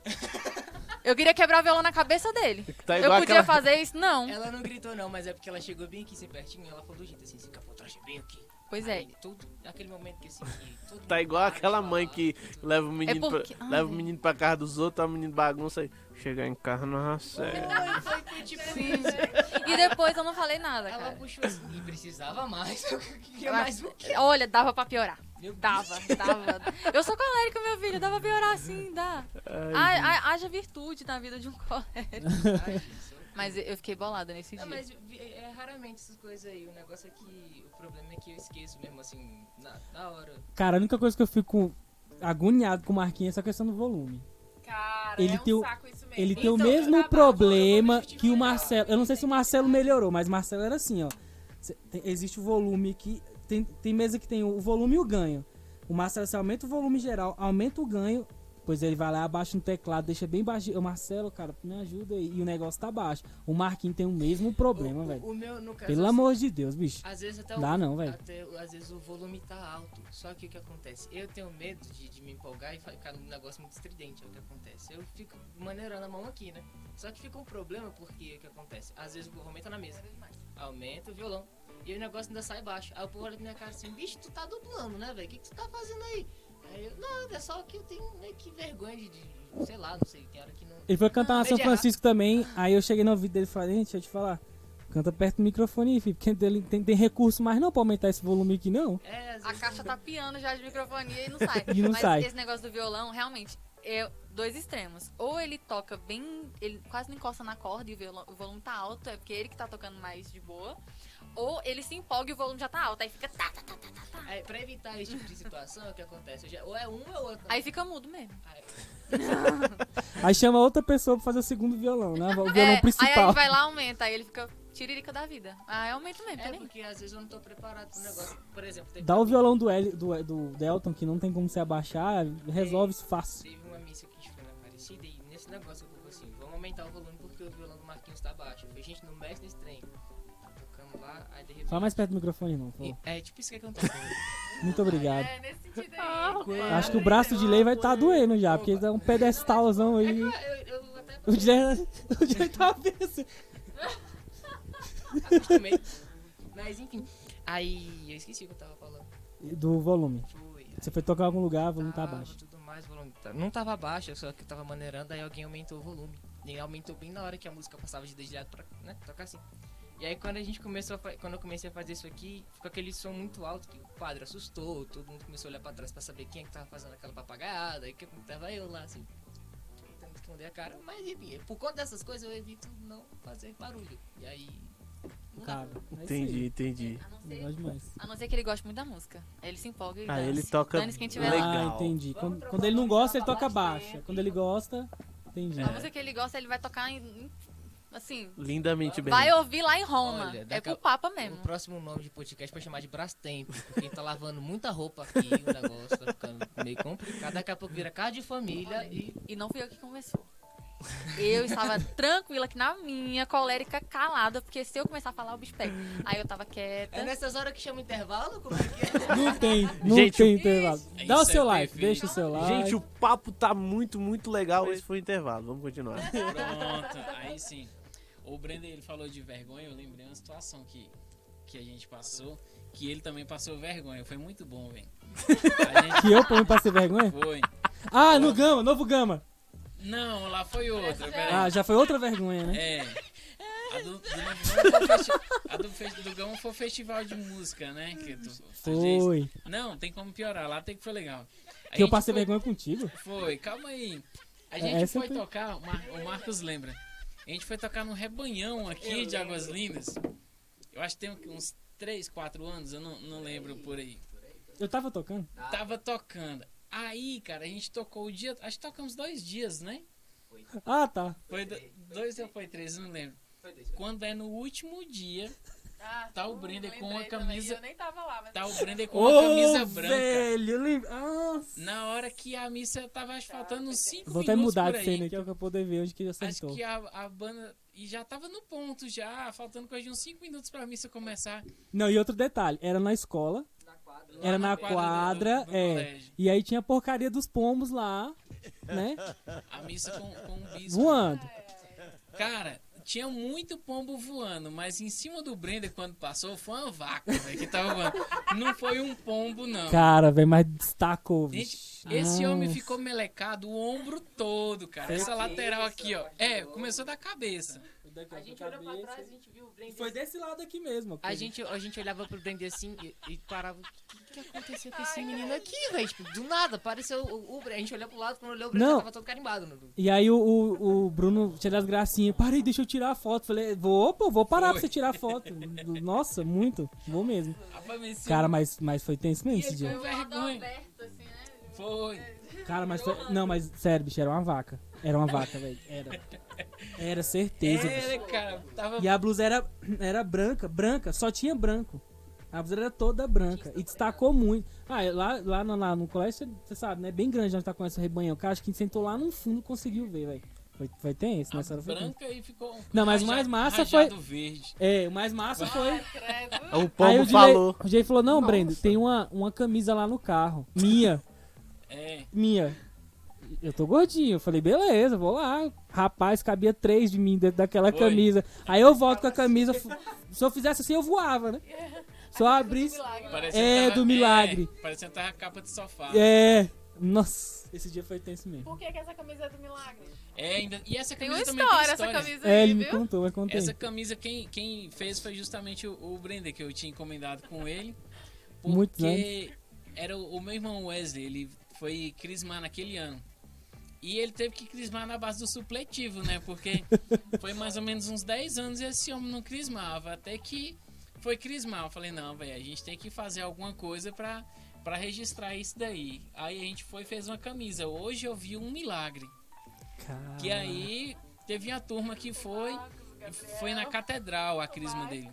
[SPEAKER 3] Eu queria quebrar o violão na cabeça dele.
[SPEAKER 2] Tá
[SPEAKER 3] eu
[SPEAKER 2] igual
[SPEAKER 3] podia
[SPEAKER 2] aquela.
[SPEAKER 3] fazer isso? Não.
[SPEAKER 6] Ela não gritou, não, mas é porque ela chegou bem aqui, assim, pertinho, e ela falou do jeito assim, se capô trouxa, bem aqui.
[SPEAKER 3] Pois é.
[SPEAKER 6] Aí, tudo, naquele momento que assim, que todo
[SPEAKER 2] Tá
[SPEAKER 6] mundo
[SPEAKER 2] igual
[SPEAKER 6] para de
[SPEAKER 2] aquela
[SPEAKER 6] falar,
[SPEAKER 2] mãe que
[SPEAKER 6] tudo.
[SPEAKER 2] leva o menino,
[SPEAKER 3] porque-
[SPEAKER 2] pra,
[SPEAKER 3] ai.
[SPEAKER 2] leva o menino pra casa dos outros, tá o menino bagunça aí. Chegar em casa é. não arrasé.
[SPEAKER 6] Foi, foi, foi tipo
[SPEAKER 3] Sim.
[SPEAKER 6] isso.
[SPEAKER 3] E depois eu não falei nada,
[SPEAKER 6] Ela
[SPEAKER 3] cara.
[SPEAKER 6] puxou assim, e precisava mais, *laughs* eu queria mais o quê?
[SPEAKER 3] Olha, dava pra piorar.
[SPEAKER 6] Meu
[SPEAKER 3] Dava, dava. Eu sou colérico, meu filho, dava pra piorar assim, dá. Ha- ha- ah, Haja virtude na vida de um *laughs* colérico. Mas eu eu fiquei bolada nesse
[SPEAKER 6] Não,
[SPEAKER 3] dia.
[SPEAKER 6] mas vi- é raramente essas coisas aí. O negócio é que o problema é que eu esqueço mesmo, assim, na, na hora.
[SPEAKER 1] Cara, a única coisa que eu fico agoniado com o Marquinhos é essa questão do volume.
[SPEAKER 4] Cara,
[SPEAKER 1] Ele
[SPEAKER 4] é um
[SPEAKER 1] tem o-
[SPEAKER 4] saco isso mesmo.
[SPEAKER 1] Ele tem o
[SPEAKER 4] Então,
[SPEAKER 1] mesmo
[SPEAKER 4] tá bom,
[SPEAKER 1] problema
[SPEAKER 4] eu vou me
[SPEAKER 1] que o
[SPEAKER 4] justificar.
[SPEAKER 1] Marcelo. Eu não sei se o Marcelo melhorou, mas Marcelo era assim, ó. Cê- tem- existe o volume que. Tem, tem mesa que tem o volume e o ganho. O Marcelo, se aumenta o volume geral, aumenta o ganho. Pois ele vai lá, abaixa no teclado, deixa bem baixinho. Ô, Marcelo, cara, me ajuda aí. E o negócio tá baixo. O Marquinhos tem o mesmo problema,
[SPEAKER 6] o,
[SPEAKER 1] velho.
[SPEAKER 6] O, o meu, no caso.
[SPEAKER 1] Pelo
[SPEAKER 6] assim,
[SPEAKER 1] amor de Deus, bicho.
[SPEAKER 6] Às vezes até o, tá?
[SPEAKER 1] Dá não, velho.
[SPEAKER 6] até, o- às vezes o volume tá alto. Só que o que acontece? Eu tenho medo de, de me empolgar e fa- ficar num negócio muito estridente. É o que acontece. Eu fico maneirando a mão aqui, né? Só que fica um problema porque o que acontece? Às vezes o povo aumenta na mesa. Aumenta o violão. E o negócio ainda sai baixo. Aí o povo olha pra minha cara assim, bicho, tu tá dublando, né, velho? O que, que tu tá fazendo aí? Aí eu, não, é só que eu tenho meio que vergonha de, de- sei lá, não sei, tem hora que não.
[SPEAKER 1] Ele foi cantar na
[SPEAKER 6] Meio
[SPEAKER 1] São
[SPEAKER 6] de errar.
[SPEAKER 1] Francisco também, aí eu cheguei no ouvido dele e falei, gente, deixa eu te falar. Canta perto do microfone aí, filho, porque ele tem, tem recurso mais não pra aumentar esse volume aqui, não.
[SPEAKER 6] É, às
[SPEAKER 3] A
[SPEAKER 6] vezes.
[SPEAKER 3] caixa tá piando já de microfonia e não
[SPEAKER 1] *laughs*
[SPEAKER 4] *laughs*
[SPEAKER 3] sai.
[SPEAKER 1] E não
[SPEAKER 3] Mas
[SPEAKER 1] sai.
[SPEAKER 3] esse negócio do violão, realmente, é dois extremos. Ou ele toca bem. Ele quase não encosta na corda e o, violão, o volume tá alto, é porque ele que tá tocando mais de boa. Ou ele se empolga e o volume já tá alto, aí fica. tá, tá, tá, tá, tá, tá.
[SPEAKER 6] Aí, pra evitar esse tipo de situação, o que acontece? Eu já- ou é um ou é outro.
[SPEAKER 3] Aí fica mudo mesmo.
[SPEAKER 6] Aí-
[SPEAKER 1] Aí chama outra pessoa pra fazer o segundo violão, né? O violão
[SPEAKER 3] É, Aí,
[SPEAKER 1] principal.
[SPEAKER 3] aí vai lá, aumenta, aí ele fica tiririca da vida. Ah, eu aumento mesmo, tá
[SPEAKER 6] É
[SPEAKER 3] nem?
[SPEAKER 6] porque às vezes eu não tô preparado pro negócio. Por exemplo, um teve,
[SPEAKER 1] Dá o violão do, El, do, do Delton, que não tem como se abaixar, resolve isso fácil.
[SPEAKER 6] teve uma missa que a gente foi na Aparecida e nesse negócio eu falei assim: vamos aumentar o volume porque o violão do Marquinhos tá baixo. Eu falei, gente, não mexe nesse trem. Tocamos lá, aí de repente.
[SPEAKER 1] Fala mais um perto do microfone, não. por
[SPEAKER 6] E-
[SPEAKER 1] favor.
[SPEAKER 6] É tipo isso que
[SPEAKER 1] *laughs*
[SPEAKER 6] acontece.
[SPEAKER 1] Muito obrigado.
[SPEAKER 4] É, nesse sentido aí.
[SPEAKER 1] Acho que o braço de lei vai estar tá doendo já, porque dá um pedestalzão
[SPEAKER 6] É que
[SPEAKER 1] aí.
[SPEAKER 6] eu, eu, eu até
[SPEAKER 1] *laughs* O Jerry o Jerry tá vendo assim.
[SPEAKER 6] acostumei. Mas enfim. Aí eu esqueci o que eu tava falando.
[SPEAKER 1] Do volume.
[SPEAKER 6] Foi.
[SPEAKER 1] Você foi tocar em algum lugar, o volume tá
[SPEAKER 6] Tava,
[SPEAKER 1] baixo.
[SPEAKER 6] Tudo mais, o volume tá- Não tava baixo, só que eu tava maneirando, aí alguém aumentou o volume. E aumentou bem na hora que a música passava de dedilhado pra né, tocar assim. E aí quando a gente começou a fa- quando eu comecei a fazer isso aqui, ficou aquele som muito alto que o padre assustou, todo mundo começou a olhar pra trás pra saber quem é que tava fazendo aquela papagaiada, aí que tava eu lá assim. Tentando esconder a cara, mas enfim, por conta dessas coisas eu evito não fazer barulho. E aí. não dá.
[SPEAKER 1] Cara, é isso aí.
[SPEAKER 2] Entendi, entendi.
[SPEAKER 3] A não
[SPEAKER 1] Legal
[SPEAKER 3] ser-
[SPEAKER 1] demais.
[SPEAKER 3] a não ser que ele goste muito da música. Aí Ele se empolga e
[SPEAKER 2] Ah,
[SPEAKER 3] dança.
[SPEAKER 2] ele toca
[SPEAKER 3] Dane-se quem tiver lá.
[SPEAKER 2] legal.
[SPEAKER 1] Ah, entendi.
[SPEAKER 6] Vamos
[SPEAKER 1] Quando,
[SPEAKER 6] trocar
[SPEAKER 1] quando ele não
[SPEAKER 6] nome,
[SPEAKER 1] gosta, ele
[SPEAKER 6] tava
[SPEAKER 1] toca
[SPEAKER 6] bastante.
[SPEAKER 1] baixa. Quando ele gosta, entendi.
[SPEAKER 3] A música que ele gosta, ele vai tocar em. em- Assim,
[SPEAKER 2] Lindamente bem.
[SPEAKER 3] vai ouvir lá em Roma.
[SPEAKER 6] Olha,
[SPEAKER 3] é
[SPEAKER 6] daqui a-
[SPEAKER 3] pro Papa
[SPEAKER 6] O
[SPEAKER 3] mesmo.
[SPEAKER 6] próximo nome de podcast vai chamar de Brastemp, porque tá lavando muita roupa aqui, o negócio tá ficando meio complicado. Daqui a pouco vira casa de família e.
[SPEAKER 3] E não fui eu que começou. Eu estava tranquila aqui na minha, colérica, calada, porque se eu começar a falar, o bicho pega. Aí eu tava quieta.
[SPEAKER 6] É nessas horas que chama intervalo? Como é que é?
[SPEAKER 1] Não tem, não
[SPEAKER 2] Gente,
[SPEAKER 1] tem intervalo. Dá o
[SPEAKER 5] Isso é
[SPEAKER 1] seu like,
[SPEAKER 5] perfeito.
[SPEAKER 1] deixa o seu like.
[SPEAKER 2] Gente, o papo tá muito, muito legal. Esse foi o intervalo. Vamos continuar.
[SPEAKER 5] Pronto, aí sim. O Brenda, ele falou de vergonha, eu lembrei uma situação que, que a gente passou, que ele também passou vergonha. Foi muito bom, velho. A gente
[SPEAKER 1] Que eu ponho pra ser vergonha?
[SPEAKER 5] foi.
[SPEAKER 1] Ah,
[SPEAKER 5] É.
[SPEAKER 1] no Gama, novo Gama.
[SPEAKER 5] Não, lá foi outra,
[SPEAKER 1] Ah,
[SPEAKER 5] peraí.
[SPEAKER 1] já foi outra vergonha, né?
[SPEAKER 5] É. A do, do, Gama foi um festi- a do, fe- do Gama foi um festival de música, né? Que tu- tu
[SPEAKER 1] Foi.
[SPEAKER 5] disse. Não, tem como piorar. Lá tem que foi legal. A
[SPEAKER 1] Que eu
[SPEAKER 5] gente
[SPEAKER 1] passei
[SPEAKER 5] foi-
[SPEAKER 1] vergonha contigo.
[SPEAKER 5] Foi, calma aí. A
[SPEAKER 1] É,
[SPEAKER 5] gente
[SPEAKER 1] essa
[SPEAKER 5] foi
[SPEAKER 1] foi-
[SPEAKER 5] tocar, o, Mar- o Marcos lembra. A gente foi tocar num rebanhão aqui de Águas Lindas. Eu acho que tem uns 3, 4 anos, eu não, não lembro por aí.
[SPEAKER 1] Eu tava tocando.
[SPEAKER 5] Tava tocando. Aí, cara, a gente tocou o dia. Acho que tocamos dois dias, né?
[SPEAKER 1] Ah, tá.
[SPEAKER 5] Foi do- dois ou foi três, eu não lembro. Quando é no último dia,
[SPEAKER 4] Ah,
[SPEAKER 5] Tá o Brenda
[SPEAKER 4] lembrei
[SPEAKER 5] com uma
[SPEAKER 4] também,
[SPEAKER 5] camisa-
[SPEAKER 4] Eu nem tava lá, mas.
[SPEAKER 5] tá o Brender com uma camisa
[SPEAKER 1] Ô,
[SPEAKER 5] branca.
[SPEAKER 1] velho, eu lembro. Nossa.
[SPEAKER 5] Na hora que a missa tava acho, faltando uns 5 minutos.
[SPEAKER 1] Vou até mudar
[SPEAKER 5] por
[SPEAKER 1] de
[SPEAKER 5] aí.
[SPEAKER 1] cena aqui pra eu poder ver onde que ele acertou.
[SPEAKER 5] Acho que a, a banda. E já tava no ponto, já, faltando coisa de uns 5 minutos pra missa começar.
[SPEAKER 1] Não, e outro detalhe, era na escola.
[SPEAKER 5] quadra. lá
[SPEAKER 1] Era na quadra,
[SPEAKER 5] do- do
[SPEAKER 1] é.
[SPEAKER 5] colégio.
[SPEAKER 1] E aí tinha a porcaria dos pombos lá,
[SPEAKER 5] *laughs*
[SPEAKER 1] né?
[SPEAKER 5] A missa com, com o bispo.
[SPEAKER 1] Voando.
[SPEAKER 5] Cara, tinha muito pombo voando, mas em cima do Brenda, quando passou, foi uma vaca, velho, que tava voando. Não foi um pombo, não.
[SPEAKER 1] Cara, velho, mas destacou,
[SPEAKER 5] Gente,
[SPEAKER 1] bicho.
[SPEAKER 5] esse homem
[SPEAKER 1] Nossa.
[SPEAKER 5] ficou melecado o ombro todo, cara. Essa lateral aqui, ó. É, começou da cabeça.
[SPEAKER 1] Daqui, ó,
[SPEAKER 6] A gente
[SPEAKER 1] pra
[SPEAKER 6] olhou pra
[SPEAKER 1] cabeça.
[SPEAKER 6] trás, a gente viu o Brenda.
[SPEAKER 1] Foi desse lado aqui mesmo. ó,
[SPEAKER 6] A
[SPEAKER 1] cara.
[SPEAKER 6] gente, a gente olhava pro Brenda assim e, e parava. O que, que aconteceu com esse menino aqui, velho? Tipo, do nada, apareceu o, o Brenda. A gente olhou pro lado, quando olhou o Brenda,
[SPEAKER 1] Não.
[SPEAKER 6] já tava todo carimbado. né, No...
[SPEAKER 1] E aí o, o, o Bruno tinha as gracinhas. Parei, deixa eu tirar a foto. Falei, vou, pô, vou parar pra você tirar a foto. Nossa, muito. Vou mesmo.
[SPEAKER 5] Rapaz, mas esse
[SPEAKER 1] Cara, mas, mas foi tenso mesmo esse
[SPEAKER 5] ele
[SPEAKER 1] dia.
[SPEAKER 5] foi- vergonha.
[SPEAKER 4] Aberto, assim, né?
[SPEAKER 5] Foi.
[SPEAKER 1] Cara, mas foi. Não, mas sério, bicho, era uma vaca. Era uma vaca, velho.
[SPEAKER 5] *laughs*
[SPEAKER 1] Era. Era certeza, bicho.
[SPEAKER 5] É, cara, tava
[SPEAKER 1] E a blusa era, era branca, branca, só tinha branco. A blusa era toda branca. E destacou muito. Ah, e lá, lá, no, lá no colégio, você sabe, né? Bem grande onde tá com esse rebanhão. Cara, acho que sentou lá no fundo e conseguiu ver, velho. Foi, foi tenso, nessa hora foi tenso.
[SPEAKER 5] branca e ficou. um
[SPEAKER 1] Não, mas o mais
[SPEAKER 5] rajado-
[SPEAKER 1] massa foi-
[SPEAKER 5] rajado verde.
[SPEAKER 1] É, o mais massa foi.
[SPEAKER 4] Credo.
[SPEAKER 2] O
[SPEAKER 1] Aí
[SPEAKER 2] pombo
[SPEAKER 1] o DJ,
[SPEAKER 2] falou.
[SPEAKER 1] O DJ falou: Não, Brenda, tem uma, uma camisa lá no carro. Minha,
[SPEAKER 5] É.
[SPEAKER 1] minha. Eu tô gordinho. Eu falei: Beleza, vou lá. Rapaz, cabia três de mim dentro daquela
[SPEAKER 5] Foi.
[SPEAKER 1] camisa. Aí eu volto com a camisa.
[SPEAKER 4] assim.
[SPEAKER 1] fu- *laughs* Se eu fizesse assim, eu voava, né?
[SPEAKER 4] É.
[SPEAKER 1] Se eu abrisse.
[SPEAKER 5] Parecia
[SPEAKER 1] É,
[SPEAKER 5] que tava-
[SPEAKER 1] do milagre.
[SPEAKER 5] É, parecia que tava capa de sofá.
[SPEAKER 1] É. Nossa, esse dia foi tenso mesmo.
[SPEAKER 4] Por que, que essa camisa é do milagre?
[SPEAKER 5] É, ainda. E essa
[SPEAKER 4] Tem
[SPEAKER 5] camisa
[SPEAKER 4] uma
[SPEAKER 5] também
[SPEAKER 4] história
[SPEAKER 5] tem
[SPEAKER 4] essa
[SPEAKER 5] história.
[SPEAKER 4] camisa
[SPEAKER 1] É,
[SPEAKER 4] aí,
[SPEAKER 1] ele me
[SPEAKER 4] viu?
[SPEAKER 1] contou, mas contei.
[SPEAKER 5] Essa camisa quem, quem fez foi justamente o, o Brenda, que eu tinha encomendado com ele.
[SPEAKER 1] Muitos
[SPEAKER 5] Porque era o, o meu irmão Wesley, ele foi crismar naquele ano. E ele teve que crismar na base do supletivo, né?
[SPEAKER 1] *laughs*
[SPEAKER 5] Porque foi mais ou menos uns 10 anos e esse homem não crismava. Até que foi crismar. Eu falei, não, velho, a gente tem que fazer alguma coisa pra, pra registrar isso daí. Aí a gente foi e fez uma camisa. Hoje eu vi um milagre.
[SPEAKER 1] Cara,
[SPEAKER 5] Que aí teve a turma que foi foi na catedral a crisma dele.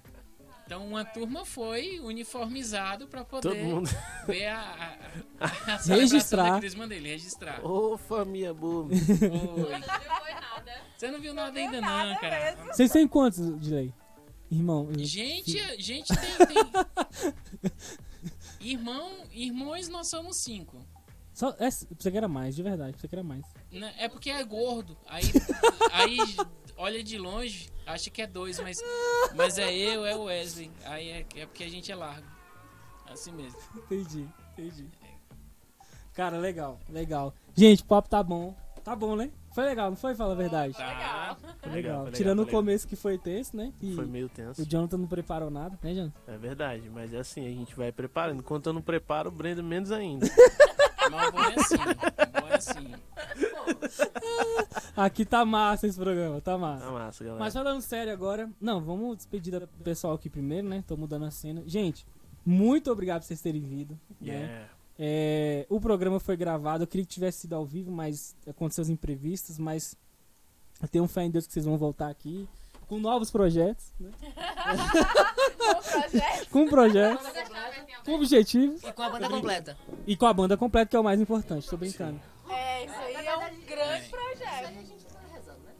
[SPEAKER 5] Então uma turma foi uniformizado pra poder
[SPEAKER 1] *laughs*
[SPEAKER 2] Todo mundo.
[SPEAKER 5] ver a, a, a- a celebração
[SPEAKER 1] Registrar.
[SPEAKER 5] da crisma dele, registrar.
[SPEAKER 2] Ô, família boa.
[SPEAKER 5] Foi.
[SPEAKER 4] Não foi nada.
[SPEAKER 5] Você não viu nada ainda não, cara.
[SPEAKER 1] Vocês têm quantos, Dilei? Irmão.
[SPEAKER 5] Gente, gente tem, tem- Irmão, irmãos nós somos cinco.
[SPEAKER 1] Só, é, você que era mais, de verdade, você que era mais.
[SPEAKER 5] Né? É porque é gordo. Aí, aí olha de longe, acha que é dois, mas, mas é eu, é o Wesley. Aí é, é porque a gente é largo. Assim mesmo.
[SPEAKER 1] Entendi, entendi. Cara, legal, legal. Gente, o papo tá bom. Tá bom, né? Foi legal, não foi? Fala a verdade.
[SPEAKER 5] Tá.
[SPEAKER 1] Foi
[SPEAKER 2] legal, foi
[SPEAKER 1] Tirando
[SPEAKER 2] legal,
[SPEAKER 1] o
[SPEAKER 2] foi
[SPEAKER 1] começo que foi tenso, né? E
[SPEAKER 2] Foi meio tenso.
[SPEAKER 1] o Jonathan não preparou nada, né, Jonathan?
[SPEAKER 2] É verdade, mas é assim, a gente vai preparando. Enquanto eu não preparo, o Brenda menos ainda.
[SPEAKER 1] *laughs*
[SPEAKER 5] Mas o bom é assim. O bom é assim.
[SPEAKER 1] Aqui tá massa esse programa, tá massa.
[SPEAKER 2] Tá massa, galera.
[SPEAKER 1] Mas falando sério agora, não, vamos despedir do pessoal aqui primeiro, né? Tô mudando a cena. Gente, muito obrigado por vocês terem vindo. né?
[SPEAKER 2] Yeah.
[SPEAKER 1] É, o programa foi gravado, eu queria que tivesse sido ao vivo, mas aconteceu os imprevistos, mas eu tenho fé em Deus que vocês vão voltar aqui com novos projetos, né?
[SPEAKER 4] Bom Um projeto.
[SPEAKER 1] com
[SPEAKER 5] *laughs*
[SPEAKER 1] projetos, com objetivos
[SPEAKER 6] E com a banda completa.
[SPEAKER 1] e com a banda completa, que é o mais importante, tô brincando.
[SPEAKER 4] É, isso aí é um grande projeto.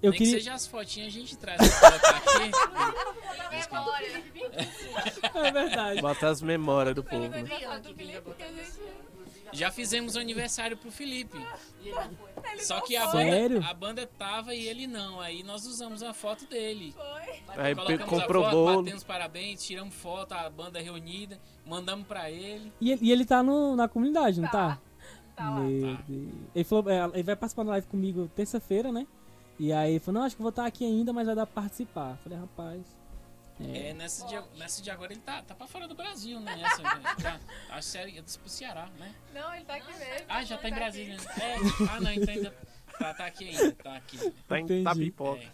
[SPEAKER 1] Eu queria...
[SPEAKER 5] Nem que seja as fotinhas, a gente traz pra colocar aqui.
[SPEAKER 4] Memória.
[SPEAKER 1] *laughs* É verdade.
[SPEAKER 2] Botar as memórias do povo. né?
[SPEAKER 4] Do
[SPEAKER 5] é
[SPEAKER 4] Felipe, que a gente...
[SPEAKER 5] Já fizemos o aniversário pro Felipe. Só que a
[SPEAKER 1] foi. Sério?
[SPEAKER 5] banda, a banda tava e ele não. Aí nós usamos a foto dele.
[SPEAKER 4] Foi.
[SPEAKER 2] Aí pe-
[SPEAKER 5] Colocamos
[SPEAKER 2] comprou
[SPEAKER 5] a foto,
[SPEAKER 2] bolo.
[SPEAKER 5] batemos parabéns, tiramos foto, a banda reunida, mandamos pra ele.
[SPEAKER 1] E ele, e ele tá no- na comunidade, não tá?
[SPEAKER 4] Tá. Tá lá.
[SPEAKER 1] Meu
[SPEAKER 5] Tá.
[SPEAKER 1] Deus. Ele falou, é, ele vai participar da live comigo terça-feira, né? E aí ele falou, não, acho que vou estar aqui ainda, mas vai dar pra participar. Eu Falei, rapaz.
[SPEAKER 5] É, nessa, de, nessa de agora ele tá, tá pra fora do Brasil, né? Essa, né? *laughs* Tá, acho que é pro Ceará, né?
[SPEAKER 4] Não, ele tá aqui mesmo.
[SPEAKER 5] Ah, já tá em
[SPEAKER 4] Ele
[SPEAKER 5] Brasília. né? É, ah, não, então ainda. Tá, tá aqui ainda, tá aqui.
[SPEAKER 2] Tá em
[SPEAKER 1] Entendi.
[SPEAKER 2] tá pipoca.
[SPEAKER 5] É.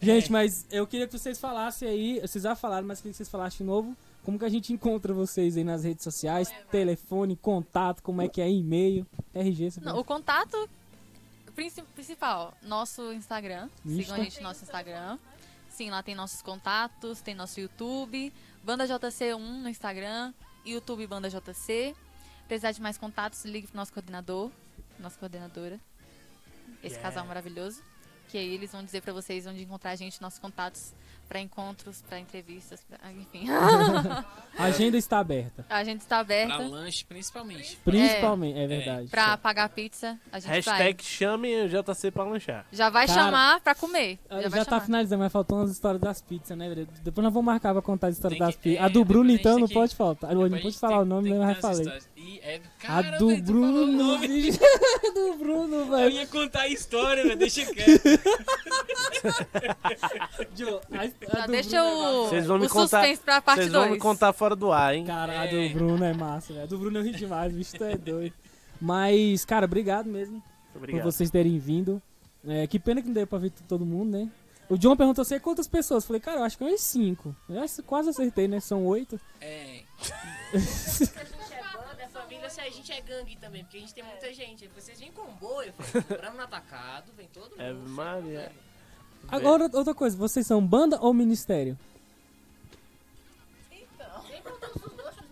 [SPEAKER 1] Gente,
[SPEAKER 5] É.
[SPEAKER 1] mas eu queria que vocês falassem aí, vocês já falaram, mas queria que vocês falassem de novo. Como que a gente encontra vocês aí nas redes sociais? Telefone, contato, como é que é, e-mail, RG, você
[SPEAKER 3] Não, o contato princi- principal, nosso Instagram.
[SPEAKER 1] Insta.
[SPEAKER 3] Sigam a gente no nosso Instagram. Sim, lá tem nossos contatos, tem nosso YouTube, Banda JC1 no Instagram, YouTube Banda JC. Precisar de mais contatos, ligue pro nosso coordenador, nossa coordenadora. Esse casal maravilhoso. Que aí eles vão dizer pra vocês onde encontrar a gente, nossos contatos pra encontros, pra entrevistas, pra-
[SPEAKER 1] *laughs*
[SPEAKER 3] ah, enfim.
[SPEAKER 1] A agenda está aberta.
[SPEAKER 3] a gente está
[SPEAKER 5] Pra
[SPEAKER 3] aberta
[SPEAKER 5] lanche, principalmente.
[SPEAKER 1] Principalmente, é, verdade.
[SPEAKER 3] pra pagar pizza. A gente vai.
[SPEAKER 2] Hashtag chame o JC pra lanchar.
[SPEAKER 3] Já vai
[SPEAKER 1] Cara,
[SPEAKER 3] chamar pra comer. Já,
[SPEAKER 1] Ah, Já,
[SPEAKER 3] vai
[SPEAKER 1] tá
[SPEAKER 3] chamar.
[SPEAKER 1] finalizando, mas faltou umas histórias das pizzas, né, Breno? Depois nós vamos marcar pra contar a história
[SPEAKER 5] Tem que-
[SPEAKER 1] das pizzas.
[SPEAKER 5] é,
[SPEAKER 1] a do Bruno,
[SPEAKER 5] depois a
[SPEAKER 1] então,
[SPEAKER 5] gente
[SPEAKER 1] não
[SPEAKER 5] tem
[SPEAKER 1] pode faltar.
[SPEAKER 5] Depois
[SPEAKER 1] Eu
[SPEAKER 5] a
[SPEAKER 1] não
[SPEAKER 5] gente
[SPEAKER 1] pode
[SPEAKER 5] tem-
[SPEAKER 1] falar o nome,
[SPEAKER 5] tem
[SPEAKER 1] mesmo,
[SPEAKER 5] que
[SPEAKER 1] mas
[SPEAKER 5] ter umas
[SPEAKER 1] falei.
[SPEAKER 5] histórias. E é,
[SPEAKER 1] A
[SPEAKER 5] cara,
[SPEAKER 1] do
[SPEAKER 5] velho, tu falou o
[SPEAKER 1] Bruno, *laughs*
[SPEAKER 5] nome. *laughs*
[SPEAKER 1] bicho. do Bruno,
[SPEAKER 5] Eu
[SPEAKER 1] velho.
[SPEAKER 5] ia contar a história, mas deixa
[SPEAKER 1] *laughs*
[SPEAKER 5] quieto.
[SPEAKER 1] Joe, a- a do
[SPEAKER 3] Já
[SPEAKER 5] Tá,
[SPEAKER 3] Tá deixa
[SPEAKER 1] Bruno é
[SPEAKER 3] o,
[SPEAKER 1] massa.
[SPEAKER 2] Vocês vão me
[SPEAKER 3] o
[SPEAKER 2] contar-
[SPEAKER 3] suspense pra parte
[SPEAKER 2] Vocês vão me
[SPEAKER 3] 2.
[SPEAKER 2] contar fora do ar, hein?
[SPEAKER 1] Cara, a
[SPEAKER 5] É.
[SPEAKER 1] do Bruno é massa, velho. A do Bruno eu ri demais, bicho, tu é doido. Mas, cara, obrigado mesmo
[SPEAKER 2] Obrigado.
[SPEAKER 1] por vocês terem vindo. É, que pena que não deu pra vir todo mundo, né? O John perguntou assim, quantas pessoas? Eu falei, cara, eu acho que é umas cinco. Eu acho- quase acertei, né? São oito.
[SPEAKER 5] É,
[SPEAKER 8] a gente é banda, é família, se a gente é gangue também, porque a gente tem muita gente. Vocês vêm comboio,
[SPEAKER 6] Compramos no atacado, vem todo mundo.
[SPEAKER 2] É
[SPEAKER 6] sem
[SPEAKER 2] Maria.
[SPEAKER 6] problema.
[SPEAKER 1] Agora, outra coisa, vocês são banda ou ministério?
[SPEAKER 8] tem pra todos os gostos.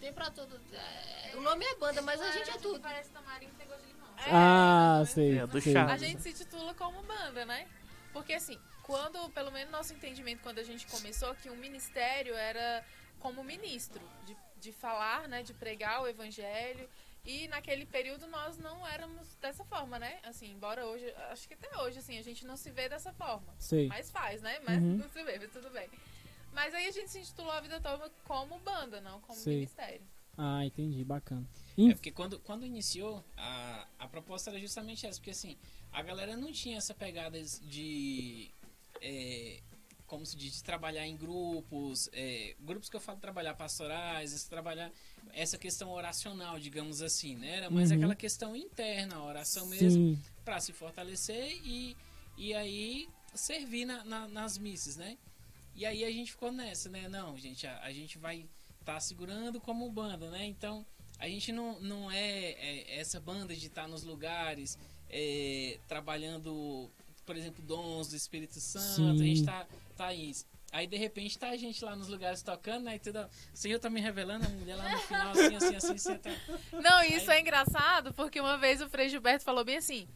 [SPEAKER 8] Tem pra todo. é, o nome é banda, mas a gente é tudo.
[SPEAKER 3] Parece tamarindo, negócio de limão.
[SPEAKER 4] É,
[SPEAKER 1] Ah, sei.
[SPEAKER 2] É, do
[SPEAKER 1] sei.
[SPEAKER 2] chá.
[SPEAKER 4] A gente se titula como banda, né? Porque assim, quando, pelo menos nosso entendimento quando a gente começou, que um ministério era como ministro, de, de falar, né? De pregar o evangelho. E naquele período nós não éramos dessa forma, né? Assim, embora hoje, acho que até hoje, assim, a gente não se vê dessa forma.
[SPEAKER 1] Sei.
[SPEAKER 4] Mas faz, né? Mas
[SPEAKER 1] Uhum.
[SPEAKER 4] não se vê, mas *laughs* tudo bem. Mas aí a gente se intitulou a vida toda como banda, não como
[SPEAKER 1] Sei.
[SPEAKER 4] ministério.
[SPEAKER 1] Ah, entendi, bacana.
[SPEAKER 5] é
[SPEAKER 1] Enfim,
[SPEAKER 5] porque quando, quando iniciou, a, a proposta era justamente essa. Porque assim, a galera não tinha essa pegada de. é, como se diz, de trabalhar em grupos, é, grupos que eu falo trabalhar pastorais, esse trabalhar essa questão oracional, digamos assim, né? Era mais
[SPEAKER 1] Uhum.
[SPEAKER 5] aquela questão interna, a oração mesmo.
[SPEAKER 1] sim,
[SPEAKER 5] para se fortalecer e, e aí servir na- na- nas missas, né? E aí a gente ficou nessa, né? Não, gente, a, a gente vai estar segurando como banda, né? Então a gente não, não é, é essa banda de estar nos lugares é, trabalhando, por exemplo, dons do Espírito Santo, a gente
[SPEAKER 1] Sim.
[SPEAKER 5] tá, tá isso. Aí de repente tá a gente lá nos lugares tocando, né? E tudo. O Senhor tá me revelando, a mulher lá no final, assim, assim, assim, você tá.
[SPEAKER 4] Não, e isso é engraçado, porque uma vez o Frei Gilberto falou bem assim: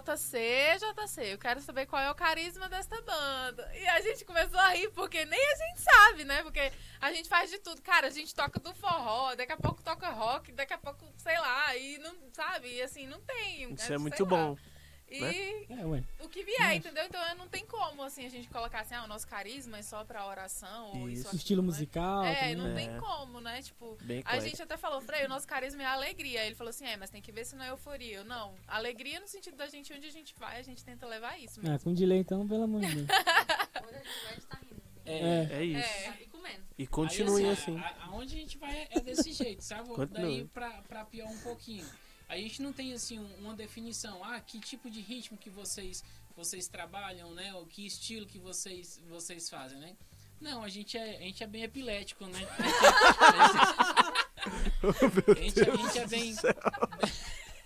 [SPEAKER 4] JC, JC, eu quero saber qual é o carisma desta banda. E a gente começou a rir, porque nem a gente sabe, né? Porque a gente faz de tudo. Cara, a gente toca do forró, daqui a pouco toca rock, daqui a pouco, sei lá, e não, sabe? E assim, não tem. né?
[SPEAKER 2] Isso
[SPEAKER 4] Sei
[SPEAKER 2] é muito
[SPEAKER 4] lá.
[SPEAKER 2] bom. né?
[SPEAKER 4] E
[SPEAKER 1] é, ué.
[SPEAKER 4] o que vier, entendeu? Então não tem como, assim, a gente colocar assim, ah, o nosso carisma é só pra oração, ou isso,
[SPEAKER 2] Isso.
[SPEAKER 4] aquilo,
[SPEAKER 1] Estilo
[SPEAKER 4] né?
[SPEAKER 1] musical.
[SPEAKER 4] É,
[SPEAKER 1] também.
[SPEAKER 4] não tem
[SPEAKER 2] É.
[SPEAKER 4] como, né? Tipo,
[SPEAKER 2] Bem
[SPEAKER 4] a
[SPEAKER 2] claro.
[SPEAKER 4] gente até falou, Frei, o nosso carisma é a alegria. Aí Ele falou assim, é, mas tem que ver se não é euforia. Eu, não, alegria no sentido da gente, onde a gente vai, a gente tenta levar isso.
[SPEAKER 1] Ah, com delay então, pelo amor de Deus.
[SPEAKER 3] Hoje a gente vai estar rindo.
[SPEAKER 5] É,
[SPEAKER 1] É,
[SPEAKER 2] É isso.
[SPEAKER 4] É,
[SPEAKER 3] E comendo.
[SPEAKER 2] E continuem
[SPEAKER 5] Aí,
[SPEAKER 2] assim.
[SPEAKER 5] a- aonde a gente vai é desse jeito, sabe? Daí
[SPEAKER 2] *laughs* Continue.
[SPEAKER 5] pra, pra piorar um pouquinho. A gente não tem assim um- uma definição. Ah, que tipo de ritmo que vocês vocês trabalham, né? Ou que estilo que vocês vocês fazem, né? Não, a gente é, a gente é bem epilético, né? *laughs*
[SPEAKER 2] *laughs* Oh,
[SPEAKER 5] a, gente, a gente é bem.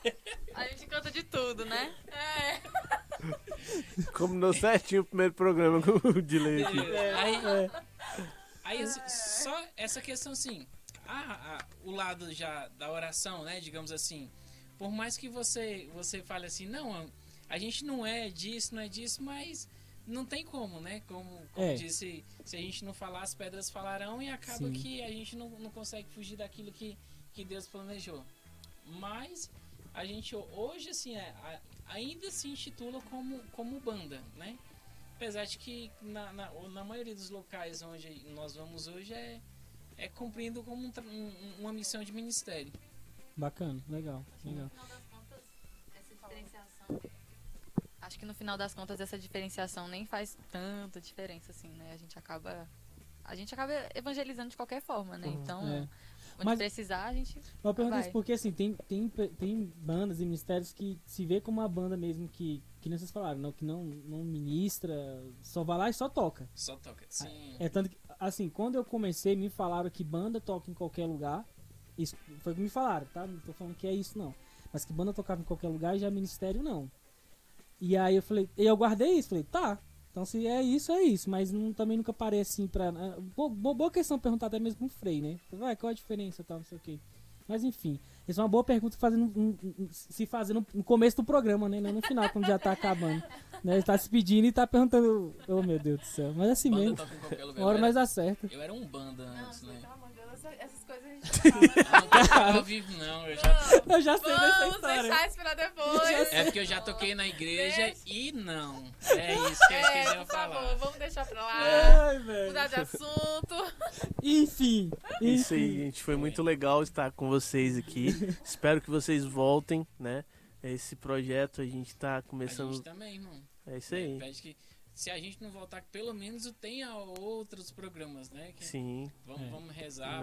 [SPEAKER 3] É. A gente canta de tudo, né?
[SPEAKER 4] é.
[SPEAKER 2] Combinou certinho o primeiro programa com o delay aqui.
[SPEAKER 5] Aí, aí, assim, só essa questão assim, a- a- o lado já da oração, né, digamos assim, por mais que você você fale assim, não, a gente não é disso, não é disso, mas não tem como, né? Como, como
[SPEAKER 1] É.
[SPEAKER 5] disse, se a gente não falar, as pedras falarão e acaba
[SPEAKER 1] Sim.
[SPEAKER 5] que a gente não, não consegue fugir daquilo que, que Deus planejou. Mas a gente ho- hoje, assim, é, a- ainda se intitula como, como banda, né? Apesar de que na, na, ou na maioria dos locais onde nós vamos hoje é, é cumprindo como um tra- um- uma missão de ministério.
[SPEAKER 1] bacana, legal, legal.
[SPEAKER 8] é
[SPEAKER 3] Essa diferenciação. Acho que no final das contas essa diferenciação nem faz tanta diferença, assim, né? A gente acaba. A gente acaba evangelizando de qualquer forma, né? Então,
[SPEAKER 1] É.
[SPEAKER 3] onde
[SPEAKER 1] Mas-
[SPEAKER 3] precisar, a gente.
[SPEAKER 1] Uma pergunta
[SPEAKER 3] Vai.
[SPEAKER 1] isso porque assim, tem, tem, tem bandas e ministérios que se vê como uma banda mesmo que, que nem vocês falaram, não, que não, não ministra, só vai lá e só toca.
[SPEAKER 5] Só toca. Sim.
[SPEAKER 1] É tanto que, assim, quando eu comecei, me falaram que banda toca em qualquer lugar. Isso foi o que me falaram, tá? Não tô falando que é isso, não. Mas que banda tocava em qualquer lugar e já é ministério, não. E aí eu falei, e eu guardei isso, falei, tá. Então se é isso, é isso. Mas não- também nunca parei assim pra. ah, né? bo- bo- Boa questão perguntar até mesmo pro Frei, né? Vai, qual a diferença e tal, não sei o quê. Mas enfim. Isso é uma boa pergunta fazendo, um- um- um- se fazendo no começo do programa, né? Não no final, quando já tá acabando. Né? Ele tá se pedindo e tá perguntando. Oh, meu Deus do céu. Mas é assim
[SPEAKER 5] Banda
[SPEAKER 1] mesmo.
[SPEAKER 5] toca em qualquer lugar.
[SPEAKER 1] Uma hora
[SPEAKER 5] eu, era,
[SPEAKER 1] mais acerta.
[SPEAKER 5] eu era um banda antes,
[SPEAKER 4] Não,
[SPEAKER 5] né?
[SPEAKER 4] pelo amor de Deus, essa- essas coisas a gente não fala,
[SPEAKER 5] Ah, não tocava ao vivo, não. Eu já...
[SPEAKER 4] não.
[SPEAKER 1] Eu já sei dessa
[SPEAKER 4] Vamos
[SPEAKER 1] história.
[SPEAKER 4] deixar isso pra depois.
[SPEAKER 5] É porque eu já toquei na igreja
[SPEAKER 4] Deixa.
[SPEAKER 5] e não. É isso que eu esqueci
[SPEAKER 4] É,
[SPEAKER 5] de
[SPEAKER 4] por favor,
[SPEAKER 5] falar.
[SPEAKER 4] vamos deixar pra lá.
[SPEAKER 1] Ai, velho.
[SPEAKER 4] Mudar de assunto.
[SPEAKER 1] Enfim.
[SPEAKER 2] Isso aí,
[SPEAKER 1] enfim.
[SPEAKER 2] gente. Foi muito legal estar com vocês aqui. Espero que vocês voltem, né? Esse projeto a gente tá
[SPEAKER 5] A
[SPEAKER 2] começando.
[SPEAKER 5] gente também, irmão.
[SPEAKER 2] É isso aí.
[SPEAKER 5] Pede que se a gente não voltar, que pelo menos tenha outros programas, né? Que
[SPEAKER 2] Sim.
[SPEAKER 5] Vamos,
[SPEAKER 1] É.
[SPEAKER 5] vamos rezar.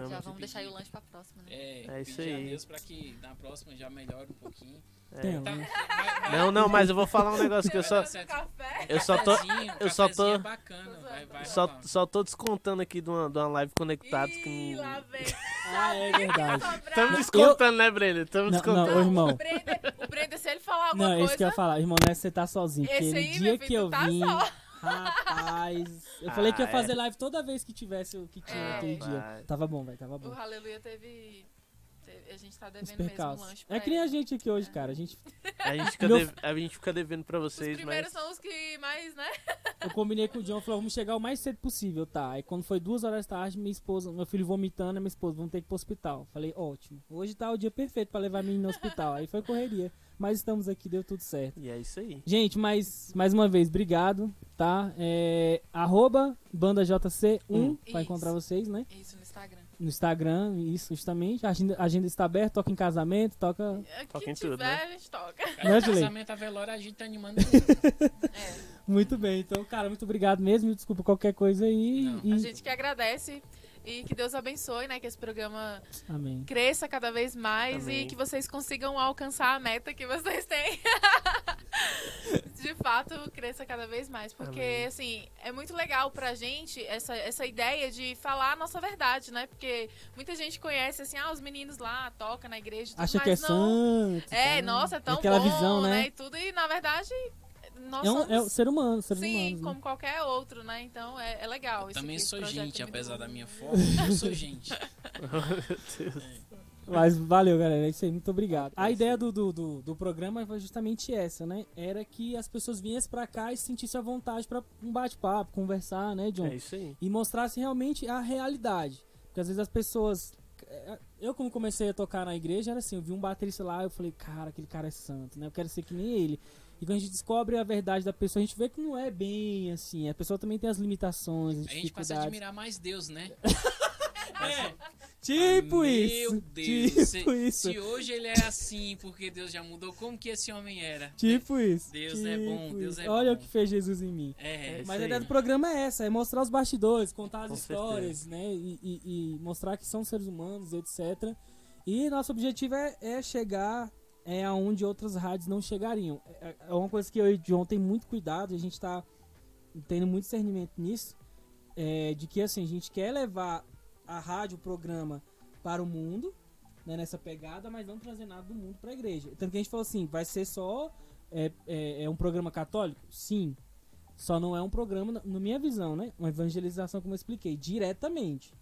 [SPEAKER 2] Não,
[SPEAKER 3] Já
[SPEAKER 2] mas
[SPEAKER 3] vamos
[SPEAKER 5] pedir-
[SPEAKER 3] deixar aí o lanche pra próxima, né?
[SPEAKER 5] É,
[SPEAKER 2] É isso
[SPEAKER 5] pedir
[SPEAKER 2] aí.
[SPEAKER 5] a Deus pra que na próxima já melhore um pouquinho.
[SPEAKER 2] é.
[SPEAKER 1] Tem,
[SPEAKER 5] Tá,
[SPEAKER 1] né?
[SPEAKER 5] vai- vai-
[SPEAKER 2] Não, não, mas eu vou falar um negócio que eu só.
[SPEAKER 5] Tá certo.
[SPEAKER 4] Café.
[SPEAKER 2] Eu só tô.
[SPEAKER 5] Cafezinho,
[SPEAKER 2] eu só tô-
[SPEAKER 5] cafezinho é bacana, vai- vai
[SPEAKER 2] Só,
[SPEAKER 5] rolar.
[SPEAKER 2] só tô descontando aqui de uma, de uma live conectados que.
[SPEAKER 4] Ih,
[SPEAKER 2] não-
[SPEAKER 4] lá vem. Um
[SPEAKER 1] Ah, é verdade.
[SPEAKER 2] Estamos descontando, né, Breno? Estamos
[SPEAKER 1] Não,
[SPEAKER 2] descontando.
[SPEAKER 1] não, ô, irmão.
[SPEAKER 4] O Brenda, o Brenda, se ele falar alguma
[SPEAKER 1] Não, é isso que eu
[SPEAKER 4] coisa,
[SPEAKER 1] ia falar. Irmão, nessa você tá sozinho. Porque
[SPEAKER 4] esse
[SPEAKER 1] no
[SPEAKER 4] aí,
[SPEAKER 1] dia
[SPEAKER 4] meu
[SPEAKER 1] que
[SPEAKER 4] filho,
[SPEAKER 1] eu
[SPEAKER 4] tu tá
[SPEAKER 1] vim.
[SPEAKER 4] só.
[SPEAKER 1] Rapaz, *laughs* eu falei que ia
[SPEAKER 2] Ah,
[SPEAKER 1] fazer
[SPEAKER 2] é.
[SPEAKER 1] live toda vez que tivesse o que tinha
[SPEAKER 4] É.
[SPEAKER 1] aquele dia.
[SPEAKER 2] Vai.
[SPEAKER 1] Tava bom, velho, tava bom.
[SPEAKER 4] O Aleluia teve, teve- A gente tá
[SPEAKER 1] Os
[SPEAKER 4] devendo mesmo um
[SPEAKER 1] percalços.
[SPEAKER 4] lanche. pra
[SPEAKER 1] É que nem a
[SPEAKER 4] ele.
[SPEAKER 1] gente aqui hoje, cara. A gente,
[SPEAKER 2] A gente fica,
[SPEAKER 1] Meu-
[SPEAKER 2] deve- a gente fica devendo pra
[SPEAKER 4] Os
[SPEAKER 2] vocês,
[SPEAKER 4] primeiros
[SPEAKER 2] mas.
[SPEAKER 4] são os que mais, né?
[SPEAKER 1] eu combinei com o John, falou, vamos chegar o mais cedo possível, tá? Aí quando foi duas horas da tarde, minha esposa, meu filho vomitando, e minha esposa, vamos ter que ir pro hospital. Falei, ótimo. Hoje tá o dia perfeito pra levar a menina no hospital. Aí foi correria. Mas estamos aqui, deu tudo certo.
[SPEAKER 2] E é isso aí.
[SPEAKER 1] Gente, mas mais uma vez, obrigado, tá? É, arroba bandajc1
[SPEAKER 2] Hum.
[SPEAKER 1] pra
[SPEAKER 4] Isso.
[SPEAKER 1] encontrar vocês, né?
[SPEAKER 4] Isso, no Instagram.
[SPEAKER 1] No Instagram, isso justamente. A agenda, a agenda está aberta, toca em casamento, toca.
[SPEAKER 4] O
[SPEAKER 2] Toca
[SPEAKER 4] É, que
[SPEAKER 2] em
[SPEAKER 4] tiver,
[SPEAKER 2] tudo, né?
[SPEAKER 4] a gente toca.
[SPEAKER 1] Né,
[SPEAKER 5] Cara,
[SPEAKER 1] Julinho?
[SPEAKER 5] casamento a velório a gente tá animando. muito.
[SPEAKER 1] Muito bem, então, cara, muito obrigado mesmo. Desculpa qualquer coisa aí.
[SPEAKER 5] Não.
[SPEAKER 1] e-
[SPEAKER 4] A gente que agradece. E que Deus abençoe, né? Que esse programa
[SPEAKER 1] Amém.
[SPEAKER 4] cresça cada vez mais
[SPEAKER 2] Amém.
[SPEAKER 4] e que vocês consigam alcançar a meta que vocês
[SPEAKER 1] *laughs*
[SPEAKER 4] têm. De fato, cresça cada vez mais. Porque,
[SPEAKER 2] Amém.
[SPEAKER 4] assim, é muito legal pra gente essa, essa ideia de falar a nossa verdade, né? Porque muita gente conhece, assim, ah, os meninos lá tocam na igreja e tudo
[SPEAKER 1] Acha
[SPEAKER 4] mais.
[SPEAKER 1] que é
[SPEAKER 4] não.
[SPEAKER 1] santo.
[SPEAKER 4] É,
[SPEAKER 1] tá?
[SPEAKER 4] nossa, é tão
[SPEAKER 1] Aquela
[SPEAKER 4] bom,
[SPEAKER 1] visão, né?
[SPEAKER 4] E tudo, e na verdade, nós
[SPEAKER 1] É um, é um
[SPEAKER 4] somos-
[SPEAKER 1] ser humano, ser
[SPEAKER 4] Sim,
[SPEAKER 1] humano. né?
[SPEAKER 4] como qualquer outro, né? Então é, é legal.
[SPEAKER 5] Eu
[SPEAKER 4] isso
[SPEAKER 5] também
[SPEAKER 4] aqui, esse
[SPEAKER 5] sou
[SPEAKER 4] projeto é
[SPEAKER 5] gente,
[SPEAKER 4] muito
[SPEAKER 5] apesar
[SPEAKER 4] bom.
[SPEAKER 5] da minha forma, eu sou gente.
[SPEAKER 1] Mas valeu, galera. É isso aí, muito obrigado. A ideia do, do, do, do programa foi justamente essa, né? Era que as pessoas viessem pra cá e se sentissem à vontade pra um bate-papo, conversar, né, John?
[SPEAKER 2] É isso aí.
[SPEAKER 1] e mostrasse realmente a realidade. Porque às vezes as pessoas. eh, Eu, como comecei a tocar na igreja, era assim: eu vi um baterista lá, eu falei, cara, aquele cara é santo, né? Eu quero ser que nem ele. E quando a gente descobre a verdade da pessoa, a gente vê que não é bem assim. A pessoa também tem as limitações, as
[SPEAKER 5] A gente passa a
[SPEAKER 1] dificuldades.
[SPEAKER 5] admirar mais Deus, né?
[SPEAKER 1] Tipo
[SPEAKER 5] Ah, Meu
[SPEAKER 1] isso!
[SPEAKER 5] Deus,
[SPEAKER 1] tipo
[SPEAKER 5] se,
[SPEAKER 1] isso!
[SPEAKER 5] se hoje ele é assim, porque Deus já mudou, como que esse homem era?
[SPEAKER 1] Tipo isso!
[SPEAKER 5] Deus é
[SPEAKER 1] tipo
[SPEAKER 5] bom, Deus
[SPEAKER 1] isso.
[SPEAKER 5] é
[SPEAKER 1] Olha
[SPEAKER 5] bom.
[SPEAKER 1] o que fez Jesus em mim.
[SPEAKER 5] É,
[SPEAKER 2] isso
[SPEAKER 1] Mas a
[SPEAKER 2] aí.
[SPEAKER 1] ideia do programa é essa, é mostrar os bastidores, contar as
[SPEAKER 2] Com
[SPEAKER 1] histórias, né? E, e- e mostrar que são seres humanos, etc. E nosso objetivo é, é chegar é, aonde outras rádios não chegariam. É, é uma coisa que eu e o John tem muito cuidado, a gente tá tendo muito discernimento nisso, é, de que assim, a gente quer levar a rádio, o programa para o mundo, né, nessa pegada, mas não trazer nada do mundo para a igreja. Tanto que a gente falou assim, vai ser só é, é- é um programa católico? Sim. Só não é um programa, na- na minha visão, né? Uma evangelização, como eu expliquei, diretamente.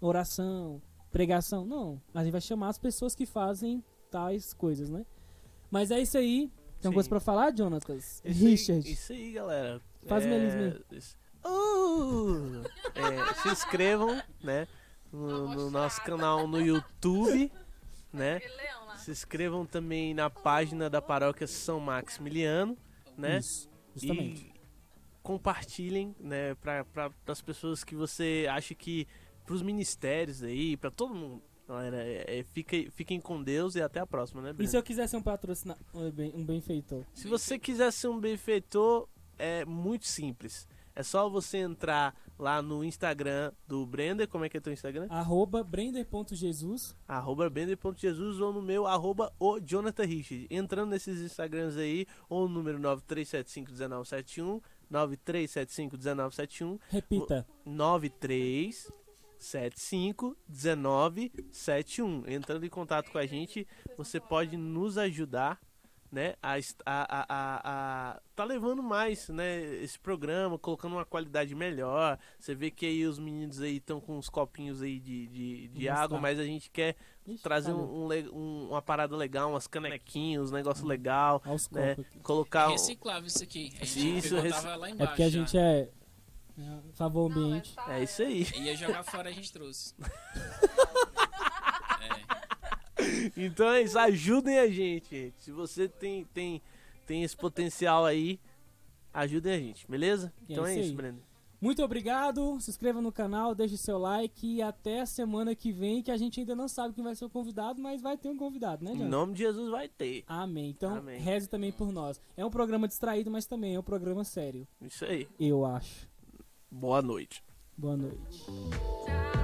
[SPEAKER 1] Oração, pregação, não. A gente vai chamar as pessoas que fazem tais coisas, né? Mas é isso aí. Tem alguma coisa
[SPEAKER 2] Sim.
[SPEAKER 1] pra falar, Jonatas?
[SPEAKER 2] É Isso aí-
[SPEAKER 1] Richard.
[SPEAKER 2] Isso aí, galera. É,
[SPEAKER 1] Faz melismo
[SPEAKER 2] isso- Uh! É, se inscrevam, né?
[SPEAKER 4] Tá
[SPEAKER 2] No, no nosso canal no YouTube, né?
[SPEAKER 4] Aquele leão lá.
[SPEAKER 2] Se inscrevam também na página da paróquia São Maximiliano, né?
[SPEAKER 1] Isso, justamente.
[SPEAKER 2] E compartilhem, né, para pra, as pessoas que você acha que pros ministérios aí, pra todo mundo. Galera, é, é, fique- fiquem com Deus e até a próxima, né,
[SPEAKER 1] E,
[SPEAKER 2] Breno?
[SPEAKER 1] se eu quiser ser um patrocinador, um ben- um benfeitor?
[SPEAKER 2] Se você quiser ser um benfeitor, é muito simples. É só você entrar lá no Instagram do Brender, como é que é teu Instagram?
[SPEAKER 1] Arroba brender.jesus.
[SPEAKER 2] Arroba Brender.Jesus ou no meu, arroba o Jonathan Richard. Entrando nesses Instagrams aí, ou no número 93751971, 93751971,
[SPEAKER 1] Repita.
[SPEAKER 2] Né? 93751971. Entrando em contato com a gente, você pode nos ajudar né? A, est- a, a, a, a- tá levando mais, né? Esse programa, colocando uma qualidade melhor. Você vê que aí os meninos aí estão com uns copinhos aí de, de, de
[SPEAKER 1] Vamos
[SPEAKER 2] água,
[SPEAKER 1] lá.
[SPEAKER 2] mas a gente quer
[SPEAKER 1] Ixi,
[SPEAKER 2] trazer
[SPEAKER 1] valeu.
[SPEAKER 2] um, um le- um- uma parada legal, umas canequinhas, um negócio legal,
[SPEAKER 1] Olha os
[SPEAKER 2] né?
[SPEAKER 1] copos aqui.
[SPEAKER 2] Colocar um-
[SPEAKER 5] Reciclável isso aqui. A gente
[SPEAKER 2] Isso,
[SPEAKER 5] pegou,
[SPEAKER 2] rec-
[SPEAKER 5] tava lá
[SPEAKER 1] É
[SPEAKER 5] embaixo.
[SPEAKER 1] porque a gente
[SPEAKER 5] já.
[SPEAKER 1] é. é, Favor ao
[SPEAKER 4] Não,
[SPEAKER 1] ambiente.
[SPEAKER 4] essa-
[SPEAKER 2] É isso aí.
[SPEAKER 5] Ia jogar fora, a gente trouxe. é.
[SPEAKER 2] Então é isso, ajudem a gente, gente. Se você tem, tem, tem esse potencial aí, ajudem a gente, beleza?
[SPEAKER 1] É
[SPEAKER 2] Então é
[SPEAKER 1] isso
[SPEAKER 2] isso,
[SPEAKER 1] aí.
[SPEAKER 2] Breno.
[SPEAKER 1] Muito obrigado, se inscreva no canal, deixe seu like e até semana que vem, que a gente ainda não sabe quem vai ser o convidado, mas vai ter um convidado, né,
[SPEAKER 2] Em
[SPEAKER 1] Jânio?
[SPEAKER 2] nome de Jesus vai ter.
[SPEAKER 1] Amém. Então,
[SPEAKER 2] Amém.
[SPEAKER 1] reze também por nós. É um programa distraído, mas também é um programa sério,
[SPEAKER 2] Isso aí.
[SPEAKER 1] eu acho.
[SPEAKER 2] Boa noite.
[SPEAKER 1] Boa noite.
[SPEAKER 4] Tchau.